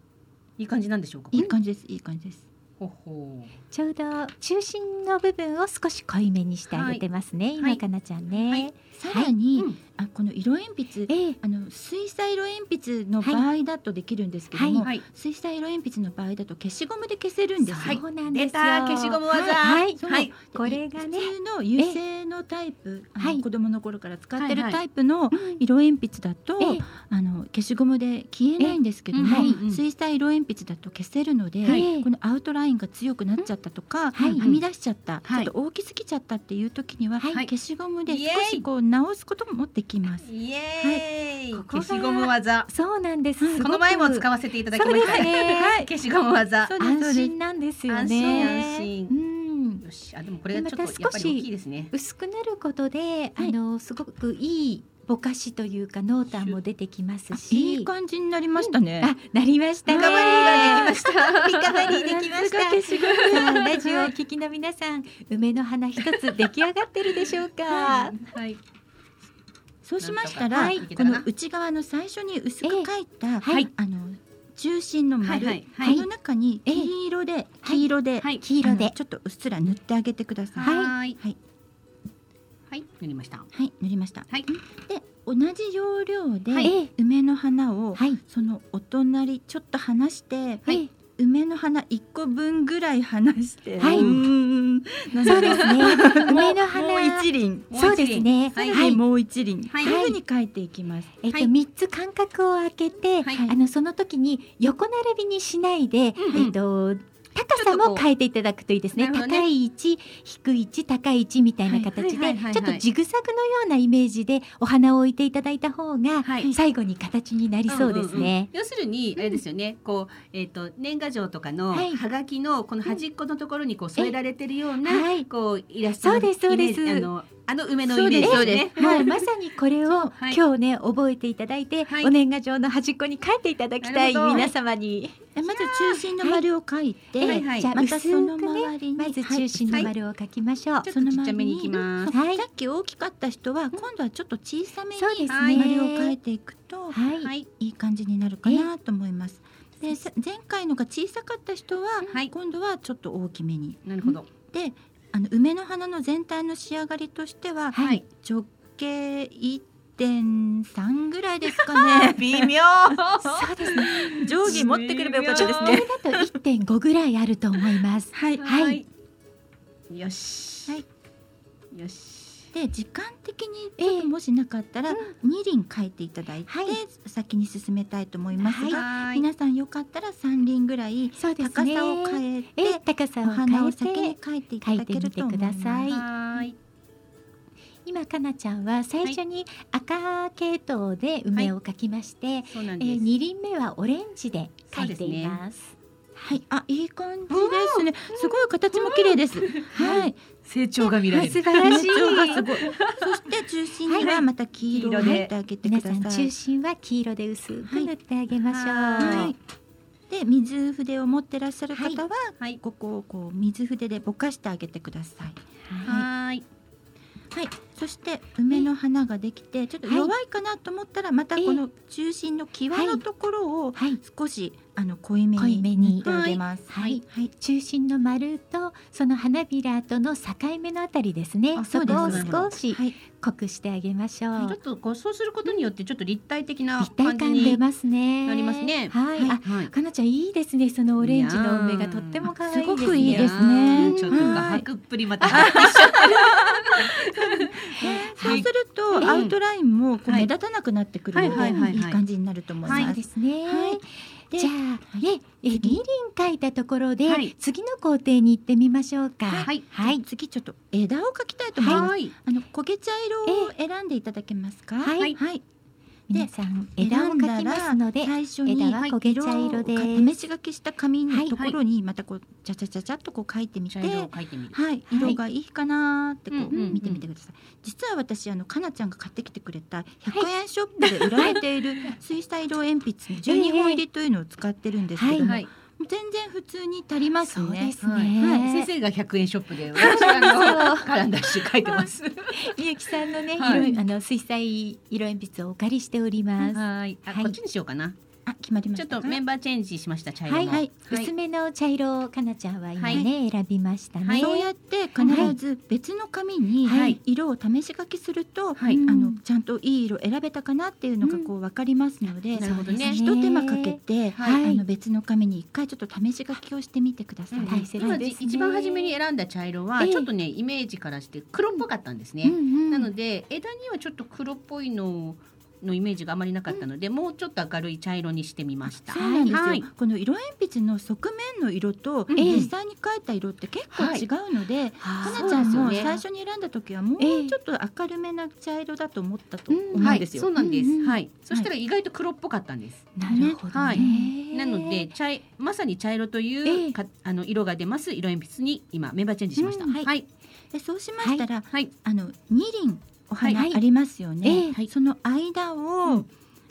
Speaker 3: いい感じなんでしょうか。
Speaker 11: いい感じです、いい感じです。
Speaker 3: ほほう。
Speaker 1: ちょうど中心の部分を少し濃いめにしてあげてますね、
Speaker 3: はい
Speaker 1: 今かなちゃんね。
Speaker 3: はい
Speaker 11: さらに、
Speaker 3: うん
Speaker 11: あこの色鉛筆
Speaker 1: ええ
Speaker 11: あの水彩色鉛筆の場
Speaker 1: は
Speaker 11: 合だとできるんですけども、
Speaker 1: はい
Speaker 3: はい。
Speaker 11: 水彩色鉛筆の場合だと消しゴムで消せるんですよ。
Speaker 1: そうなんですよ。
Speaker 3: 出た消しゴム技。
Speaker 1: はい、
Speaker 11: そう
Speaker 3: はい。
Speaker 1: これがね、
Speaker 11: 普通の油性のタイプ、あの
Speaker 1: はい
Speaker 11: 子供の頃から使って
Speaker 4: はいは
Speaker 11: る
Speaker 4: い
Speaker 11: タイプの色鉛筆だと、
Speaker 1: ええ
Speaker 11: あの消しゴムで消えないんですけども、
Speaker 3: ええうんうん
Speaker 11: 水彩色鉛筆だと消せるので、
Speaker 1: はい
Speaker 11: このアウトラインが強くなっちゃったとか、
Speaker 1: はい
Speaker 11: はみ出しちゃった、
Speaker 3: はい
Speaker 11: ちょっと大きすぎちゃったっていう時には、
Speaker 1: はい
Speaker 11: 消しゴムで
Speaker 3: イエーイ
Speaker 11: 少しこう直すこともできます。
Speaker 3: イエーイ。
Speaker 1: ここが
Speaker 3: 消しゴム技。
Speaker 1: そうなんです。すごく
Speaker 3: この前も使わせていただきました。
Speaker 1: そうですね
Speaker 3: はい消しゴム技。
Speaker 11: そうですそう
Speaker 1: 安
Speaker 11: です
Speaker 1: 心なんですよね。
Speaker 3: 安心安心
Speaker 1: うん。
Speaker 3: よし、あでもこれがちょっ
Speaker 1: また
Speaker 3: とやっぱり
Speaker 1: 少し
Speaker 3: 大きいですね。
Speaker 1: 薄くなることで、
Speaker 11: はい
Speaker 1: あのすごくいいぼかしというか濃淡も出てきます
Speaker 11: あ
Speaker 1: し、
Speaker 11: いい感じになりましたね。
Speaker 1: あなりましたね。
Speaker 3: リカバリーができました。リカバリーできま
Speaker 1: さ
Speaker 3: した。
Speaker 1: すが消しゴムさんラジオをお聞きの皆さん、梅の花一つ出来上がってるでしょうか。
Speaker 3: はい。
Speaker 11: そうしましたら、
Speaker 3: はい
Speaker 11: この内側の最初に薄く描いた、
Speaker 1: はい
Speaker 11: あの中心の丸、
Speaker 3: はいはいはい
Speaker 11: この中に
Speaker 1: ええ
Speaker 11: 黄色で、黄色で、
Speaker 3: はい
Speaker 1: 黄色
Speaker 11: あの
Speaker 1: で。
Speaker 11: ちょっとうっすら塗ってあげてください。
Speaker 3: は
Speaker 11: はい、
Speaker 3: い。
Speaker 11: はい
Speaker 3: はい。塗りました。
Speaker 11: 塗りました。
Speaker 3: はい。
Speaker 11: で同じ要領で、
Speaker 1: はいええ
Speaker 11: 梅の花を、
Speaker 1: はい。
Speaker 11: そのお隣ちょっと離して、
Speaker 1: はい
Speaker 11: 梅の花一個分ぐらい離して、
Speaker 1: はいう
Speaker 11: ーん
Speaker 1: そうですね。 梅の花。
Speaker 11: もう一輪、
Speaker 1: そうですね。
Speaker 3: は
Speaker 1: はいい。
Speaker 11: はい、もう一輪、
Speaker 3: はい
Speaker 11: こういうふうに描いていきます。
Speaker 1: えっ
Speaker 3: はい
Speaker 1: と三つ間隔を空けて、
Speaker 3: はい
Speaker 1: あのその時に横並びにしないで、えっと高さも変えていただくといいですね
Speaker 3: なるほどね
Speaker 1: 高い位置低い位置高い位置みたいな
Speaker 3: はい
Speaker 1: 形
Speaker 3: は
Speaker 1: で
Speaker 3: いはいはいはい
Speaker 1: ちょっとジグザグのようなイメージでお花を置いていただいた方が
Speaker 3: はい
Speaker 1: 最後に形になりそうです
Speaker 3: んうんうん
Speaker 1: ね。
Speaker 3: 要するにあれですよね、こうえっ、と年賀状とかの
Speaker 1: はい
Speaker 3: はがきのこの端っこのところにこう添えられてるような、
Speaker 1: はい
Speaker 3: こうイラストの
Speaker 1: そうですそうです
Speaker 3: イメージあのあの梅のイメージ
Speaker 1: そう
Speaker 3: で
Speaker 1: です
Speaker 3: ね。
Speaker 1: もうまさにこれを
Speaker 3: はい
Speaker 1: 今日ね覚えていただいて
Speaker 3: はい
Speaker 1: お年賀状の端っこに書いていただきたい
Speaker 3: なるほど
Speaker 1: 皆様に
Speaker 11: えまず中心の丸を書いて、
Speaker 3: はいはい
Speaker 1: じゃあ
Speaker 11: また
Speaker 1: 薄
Speaker 11: その
Speaker 1: くね
Speaker 11: 周りに、
Speaker 1: まず中心の丸を書きましょう
Speaker 3: ちょっとちっちゃめにいき
Speaker 11: は
Speaker 3: ま
Speaker 11: い
Speaker 3: す。
Speaker 1: はい
Speaker 11: さっき大きかった人は今度はちょっと小さめに
Speaker 1: そうです
Speaker 3: はい
Speaker 1: ね
Speaker 11: 丸を変えていくと
Speaker 1: はい
Speaker 3: はい
Speaker 11: いい感じになるかなと思います。でさ前回のが小さかった人は
Speaker 3: はい
Speaker 11: 今度はちょっと大きめに
Speaker 3: なるほど。
Speaker 11: であの梅の花の全体の仕上がりとしては
Speaker 3: はい。
Speaker 11: 直径1.3ぐらいですかね
Speaker 12: 微妙
Speaker 1: そうですね
Speaker 12: 定規持ってくればよかったです
Speaker 1: これ
Speaker 12: ね
Speaker 1: だと1.5ぐらいあると思います。
Speaker 11: はい
Speaker 1: はい。
Speaker 3: よし。
Speaker 11: はい
Speaker 3: よし。
Speaker 11: で時間的にちょっともしなかったら二輪書いていただいて、
Speaker 1: はい
Speaker 11: 先に進めたいと思いますが、
Speaker 3: はーい。
Speaker 11: 皆さんよかったら三輪ぐらい
Speaker 1: そうです
Speaker 11: 高
Speaker 1: ね。
Speaker 11: さを変えて、
Speaker 1: ええ高さ
Speaker 11: お
Speaker 1: を
Speaker 11: 花
Speaker 1: 変
Speaker 11: を
Speaker 1: え
Speaker 11: 先に
Speaker 1: て
Speaker 11: 書いていただけると思いま
Speaker 1: 書
Speaker 11: す。
Speaker 1: いてみてください
Speaker 3: はーい。
Speaker 1: 今かなちゃんは最初に赤系統で梅を描きまして、
Speaker 3: そうなん
Speaker 1: え
Speaker 3: で
Speaker 1: ー、
Speaker 3: す。
Speaker 1: 2輪目はオレンジで描いています。
Speaker 11: はい、あいい感じですね。すごい形も綺麗です。はい、
Speaker 13: 成長が見られる
Speaker 1: 素晴 らしい。
Speaker 11: すごい。そして中心にはまた黄色を
Speaker 13: 黄色で
Speaker 11: 塗ってあげて
Speaker 1: 皆
Speaker 11: く
Speaker 1: さ
Speaker 11: だ
Speaker 1: ん
Speaker 11: さ
Speaker 1: 中
Speaker 11: い。
Speaker 1: 心は黄色で薄く塗ってあげましょう。
Speaker 3: は
Speaker 11: はい。で水筆を持ってらっしゃる方は、
Speaker 3: はい。
Speaker 11: ここをこう水筆でぼかしてあげてください。
Speaker 3: はーい。
Speaker 11: はい、そして梅の花ができて、ちょっと弱いかなと思ったら、またこの中心の際のところを
Speaker 1: はい
Speaker 11: 少しあの濃いめ
Speaker 1: 濃いめ
Speaker 11: に
Speaker 1: に
Speaker 11: 塗ってあげます。
Speaker 1: はい、中心の丸とその花びらとの境目のあたりですね
Speaker 11: あ
Speaker 1: そ
Speaker 11: そうで
Speaker 1: こを
Speaker 11: す
Speaker 1: 少し
Speaker 11: はい、
Speaker 1: 濃くしてあげましょう、
Speaker 3: ちょっとこうそうすることによってちょっと立体的な
Speaker 1: 立体
Speaker 3: 感じ
Speaker 1: 感
Speaker 3: に
Speaker 1: 出ますね
Speaker 3: なりますね
Speaker 1: はい、
Speaker 3: は
Speaker 1: あ
Speaker 3: いはい。
Speaker 1: かなちゃんいいですねそのオレンジの梅がとっても可愛いですね
Speaker 11: すごくいいですね
Speaker 3: いやーちょっと画
Speaker 11: はい
Speaker 3: 伯っぷりまた。
Speaker 11: そうする
Speaker 3: はい
Speaker 11: とアウトラインもこう
Speaker 3: はい
Speaker 11: 目立たなくなってくる
Speaker 3: は
Speaker 11: ので
Speaker 3: いはいはいはい
Speaker 11: いい感じになると思い
Speaker 1: そ
Speaker 11: ま。
Speaker 1: うですすね、
Speaker 11: はいで
Speaker 1: じゃあねえ二輪描いたところで、
Speaker 3: はい
Speaker 1: 次の工程に行ってみましょうか
Speaker 3: はい
Speaker 1: はい
Speaker 11: 次ちょっと枝を描きたいと思います。
Speaker 3: はい。
Speaker 11: あの焦げ茶色を選んでいただけますか。
Speaker 1: はい
Speaker 11: はい。
Speaker 1: 皆さん枝を描きますので
Speaker 11: 最初に
Speaker 1: 枝は焦げ茶色です
Speaker 11: 色を試し書きした紙のところにまたこうちゃちゃちゃちゃっとこう書いてみて、
Speaker 3: 茶
Speaker 11: はい
Speaker 3: 色を描いてみる。
Speaker 11: 色がいいかなーってこ
Speaker 3: うん
Speaker 11: う
Speaker 3: うんうん
Speaker 11: 見てみてください。実は私あのかなちゃんが買ってきてくれた100円ショップで売られている水彩色鉛筆の12本入りというのを使ってるんですけども、
Speaker 3: はい。
Speaker 11: 全然普通に足りますね。
Speaker 1: そうですね、
Speaker 3: はい先生が100円ショップで私はあのカランダッシュ書いてます。
Speaker 1: みゆきさんのね、
Speaker 3: はい
Speaker 1: 色あの水彩色鉛筆をお借りしております。
Speaker 3: はい。あ
Speaker 1: はい
Speaker 3: こっちにしようかな。
Speaker 11: あ決まりま
Speaker 3: ちょ
Speaker 11: し
Speaker 3: った
Speaker 11: か。
Speaker 3: とメンバーチェンジしました茶色
Speaker 1: はい
Speaker 3: も。はい。
Speaker 1: 薄めの茶色をかなちゃんは今ね、選びましたね。
Speaker 3: はい
Speaker 11: そうやって必ず別の紙に
Speaker 3: はい
Speaker 11: 色を試し書きすると、
Speaker 3: はい
Speaker 11: あのちゃんといい色選べたかなっていうのがこうわかりますので、
Speaker 3: なるほど
Speaker 1: そう
Speaker 3: ね
Speaker 1: です。
Speaker 11: ひと手間かけて、
Speaker 1: はい
Speaker 11: あの別の紙に一回ちょっと試し書きをしてみてください。
Speaker 1: うん大切ですね
Speaker 3: 今じ一番初めに選んだ茶色は
Speaker 1: ええ
Speaker 3: ちょっとねイメージからして黒っぽかったんですね。なので枝にはちょっと黒っぽいののイメージがあまりなかったので、もうちょっと明るい茶色にしてみました。
Speaker 11: そうなんですよ、
Speaker 3: はい
Speaker 11: この色鉛筆の側面の色と
Speaker 3: うん
Speaker 11: 実際に描いた色って結構違うので、かなちゃん
Speaker 3: そう
Speaker 11: も
Speaker 3: ですよね
Speaker 11: 最初に選んだ時はもう
Speaker 1: ええ
Speaker 11: ちょっと明るめな茶色だと思ったと思
Speaker 1: う
Speaker 11: うんですよ。
Speaker 3: はい、そうなんです。
Speaker 11: うんうん
Speaker 3: はい。そしたら意外と黒っぽかったんです。
Speaker 1: なるほどね。
Speaker 3: はいなので茶いまさに茶色と
Speaker 1: え
Speaker 3: いう
Speaker 1: え
Speaker 3: か、あの色が出ます色鉛筆に今メンバーチェンジしました。
Speaker 11: うん
Speaker 3: は。
Speaker 11: はいい
Speaker 3: はい。
Speaker 11: でそうしましたら、
Speaker 3: はい。
Speaker 11: あの二輪お花あ
Speaker 1: はい
Speaker 11: りますよね。
Speaker 1: ええ
Speaker 11: はいその間を、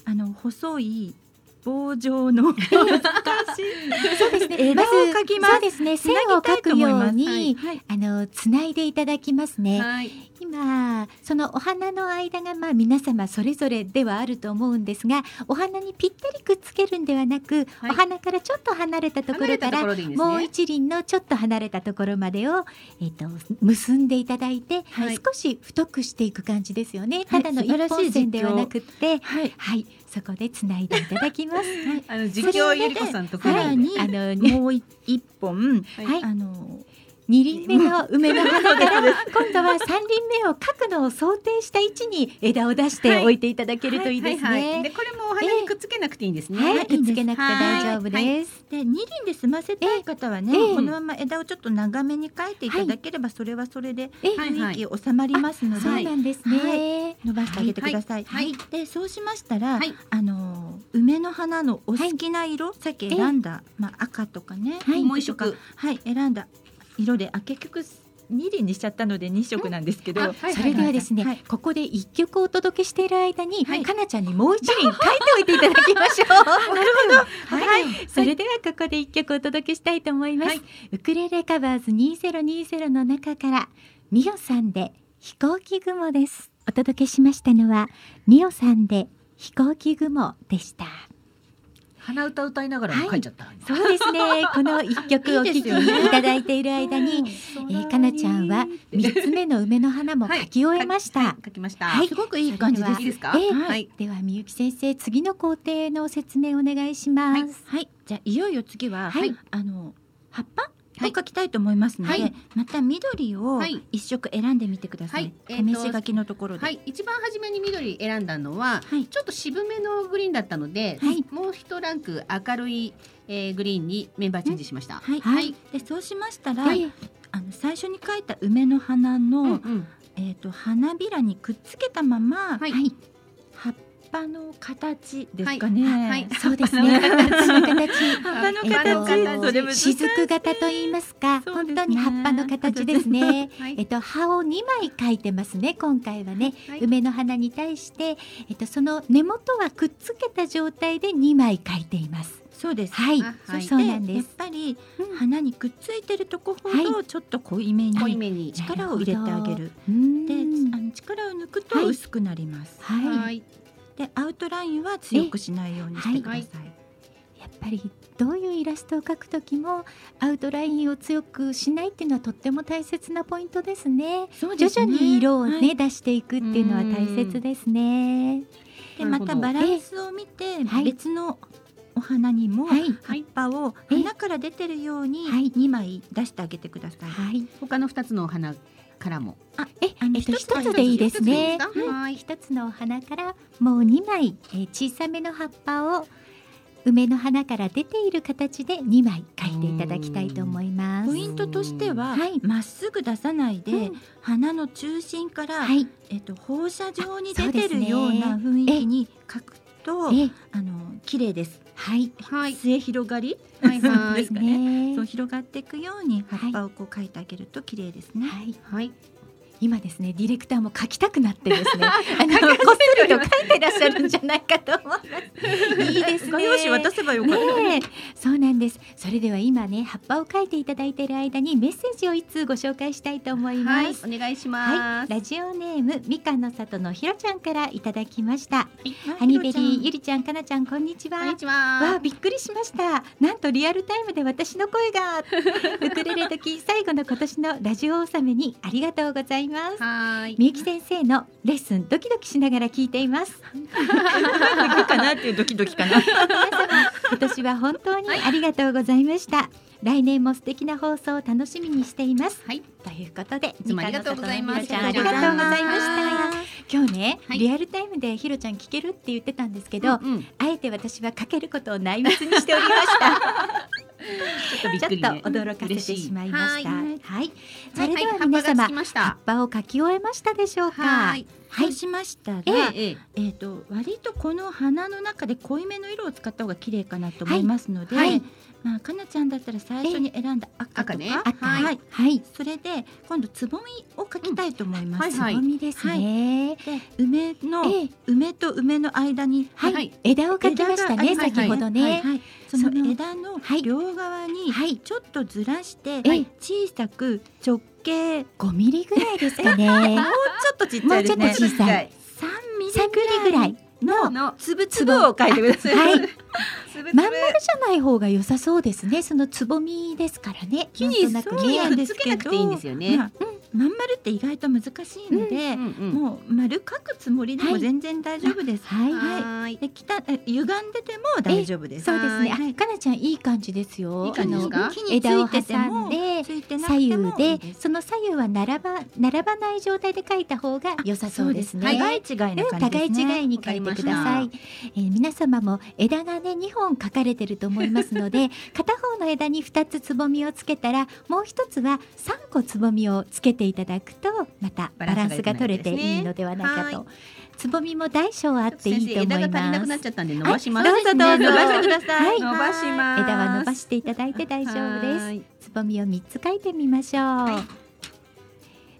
Speaker 11: あの細い棒状の難しい
Speaker 1: そう ですね。
Speaker 11: 枝を描きます
Speaker 1: そうですね。線を描くように、あのつないでいただきますね。
Speaker 3: はい。
Speaker 1: 今そのお花の間がまあ皆様それぞれではあると思うんですが、お花にぴったりくっつけるんではなく、
Speaker 3: はい
Speaker 1: お花からちょっと離れたとこ
Speaker 3: 離
Speaker 1: ろ
Speaker 3: れ
Speaker 1: か
Speaker 3: たと
Speaker 1: ら
Speaker 3: ころでいいんですね。
Speaker 1: もう一輪のちょっと離れたところまでを、えっと結んでいただいて、
Speaker 3: はい
Speaker 1: 少し太くしていく感じですよね、
Speaker 11: はい
Speaker 1: ただの
Speaker 11: 素晴
Speaker 1: 一
Speaker 11: らしい
Speaker 1: 本線ではなくって
Speaker 11: はい。
Speaker 1: はいそこでつないでいただきます。
Speaker 3: あの実況ゆりこさんとこ
Speaker 11: さらに
Speaker 1: あの
Speaker 11: もうい一本、
Speaker 1: はい
Speaker 11: あの
Speaker 1: 二輪目の梅の花から 今度は三輪目を角度を想定した位置に枝を出して置いていただけるといいです
Speaker 3: はいはいで
Speaker 1: ね。
Speaker 3: これもお花にくっつけなくていいんですね。
Speaker 1: はい、くっつけなくて大丈夫
Speaker 3: はいはい
Speaker 1: です。
Speaker 11: で二輪で済ませたい方はね、
Speaker 1: ええ
Speaker 11: このまま枝をちょっと長めに描いていただければ、それはそれで
Speaker 1: え
Speaker 3: はいは
Speaker 11: 雰
Speaker 3: い
Speaker 11: 囲気収まりますので、
Speaker 1: そうなんですね。
Speaker 11: は伸ばしてあげてください。
Speaker 3: はい
Speaker 11: でそうしましたら、
Speaker 3: はい
Speaker 11: あのー梅の花のお好きな色、さっき選んだ、まあ赤とかね、
Speaker 1: はい
Speaker 3: もう一
Speaker 11: とか
Speaker 3: 色。
Speaker 11: はい選んだ色であ結局
Speaker 5: 二輪にしちゃったので二色なんですけど、
Speaker 3: あはい
Speaker 1: それではですね、
Speaker 11: はい
Speaker 1: ここで一曲お届けしている間に、
Speaker 3: はい
Speaker 1: かなちゃんにもう一輪書いておいていただきま しょう。なるほど。はい、それではここで一曲お届けしたいと思います。
Speaker 3: はい
Speaker 1: ウクレレカバーズ2020の中からミオさんで飛行機雲です。お届けしましたのはミオさんで飛行機雲でした。
Speaker 3: 鼻歌歌いながらも書いちゃった。
Speaker 1: そうです ね。この一曲をお聴きいただいている間に、えーかなちゃんは三つ目の梅の花も書き終えました。
Speaker 3: 書きました。
Speaker 1: はい
Speaker 3: すごく
Speaker 1: い
Speaker 3: いい感じです。いいですか？
Speaker 1: ええ
Speaker 3: はい。
Speaker 1: ではみゆき先生次の工程の説明お願いします。
Speaker 11: はいじゃあいよいよ次は、
Speaker 1: はい
Speaker 11: あの葉っぱ
Speaker 3: はい
Speaker 11: を描きたいと思いますので、
Speaker 3: はい
Speaker 11: また緑を
Speaker 3: はい
Speaker 11: 一色選んでみてください。
Speaker 3: はいえーと
Speaker 11: 試し書きのところで。
Speaker 3: はい、一番初めに緑選んだのは、
Speaker 11: はい
Speaker 3: ちょっと渋めのグリーンだったので、
Speaker 11: はい
Speaker 3: もう一ランク明るい、えーグリーンにメンバーチェンジしました。
Speaker 11: はい、
Speaker 1: はい
Speaker 11: でそうしましたら、
Speaker 1: はい
Speaker 11: あの最初に描いた梅の花の、
Speaker 3: うんうん
Speaker 11: えっ、と花びらにくっつけたまま、
Speaker 3: はい
Speaker 1: はい
Speaker 11: 葉っぱの形
Speaker 5: ですかね。
Speaker 3: はいはい
Speaker 1: そうですね。形の形。
Speaker 5: 葉っぱの
Speaker 1: えっと
Speaker 5: 形、それ難しい
Speaker 1: 雫型と言いますか、
Speaker 5: そう
Speaker 1: 本
Speaker 5: ですね
Speaker 1: 当に葉っぱの形ですね。
Speaker 3: はい
Speaker 1: えっと葉を二枚描いてますね。今回はね、梅の花に対して、えっとその根元はくっつけた状態で二枚描いています。
Speaker 11: そうです。
Speaker 1: はい
Speaker 3: あ、
Speaker 1: そ
Speaker 3: はい
Speaker 1: そうなん
Speaker 11: や
Speaker 1: で
Speaker 11: っ
Speaker 1: す。
Speaker 11: ぱり
Speaker 1: うん
Speaker 11: 花にくっついてるとこほ
Speaker 1: は
Speaker 11: どちょっと濃いめに、
Speaker 3: 濃いめに。
Speaker 11: 力を入れてあげる。
Speaker 1: うー
Speaker 11: で、
Speaker 1: ん
Speaker 11: あの力を抜く
Speaker 1: はい
Speaker 11: と薄くなります。
Speaker 1: はい。
Speaker 3: い。
Speaker 11: で、アウトラインは強くしないようにしてください。
Speaker 1: やっぱりどういうイラストを描くときもアウトラインを強くしないっていうのはとっても大切なポイントですね。
Speaker 11: そう
Speaker 1: 徐
Speaker 11: ですね
Speaker 1: 々に色をね、
Speaker 11: はい
Speaker 1: 出していくっていうのは大切ですね。
Speaker 11: で、
Speaker 3: なる
Speaker 11: ま
Speaker 3: ほど
Speaker 11: たバランスを見て
Speaker 1: はい
Speaker 11: 別のお花にも
Speaker 1: はい
Speaker 11: 葉っぱを
Speaker 1: え
Speaker 11: 花から出てるよう
Speaker 1: はい
Speaker 11: に二枚出してあげてください。
Speaker 1: はい。
Speaker 3: 他の二つのお花からも。
Speaker 1: え、えっと
Speaker 11: 一つ
Speaker 1: 一つでいいですね。
Speaker 3: 一つでいいですか
Speaker 1: は
Speaker 3: はいい
Speaker 1: 一つのお花からもう二枚、えー小さめの葉っぱを梅の花から出ている形で二枚描いていただきたいと思います。
Speaker 11: ポイントとしては
Speaker 1: はい
Speaker 11: まっすぐ出さないで、
Speaker 1: うん
Speaker 11: 花の中心から、
Speaker 1: はい。
Speaker 11: えっと放射状に
Speaker 1: そうで
Speaker 11: 出て
Speaker 1: すね
Speaker 11: るような雰囲気に描くと、
Speaker 1: え、
Speaker 11: あの綺麗です。
Speaker 1: はい。
Speaker 3: はい。
Speaker 11: 末広がり
Speaker 3: はい
Speaker 11: そう
Speaker 3: は
Speaker 11: で
Speaker 3: い
Speaker 11: す。かね。
Speaker 1: ね
Speaker 11: そう広がっていくように葉っぱをこう描いてあげると綺麗ですね。
Speaker 1: はい。
Speaker 3: はい。
Speaker 1: 今ですねディレクターも書きたくなってですねあのこっそりと書いてらっしゃるんじゃないかと思いますいいですね
Speaker 5: 画用紙渡せばよかった。
Speaker 1: ねえそうなんですそれでは今ね葉っぱを書いていただいている間にメッセージを一通ご紹介したいと思います、
Speaker 3: はい。お願いしま
Speaker 1: はい、
Speaker 3: す。
Speaker 1: ラジオネームみかんの里のひろちゃんからいただきました。
Speaker 11: はい
Speaker 1: ハニベリ
Speaker 11: ひろちゃ
Speaker 1: ー
Speaker 11: ん
Speaker 1: ゆりちゃんかなちゃんこんにちは。
Speaker 3: こんにち
Speaker 1: わあ
Speaker 3: は。
Speaker 1: びっくりしましたなんとリアルタイムで私の声が ウクレレ時最後の今年のラジオ納めにありがとうございます
Speaker 3: はい。
Speaker 1: みゆき先生のレッスンドキドキしながら聞いてい ます
Speaker 5: 行くかなっていうドキドキかな。
Speaker 1: 今年は本当にありがとうございました、来年も素敵な放送を楽しみにしています
Speaker 3: はい。
Speaker 1: ということで
Speaker 3: いつもありがとうございます
Speaker 1: みかんの里のひろちゃんありがとうございました今日ね、
Speaker 3: はい
Speaker 1: リアルタイムでひろちゃん聞けるって言ってたんですけど、
Speaker 3: うんうんち
Speaker 1: あえて私はかけることを内密にしておりました
Speaker 3: ょっとびっ
Speaker 1: ちょ
Speaker 3: く
Speaker 1: っと
Speaker 3: りね。
Speaker 1: 驚かせてしまいました。
Speaker 3: 嬉
Speaker 1: は
Speaker 3: しい
Speaker 1: い、そ
Speaker 3: は
Speaker 1: れ
Speaker 3: い。
Speaker 1: で
Speaker 3: は。
Speaker 1: はい
Speaker 3: 葉っ
Speaker 1: 皆
Speaker 3: ぱが
Speaker 1: 様、
Speaker 3: つきまし
Speaker 1: 葉
Speaker 3: た
Speaker 1: っ。ぱを書き終えましたでしょうか。は
Speaker 3: はいい。、
Speaker 11: そうしましたら、
Speaker 3: ええええ。
Speaker 11: えー、と割とこの花の中で濃いめの色を使った方が綺麗かなと思いますので、
Speaker 1: はいはい
Speaker 11: まあ、かなちゃんだったら最初に選んだ赤とか
Speaker 3: 赤ね
Speaker 1: あった
Speaker 11: はい
Speaker 1: はい、はい、
Speaker 11: それで今度つぼみを描きたいと思います。
Speaker 3: うんはい
Speaker 1: つぼみですね。
Speaker 11: で梅の、
Speaker 1: ええ
Speaker 11: 梅と梅の間に、
Speaker 1: はい、
Speaker 3: はい
Speaker 1: 枝を描きましたね、
Speaker 11: 枝があります
Speaker 1: 先ほどね。
Speaker 11: は
Speaker 1: はいい、
Speaker 11: はいそ
Speaker 1: そ
Speaker 11: の
Speaker 1: の
Speaker 11: 枝の
Speaker 1: はい
Speaker 11: 両側にちょっとずらして、
Speaker 1: ええ
Speaker 11: 小さく直径
Speaker 1: 5ミリぐらいですか ね。も
Speaker 5: ちょっとちっちゃ
Speaker 1: う
Speaker 5: いで
Speaker 1: ちょ
Speaker 5: す
Speaker 1: っと小
Speaker 5: ね。
Speaker 1: さい、
Speaker 11: 3ミ
Speaker 1: 3ミリ
Speaker 11: リ
Speaker 1: ぐ
Speaker 11: ぐら
Speaker 1: ら
Speaker 11: い
Speaker 1: い。
Speaker 11: の
Speaker 5: のつぶつぶを書いてください。
Speaker 1: はい、
Speaker 5: つぶつぶ
Speaker 1: まん丸じゃない方が良さそうですね。そのつぼみですからね。
Speaker 11: 木に
Speaker 1: なんとなく
Speaker 11: そう
Speaker 1: ね
Speaker 11: な
Speaker 3: く
Speaker 11: ん
Speaker 3: っ
Speaker 11: です
Speaker 3: つ
Speaker 11: け
Speaker 3: け
Speaker 11: ど
Speaker 3: なくていいんですよね。
Speaker 11: まあまん丸って意外と難しいので、もう丸書くつもりで
Speaker 1: は
Speaker 11: も
Speaker 1: い
Speaker 11: 全然大丈夫です。
Speaker 1: はい
Speaker 3: はい。
Speaker 11: できたえ歪んでても大丈夫です。
Speaker 1: そうですね。
Speaker 11: は
Speaker 1: あ、
Speaker 11: い
Speaker 1: かなちゃんいい感じですよ。
Speaker 3: いい感じですか
Speaker 1: あの
Speaker 11: 木につ
Speaker 1: 枝を挟
Speaker 11: いてても
Speaker 1: んで
Speaker 11: ついてなく
Speaker 1: 左
Speaker 11: て
Speaker 1: 右
Speaker 11: もい
Speaker 1: で
Speaker 11: いです
Speaker 1: その左右は並ば並ばない状態で書いた方が良さそうですね。
Speaker 11: 互い違いな感じ
Speaker 1: 互
Speaker 11: です
Speaker 1: い
Speaker 11: ね。
Speaker 1: 違いに書いてください。えー皆様も枝がね2本書かれてると思いますので片方の枝に2つつぼみをつけたらもう一つは3個つぼみをつけていただくとまたバランスが取れていいのではないかと。つぼみも大小あっていいと思います。
Speaker 3: 枝が足りなくなっちゃったんで伸ばします。
Speaker 11: どうぞどうぞ伸ばしてくだ
Speaker 1: は
Speaker 11: さ
Speaker 1: い
Speaker 11: い。伸ばします。
Speaker 1: 枝は伸ばしていただいて大丈夫です。
Speaker 3: す。
Speaker 1: つぼみを三つ書いてみましょう。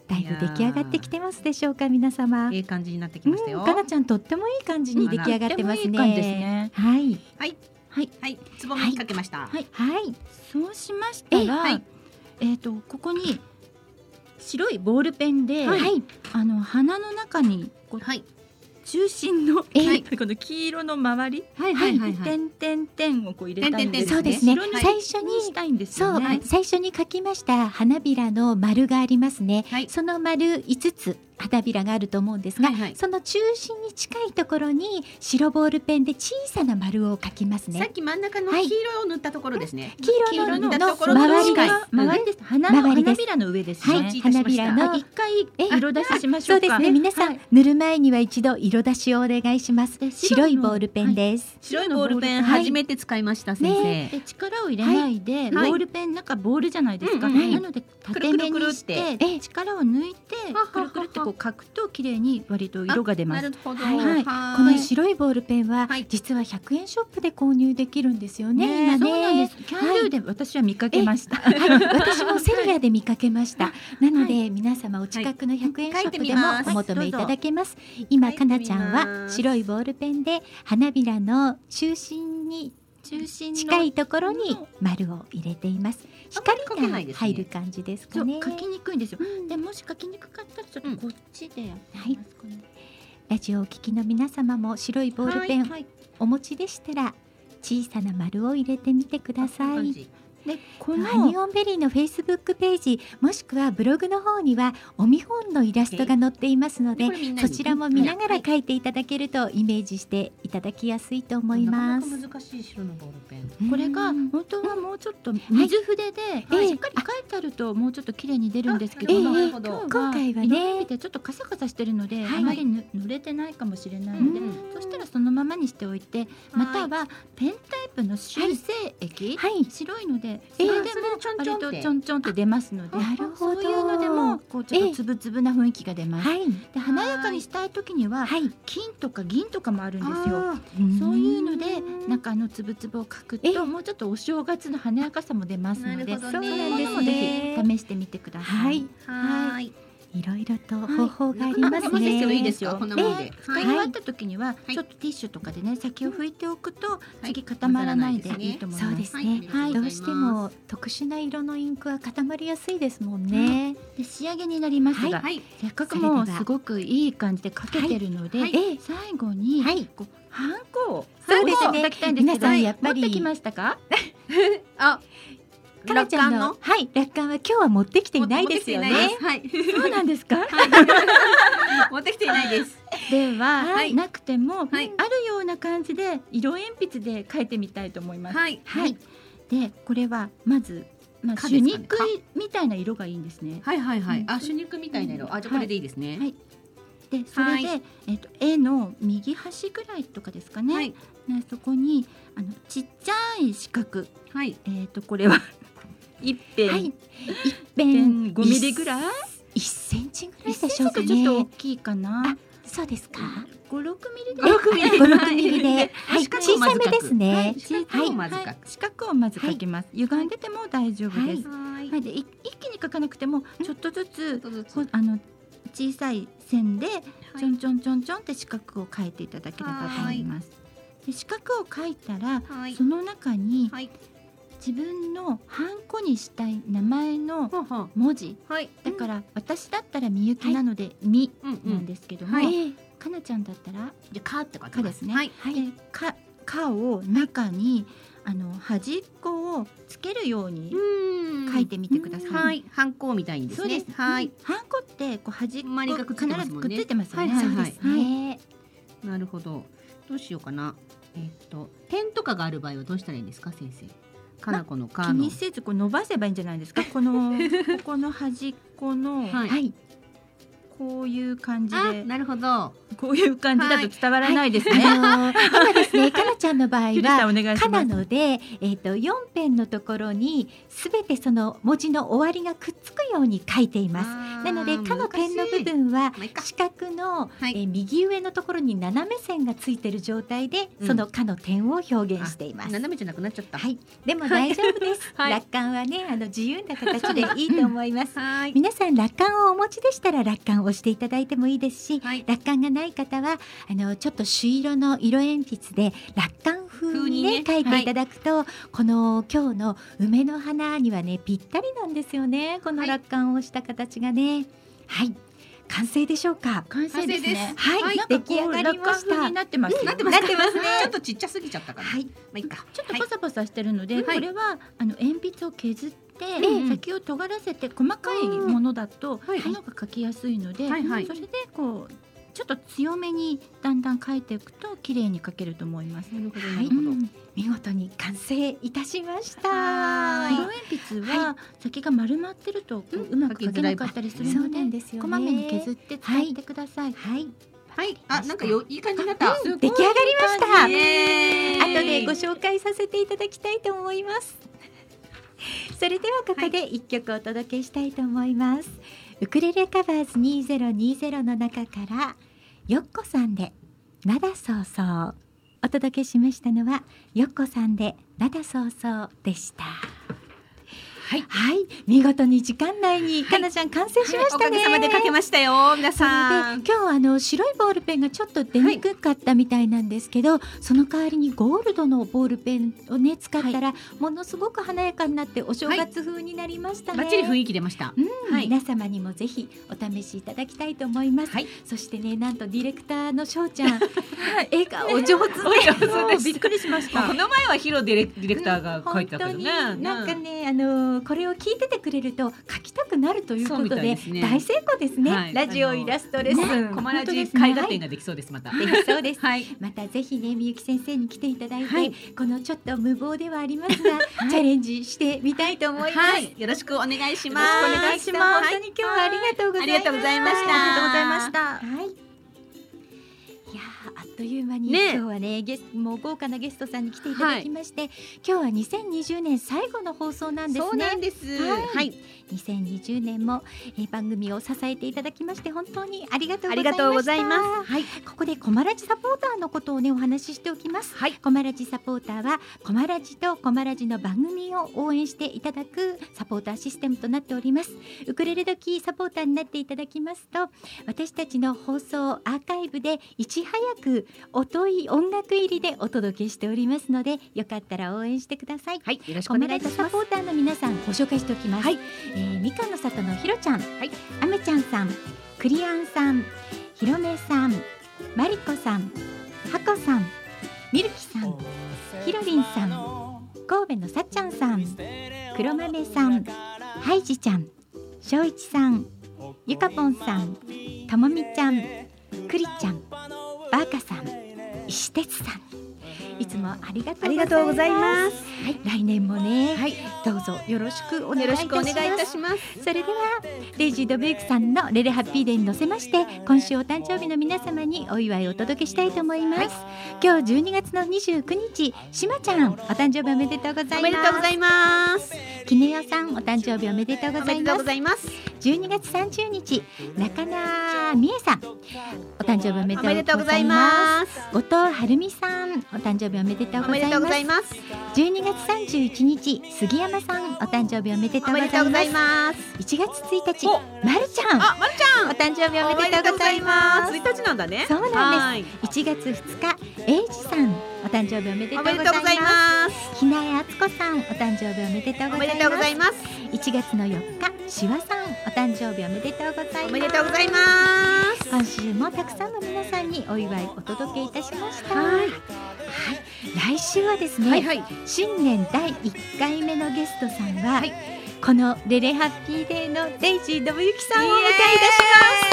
Speaker 1: だい
Speaker 3: いや
Speaker 1: ぶ
Speaker 3: ー
Speaker 1: 出来上がってきてますでしょうか、皆様。
Speaker 3: いい感じになってきましたよ。
Speaker 1: うんかなちゃんとってもいい感じに出来上がってます
Speaker 11: いい
Speaker 1: ね。
Speaker 11: 感じですね。
Speaker 1: はい、
Speaker 3: はい、つぼみかけました。
Speaker 1: はい、
Speaker 11: そうしましたら、
Speaker 3: は
Speaker 11: えっ
Speaker 3: い、
Speaker 11: とここに白いボールペンで、
Speaker 1: はい、
Speaker 11: あの花の中にこう
Speaker 3: はい、
Speaker 11: 中心の、
Speaker 1: ええ
Speaker 11: はいこの黄色の周り、
Speaker 3: はい、
Speaker 11: 点点点をこう入れたいん
Speaker 3: 点々
Speaker 11: で
Speaker 3: 点
Speaker 11: す
Speaker 1: そうですね
Speaker 11: ね。白塗。り
Speaker 1: 最初
Speaker 11: にし
Speaker 1: に。
Speaker 11: たいんです
Speaker 1: そ
Speaker 11: よ
Speaker 1: う、
Speaker 11: ね。
Speaker 1: 最初に書きました花びらの丸がありますね。
Speaker 3: はい
Speaker 1: その丸五つ花びらがあると思うんですが、
Speaker 3: はいはい
Speaker 1: その中心に近いところに白ボールペンで小さな丸を書きますね
Speaker 3: さっ。き真ん中の黄色を塗ったところですね。
Speaker 1: 黄色の
Speaker 3: 黄色の
Speaker 1: の
Speaker 3: ところの
Speaker 1: 周り
Speaker 3: 近
Speaker 1: で
Speaker 3: い
Speaker 1: す。
Speaker 11: 周りです。花の
Speaker 1: 周りです
Speaker 11: 花びらの上です
Speaker 1: は
Speaker 11: ね。
Speaker 1: い、
Speaker 3: 承知いたし
Speaker 1: 花
Speaker 3: ま
Speaker 1: び
Speaker 3: した
Speaker 1: ら
Speaker 11: あ
Speaker 1: の
Speaker 11: 一回
Speaker 1: え
Speaker 11: 色出ししまし
Speaker 1: そ
Speaker 11: ょ
Speaker 1: う
Speaker 11: う
Speaker 1: で
Speaker 11: か。
Speaker 1: すね。皆さ
Speaker 11: は
Speaker 1: ん
Speaker 11: い
Speaker 1: 塗る前には一度色出しをお願いします。
Speaker 11: で白
Speaker 1: 白
Speaker 11: の
Speaker 1: いボールペンです。
Speaker 3: 白いボールペン初めて使いました先生。
Speaker 11: で力を入れないで、
Speaker 3: はい
Speaker 11: ボールペンなんかボールじゃないですか、
Speaker 3: うんうんうん
Speaker 11: なので縦目にし
Speaker 3: くるくるくる
Speaker 11: て
Speaker 1: てえ
Speaker 11: 力を抜いて
Speaker 4: ははは
Speaker 11: くるくるってこう書くと綺麗に割と色が出ま
Speaker 3: な
Speaker 11: す
Speaker 3: るほど。
Speaker 1: こ
Speaker 3: こ
Speaker 1: の白いボールペンは、
Speaker 3: はい
Speaker 1: 実は100円ショップで購入できるんですよね。今ね。
Speaker 11: そうなんですキャンドゥで私は見かけました、
Speaker 1: 私もセリアで見かけました。 なので、皆様お近くの100円ショップでもお求めいただけます。今かなちゃんは白いボールペンで花びらの中心に
Speaker 11: 中心の
Speaker 1: 近いところに丸を入れています。
Speaker 3: あんまり書けな
Speaker 1: 光
Speaker 3: いで
Speaker 1: が
Speaker 3: すね
Speaker 1: 入る感じです
Speaker 11: そ
Speaker 1: か
Speaker 11: う
Speaker 1: ね。
Speaker 11: 書きにくいんですよ、
Speaker 1: うん
Speaker 11: でもし書きにくかったらちょっとこっちでやって
Speaker 1: はい
Speaker 11: みますかね、
Speaker 1: ラジオをお聞きの皆様も白いボールペン
Speaker 11: はい
Speaker 1: お持ちでしたら小さな丸を入れてみてください。
Speaker 11: でこの
Speaker 1: ハニオンベリーのフェイスブックページもしくはブログの方にはお見本のイラストが載っていますのでそちらも見ながら書いていただけるとイメージしていただきやすいと思います。
Speaker 3: 難しい白のボールペン。
Speaker 11: これが
Speaker 1: うん
Speaker 11: 本当はもうちょっと水筆でしっかり書いてあるともうちょっと綺麗に出るんですけども、
Speaker 1: あええ
Speaker 11: 今日
Speaker 1: 今回はね
Speaker 11: 色々見てちょっとカサカサしてるので、
Speaker 1: はい
Speaker 11: あまりぬ濡れてないかもしれないので、
Speaker 3: うん
Speaker 11: そしたらそのままにしておいて、またはペンタイプの修正液、
Speaker 1: はい
Speaker 11: 白いのでそ
Speaker 1: ええ
Speaker 11: れで
Speaker 3: それでちょんちょんっ
Speaker 11: も
Speaker 3: て
Speaker 11: 割とちょんちょんって出ますので、
Speaker 1: なるほど
Speaker 11: そういうのでもこうちょっ
Speaker 1: ええ
Speaker 11: とつぶつぶな雰囲気が出ます。
Speaker 1: はい、
Speaker 11: で華やかにしたい時には
Speaker 1: はい、
Speaker 11: 金とか銀とかもあるんですよ。
Speaker 1: ん
Speaker 11: そういうのでなんかあのつぶつぶを描くともうちょっとお正月の華やかさも出ますの
Speaker 3: な
Speaker 11: で、
Speaker 3: る
Speaker 11: そ
Speaker 3: ほ
Speaker 11: う
Speaker 3: どね
Speaker 11: いうものもぜひ試してみてくださ。
Speaker 1: はいい、
Speaker 3: はい。
Speaker 1: いろいろと方法があり
Speaker 3: あ、
Speaker 1: ます
Speaker 3: 先生
Speaker 1: ね。
Speaker 3: いいですよ。こんなもんで。
Speaker 11: 使い終わった時には
Speaker 3: はい
Speaker 11: ちょっとティッシュとかでね先を拭いておくと
Speaker 3: い
Speaker 11: 次固まらないで
Speaker 3: 混ざらないですね
Speaker 11: いいと思い
Speaker 1: そう
Speaker 11: ま。
Speaker 1: ですすね、
Speaker 3: はい
Speaker 1: どうしても特殊な色のインクは固まりやすいですもんね。
Speaker 11: で仕上げになりますが
Speaker 3: はい。
Speaker 11: せっかくもうすごくいい感じで描けてるので
Speaker 3: はい
Speaker 1: ええ
Speaker 11: 最後に
Speaker 1: はい、
Speaker 11: こうハンコを
Speaker 1: そうですね
Speaker 11: ハンコをいただきたいんですけど
Speaker 1: 皆さんやっぱり
Speaker 11: 持ってきましたか？
Speaker 3: あ、
Speaker 1: かなちゃんのはい、楽観は今日は持ってきていないですよね。
Speaker 3: はい。
Speaker 11: そうなんですか？
Speaker 3: 持ってきていないです。
Speaker 11: では、
Speaker 3: はい
Speaker 11: なくても、
Speaker 3: はい
Speaker 11: あるような感じで色鉛筆で描いてみたいと思います。
Speaker 3: はい。
Speaker 11: はい。でこれはまず、まあ、
Speaker 3: か
Speaker 11: 朱
Speaker 3: ですかね
Speaker 11: 肉みたいな色がいいんですね。
Speaker 3: はいはいはい。あ、手肉みたいな色。あ、じゃあこれでいいですね。
Speaker 11: でそれで、
Speaker 3: は
Speaker 11: えっと絵の右端ぐらいとかですかね。
Speaker 3: はい
Speaker 11: ねそこにあのちっちゃい四角
Speaker 3: はい。
Speaker 11: えっとこれは一辺、
Speaker 1: はい
Speaker 11: 一
Speaker 1: 弁
Speaker 11: 辺五ミリぐらい。
Speaker 1: 一センチぐらい
Speaker 11: 一
Speaker 1: でしょうか
Speaker 11: ちょっと大
Speaker 1: ね。
Speaker 11: きいかな。
Speaker 1: そうですか。
Speaker 11: 五六ミリで
Speaker 1: え5、6ミ リで、はい、
Speaker 3: 四角
Speaker 1: 小
Speaker 3: をま
Speaker 1: さ
Speaker 3: ず
Speaker 1: め
Speaker 3: 描く
Speaker 1: ですね。
Speaker 3: 四角をまず描く
Speaker 11: はい四角をまず描きます。歪んでても大丈夫です。はい
Speaker 3: はい。
Speaker 11: でい一気に描かなくてもちょっとずつ
Speaker 3: ちょっとずつ
Speaker 11: こあの小さい線でちょんちょんちょんちょんって四角を描いていただければと思います。で四角を描いたら、
Speaker 3: はい
Speaker 11: その中に
Speaker 3: はい。
Speaker 11: 自分のハンコにしたい名前の
Speaker 3: ほうほう。
Speaker 11: 文字
Speaker 3: はい。
Speaker 11: だから、私だったらみゆきなので「み、
Speaker 3: うんう
Speaker 11: なん
Speaker 3: ん。
Speaker 11: ですけども、
Speaker 3: はい
Speaker 11: かなちゃんだったら
Speaker 3: で、かって書
Speaker 11: かですね。
Speaker 3: はい。
Speaker 11: でかかを中にあの端っこをつけるように
Speaker 3: うん
Speaker 11: 書いてみてください。
Speaker 3: はい、反抗みたいにです
Speaker 11: そう
Speaker 3: ね。
Speaker 11: です。
Speaker 3: はい、。
Speaker 11: ハンコってこう端っこ
Speaker 3: 周りがくっついてます
Speaker 11: 必ず
Speaker 3: もんね
Speaker 11: くっついてますよね。
Speaker 3: はいはいはい
Speaker 11: そうですね
Speaker 3: なるほど。どうしようかな。えっと、点とかがある場合はどうしたらいいんですか、先生。かなこのか
Speaker 11: 気
Speaker 3: の
Speaker 11: に。せずこう伸ばせばいいんじゃないですか。このここの端っこの、
Speaker 3: はい
Speaker 11: こういう感じ
Speaker 3: あ、
Speaker 11: で
Speaker 3: なるほど。
Speaker 11: こういう感じだと伝わらないですね。
Speaker 1: あの今です ね、かなちゃんの場合
Speaker 11: ゆり
Speaker 1: は
Speaker 11: さんお願いしま
Speaker 1: かな
Speaker 11: す。
Speaker 1: ので、えっ、と四ペンのところにすべてその文字の終わりがくっつくように書いています。な
Speaker 3: な
Speaker 1: ので、かの点の部
Speaker 3: ま
Speaker 1: 分は
Speaker 3: あ、いっか
Speaker 1: 四角の、
Speaker 3: はい
Speaker 1: えー右上のところに斜め線がついてる状態で、
Speaker 3: うん
Speaker 1: そのかの点を表現しています。
Speaker 3: 斜めじゃなくなっちゃった。
Speaker 1: はい、でも大丈夫 です。
Speaker 3: はい
Speaker 1: 楽観はね、あの自由な形でいいと思います。
Speaker 3: はい。
Speaker 1: 皆さん楽観をお持ちでしたら楽観を押していただいてもいいですし、
Speaker 3: はい。
Speaker 1: 楽観がない方はあのちょっと朱色の色鉛筆で楽観風にね
Speaker 3: 風に
Speaker 1: 書
Speaker 3: ね
Speaker 1: いていただくと、この今日の梅の花にはねぴったりなんですよねこの
Speaker 3: はい
Speaker 1: 楽観をした形がねはい完成でしょうか
Speaker 11: 完成ですね。
Speaker 1: はい、
Speaker 3: はい
Speaker 11: なん
Speaker 1: 出
Speaker 11: か
Speaker 1: 来
Speaker 11: こ
Speaker 1: 上
Speaker 11: う
Speaker 1: がり
Speaker 11: 楽
Speaker 1: ま
Speaker 11: 観
Speaker 1: した、
Speaker 11: 風になってますよ。
Speaker 3: なってますか。
Speaker 1: なってますね
Speaker 3: ちょっとちっちゃすぎちゃったから。
Speaker 1: は
Speaker 3: ま
Speaker 1: い
Speaker 3: あいいか。
Speaker 11: ちょっと
Speaker 3: はい
Speaker 11: パサパサしてるので、
Speaker 3: うんはい
Speaker 11: これはあの鉛筆を削って、
Speaker 1: ええ
Speaker 11: 先を尖らせて細かいものだと
Speaker 3: はい
Speaker 11: 花が描きやすいので、
Speaker 3: はいはい
Speaker 11: それでこうちょっと強めにだんだん描いていくと綺麗に描けると思います。
Speaker 3: なるほど。
Speaker 1: は
Speaker 3: ないるほど。
Speaker 1: 見事に完成いたしました
Speaker 11: 色鉛筆は先が丸まってるとこう,、うまく描けなかったりする
Speaker 1: そう
Speaker 11: ので
Speaker 1: なんですよね
Speaker 11: こまめに削って使ってください。
Speaker 1: はい
Speaker 3: はい。あ、なんかよいい感じになった。
Speaker 1: 出来上がりました
Speaker 3: イエーイ
Speaker 1: 後でご紹介させていただきたいと思います それではここで一曲お届けしたいと思います、ウクレレカバーズ2020の中からよっこさんでなだそうそうお届けしましたのはよっこさんでなだそうそうでしたはい、見事に時間内にかなちゃん完成しまし
Speaker 3: お
Speaker 1: た
Speaker 3: か
Speaker 1: ね、
Speaker 3: げさまで書けましたよ、皆さ
Speaker 1: で
Speaker 3: ん。
Speaker 1: 今日あの白いボールペンがちょっと出にくかったみたいなんですけど、その代わりにゴールドのボールペンをね使ったら、ものすごく華やかになってお正月風になりましたね。
Speaker 3: バッチリ雰囲気出ました。
Speaker 1: うん
Speaker 3: はい
Speaker 1: 皆様にもぜひお試しいただきたいと思います。
Speaker 3: はい
Speaker 1: そしてねなんとディレクターのしょうちゃん、笑顔お上手で。
Speaker 3: そうです
Speaker 11: びっくりしまし
Speaker 3: こ
Speaker 11: た。
Speaker 3: の前はヒロディレディレクターが書いてたけどね。
Speaker 1: 本当に なんかね、あのーこれを聞いててくれると書きたくなるというこ
Speaker 3: そうみ
Speaker 1: と
Speaker 3: たい
Speaker 1: で
Speaker 3: ですね
Speaker 1: 大成功ですね、
Speaker 3: はい
Speaker 1: ラジオイラストレッスン、
Speaker 3: コマラ
Speaker 1: 本
Speaker 3: ジ
Speaker 1: 当ですね
Speaker 3: 絵画展ができそうですまた。
Speaker 1: できそうです
Speaker 3: はい。
Speaker 1: またぜひねみゆき先生に来ていただいて、
Speaker 3: はい
Speaker 1: このちょっと無謀ではあります が、チャレンジしてみたいと思います、
Speaker 3: はい。よろしくお願いします。
Speaker 1: よろくお願いします本当に今日はありがとうござ
Speaker 3: あ
Speaker 1: い
Speaker 3: り
Speaker 1: まし
Speaker 3: がと
Speaker 1: た
Speaker 3: うございました。
Speaker 11: ありがとうございました。
Speaker 1: はいいやーあっという間に、
Speaker 3: ね
Speaker 1: 今日はねゲスもう豪華なゲストさんに来ていただきまして、今日は2020年最後の放送なんですね
Speaker 3: そうなんです。
Speaker 1: はい
Speaker 3: はい。
Speaker 1: 2020年も、えー番組を支えていただきまして本当にありがとう
Speaker 3: あ
Speaker 1: ござ
Speaker 3: り
Speaker 1: いま
Speaker 3: が
Speaker 1: した
Speaker 3: とうございます。はい。
Speaker 1: ここでコマラジサポーターのことをねお話ししておきます、
Speaker 3: はい
Speaker 1: コマラジサポーターはコマラジとコマラジの番組を応援していただくサポーターシステムとなっておりますウクレレ時サポーターになっていただきますと私たちの放送アーカイブでいち早くおとい音楽入りでお届けしておりますのでよかったら応援してください
Speaker 3: はい。よろしく
Speaker 1: コ
Speaker 3: お
Speaker 1: マ
Speaker 3: 願い
Speaker 1: ラ
Speaker 3: い
Speaker 1: ジ
Speaker 3: たし
Speaker 1: サ
Speaker 3: ます
Speaker 1: ポ。ーターの皆さんご紹介しておきます、
Speaker 3: はい
Speaker 1: えーみかんの里のひろちゃん、
Speaker 3: い
Speaker 1: あめちゃんさんくりあんさんひろめさんまりこさんはこさんみるきさんひろりんさん神戸のさっちゃんさん黒豆さんハイジちゃんしょういちさんゆかぽんさんともみちゃんくりちゃんばあかさん石鉄さんいつもありがとうございます
Speaker 3: ありがとうございます。
Speaker 1: はい、来年もね、
Speaker 3: はい
Speaker 1: どうぞよろしくお願い
Speaker 3: よ
Speaker 1: いた
Speaker 3: ろ
Speaker 1: し
Speaker 3: しくお
Speaker 1: ま
Speaker 3: 願い
Speaker 1: す
Speaker 3: いたします。
Speaker 1: それではデイジー・ドブイクさんの「レレハッピーデー」に乗せまして今週お誕生日の皆様にお祝いをお届けしたいと思います、今日12月の29日しまちゃんお誕生日おめでとうございます
Speaker 3: おめでとうございます。
Speaker 1: きねよさんお誕生日おめでとうご
Speaker 3: お
Speaker 1: ざ
Speaker 3: め
Speaker 1: い
Speaker 3: でと
Speaker 1: ま
Speaker 3: う
Speaker 1: す
Speaker 3: ございます。
Speaker 1: 12月30日中名美恵さんお誕生日おめ
Speaker 3: おめ
Speaker 1: で
Speaker 3: で
Speaker 1: と
Speaker 3: と
Speaker 1: う
Speaker 3: う
Speaker 1: ご
Speaker 3: ご
Speaker 1: ざ
Speaker 3: ざ
Speaker 1: い
Speaker 3: い
Speaker 1: ま
Speaker 3: ますす
Speaker 1: 後藤晴美さんお誕生日おめでとう
Speaker 3: お
Speaker 1: ござ
Speaker 3: めでとうござ
Speaker 1: い
Speaker 3: い
Speaker 1: ます
Speaker 3: ます。
Speaker 1: 12月31日杉山さんお誕生日おめでと
Speaker 3: お
Speaker 1: うご
Speaker 3: め
Speaker 1: ざ
Speaker 3: でとうござ
Speaker 1: い
Speaker 3: い
Speaker 1: ます
Speaker 3: ます。
Speaker 1: 1月1日
Speaker 3: お
Speaker 1: まるちゃん
Speaker 3: あ、まるちゃん。
Speaker 1: お誕生日お
Speaker 3: お
Speaker 1: めで
Speaker 3: めで
Speaker 1: とう
Speaker 3: と
Speaker 1: ご
Speaker 3: うご
Speaker 1: ざ
Speaker 3: ざ
Speaker 1: い
Speaker 3: い
Speaker 1: ま
Speaker 3: ますす。一日なんだね。
Speaker 1: そうなん
Speaker 3: です。
Speaker 1: 1月2日英二さんお誕生日おめでと
Speaker 3: お
Speaker 1: うご
Speaker 3: めでとうご
Speaker 1: ざ
Speaker 3: ざ
Speaker 1: い
Speaker 3: い
Speaker 1: ま
Speaker 3: ます。
Speaker 1: すひなえあつこさんお誕生日おめでとう
Speaker 3: お
Speaker 1: ござ
Speaker 3: めで
Speaker 1: い
Speaker 3: とうご
Speaker 1: ま
Speaker 3: ざ
Speaker 1: す
Speaker 3: います。
Speaker 1: 1月の4日しわさんお誕生日おめでとうございます
Speaker 3: おめでとうございます。
Speaker 1: 今週もたくさんの皆さんにお祝いお届けいたしました、
Speaker 11: 来週はですね、
Speaker 14: はいはい
Speaker 11: 新年第1回目のゲストさんは、この「レレハッピーデー」のデイジー信行さんをお迎えいたし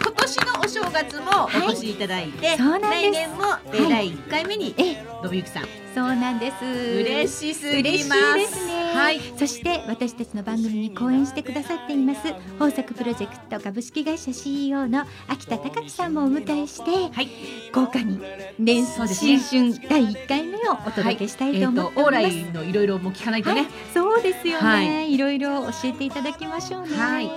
Speaker 3: 今年のお正月もお越しいただいて、
Speaker 11: ます。そうなん
Speaker 3: 来
Speaker 11: です
Speaker 3: 年も、え
Speaker 11: はい
Speaker 3: ー第1回目に
Speaker 11: ええ
Speaker 3: 信行さん
Speaker 11: そうなんです
Speaker 3: 嬉しすぎ
Speaker 11: 嬉しい
Speaker 3: ます
Speaker 11: ですね、
Speaker 3: はい
Speaker 11: そして私たちの番組に講演してくださっています豊作プロジェクト株式会社 CEO の秋田隆樹さんもお迎えして、
Speaker 3: はい
Speaker 11: 豪華に年
Speaker 3: そう
Speaker 11: 始
Speaker 3: ですね
Speaker 11: 新春第1回目をお届けしたいと
Speaker 3: えー
Speaker 11: 思
Speaker 3: と
Speaker 11: って
Speaker 3: オ
Speaker 11: お
Speaker 3: ー
Speaker 11: り
Speaker 3: ラ
Speaker 11: ます、
Speaker 3: イのいろいろも聞かないと
Speaker 11: は
Speaker 3: ね、
Speaker 11: い、そうですよね、、
Speaker 3: はい
Speaker 11: ろいろ教えていただきましょうね
Speaker 3: はい
Speaker 11: はい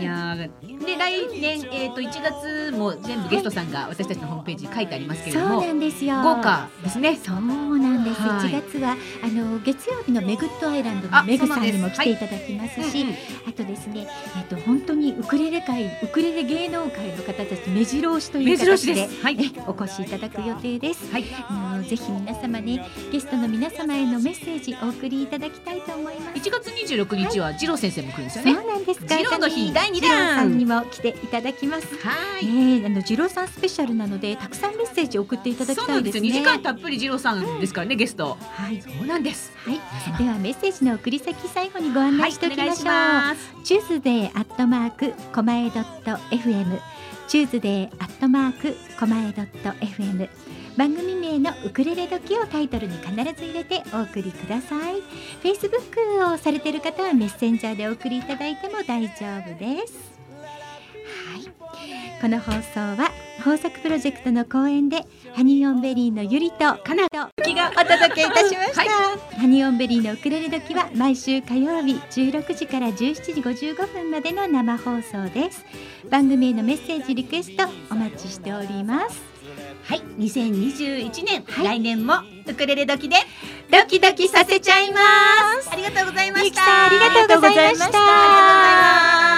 Speaker 3: いやーで来年、えー、と1月も全部ゲストさんが私たちのホームページに書いてありますけれ
Speaker 11: そう
Speaker 3: ども
Speaker 11: なんです
Speaker 3: 豪
Speaker 11: よ
Speaker 3: 華ですね
Speaker 11: そうなんです、
Speaker 3: はい
Speaker 11: 1月はあの月曜日のメグッドアイランドの
Speaker 3: あ
Speaker 11: メグさんに
Speaker 3: そうなん
Speaker 11: も来
Speaker 3: ですは
Speaker 11: て
Speaker 3: い
Speaker 11: いただきますし、
Speaker 3: うんうん
Speaker 11: あとですね、えっと本当にウクレレ界、ウクレレ芸能界の方たち目白押しという
Speaker 3: 目白押
Speaker 11: 形
Speaker 3: し
Speaker 11: で
Speaker 3: ですはい
Speaker 11: えお越しいただく予定です。
Speaker 3: はい
Speaker 11: あのぜひ皆様ね、ゲストの皆様へのメッセージお送りいただきたいと思います。
Speaker 3: 1月26日は二郎先生も来るんです
Speaker 11: そ
Speaker 3: よ
Speaker 11: う
Speaker 3: ね
Speaker 11: なんですか。
Speaker 3: ジローの日第二
Speaker 11: ジローさん
Speaker 3: 弾
Speaker 11: にも来ていただきます。
Speaker 3: はーい
Speaker 11: ねえ、あのジローさんスペシャルなのでたくさんメッセージ送っていただき
Speaker 3: そう
Speaker 11: た
Speaker 3: ないんで
Speaker 11: ですす
Speaker 3: よ
Speaker 11: ね。
Speaker 3: 2時間たっぷり二郎さんですからね、ゲスト
Speaker 11: はい。
Speaker 3: そうなんです
Speaker 11: はい。
Speaker 3: 皆様
Speaker 11: ではメッセージの送り先最後にご案内しておきましょう。
Speaker 3: す
Speaker 11: チューズデーアットマークコマエドット FM チューズデーアットマークコマエドット FM 番組名のウクレレ時をタイトルに必ず入れてお送りください Facebook をされている方はメッセンジャーでお送りいただいても大丈夫ですはい。この放送は豊作プロジェクトの公演でハニーオンベリーのゆりとかなときがお届けいたしました、ハニーオンベリーのウクレレ時は毎週火曜日16時から17時55分までの生放送です番組へのメッセージリクエストお待ちしております
Speaker 3: はい2021年、来年もウクレレ時で
Speaker 11: ドキドキさせちゃいます
Speaker 3: ありがとうございま
Speaker 11: ゆ
Speaker 3: し
Speaker 11: き
Speaker 3: た
Speaker 11: さんありがとうございま
Speaker 3: あり
Speaker 11: した
Speaker 3: がとうございます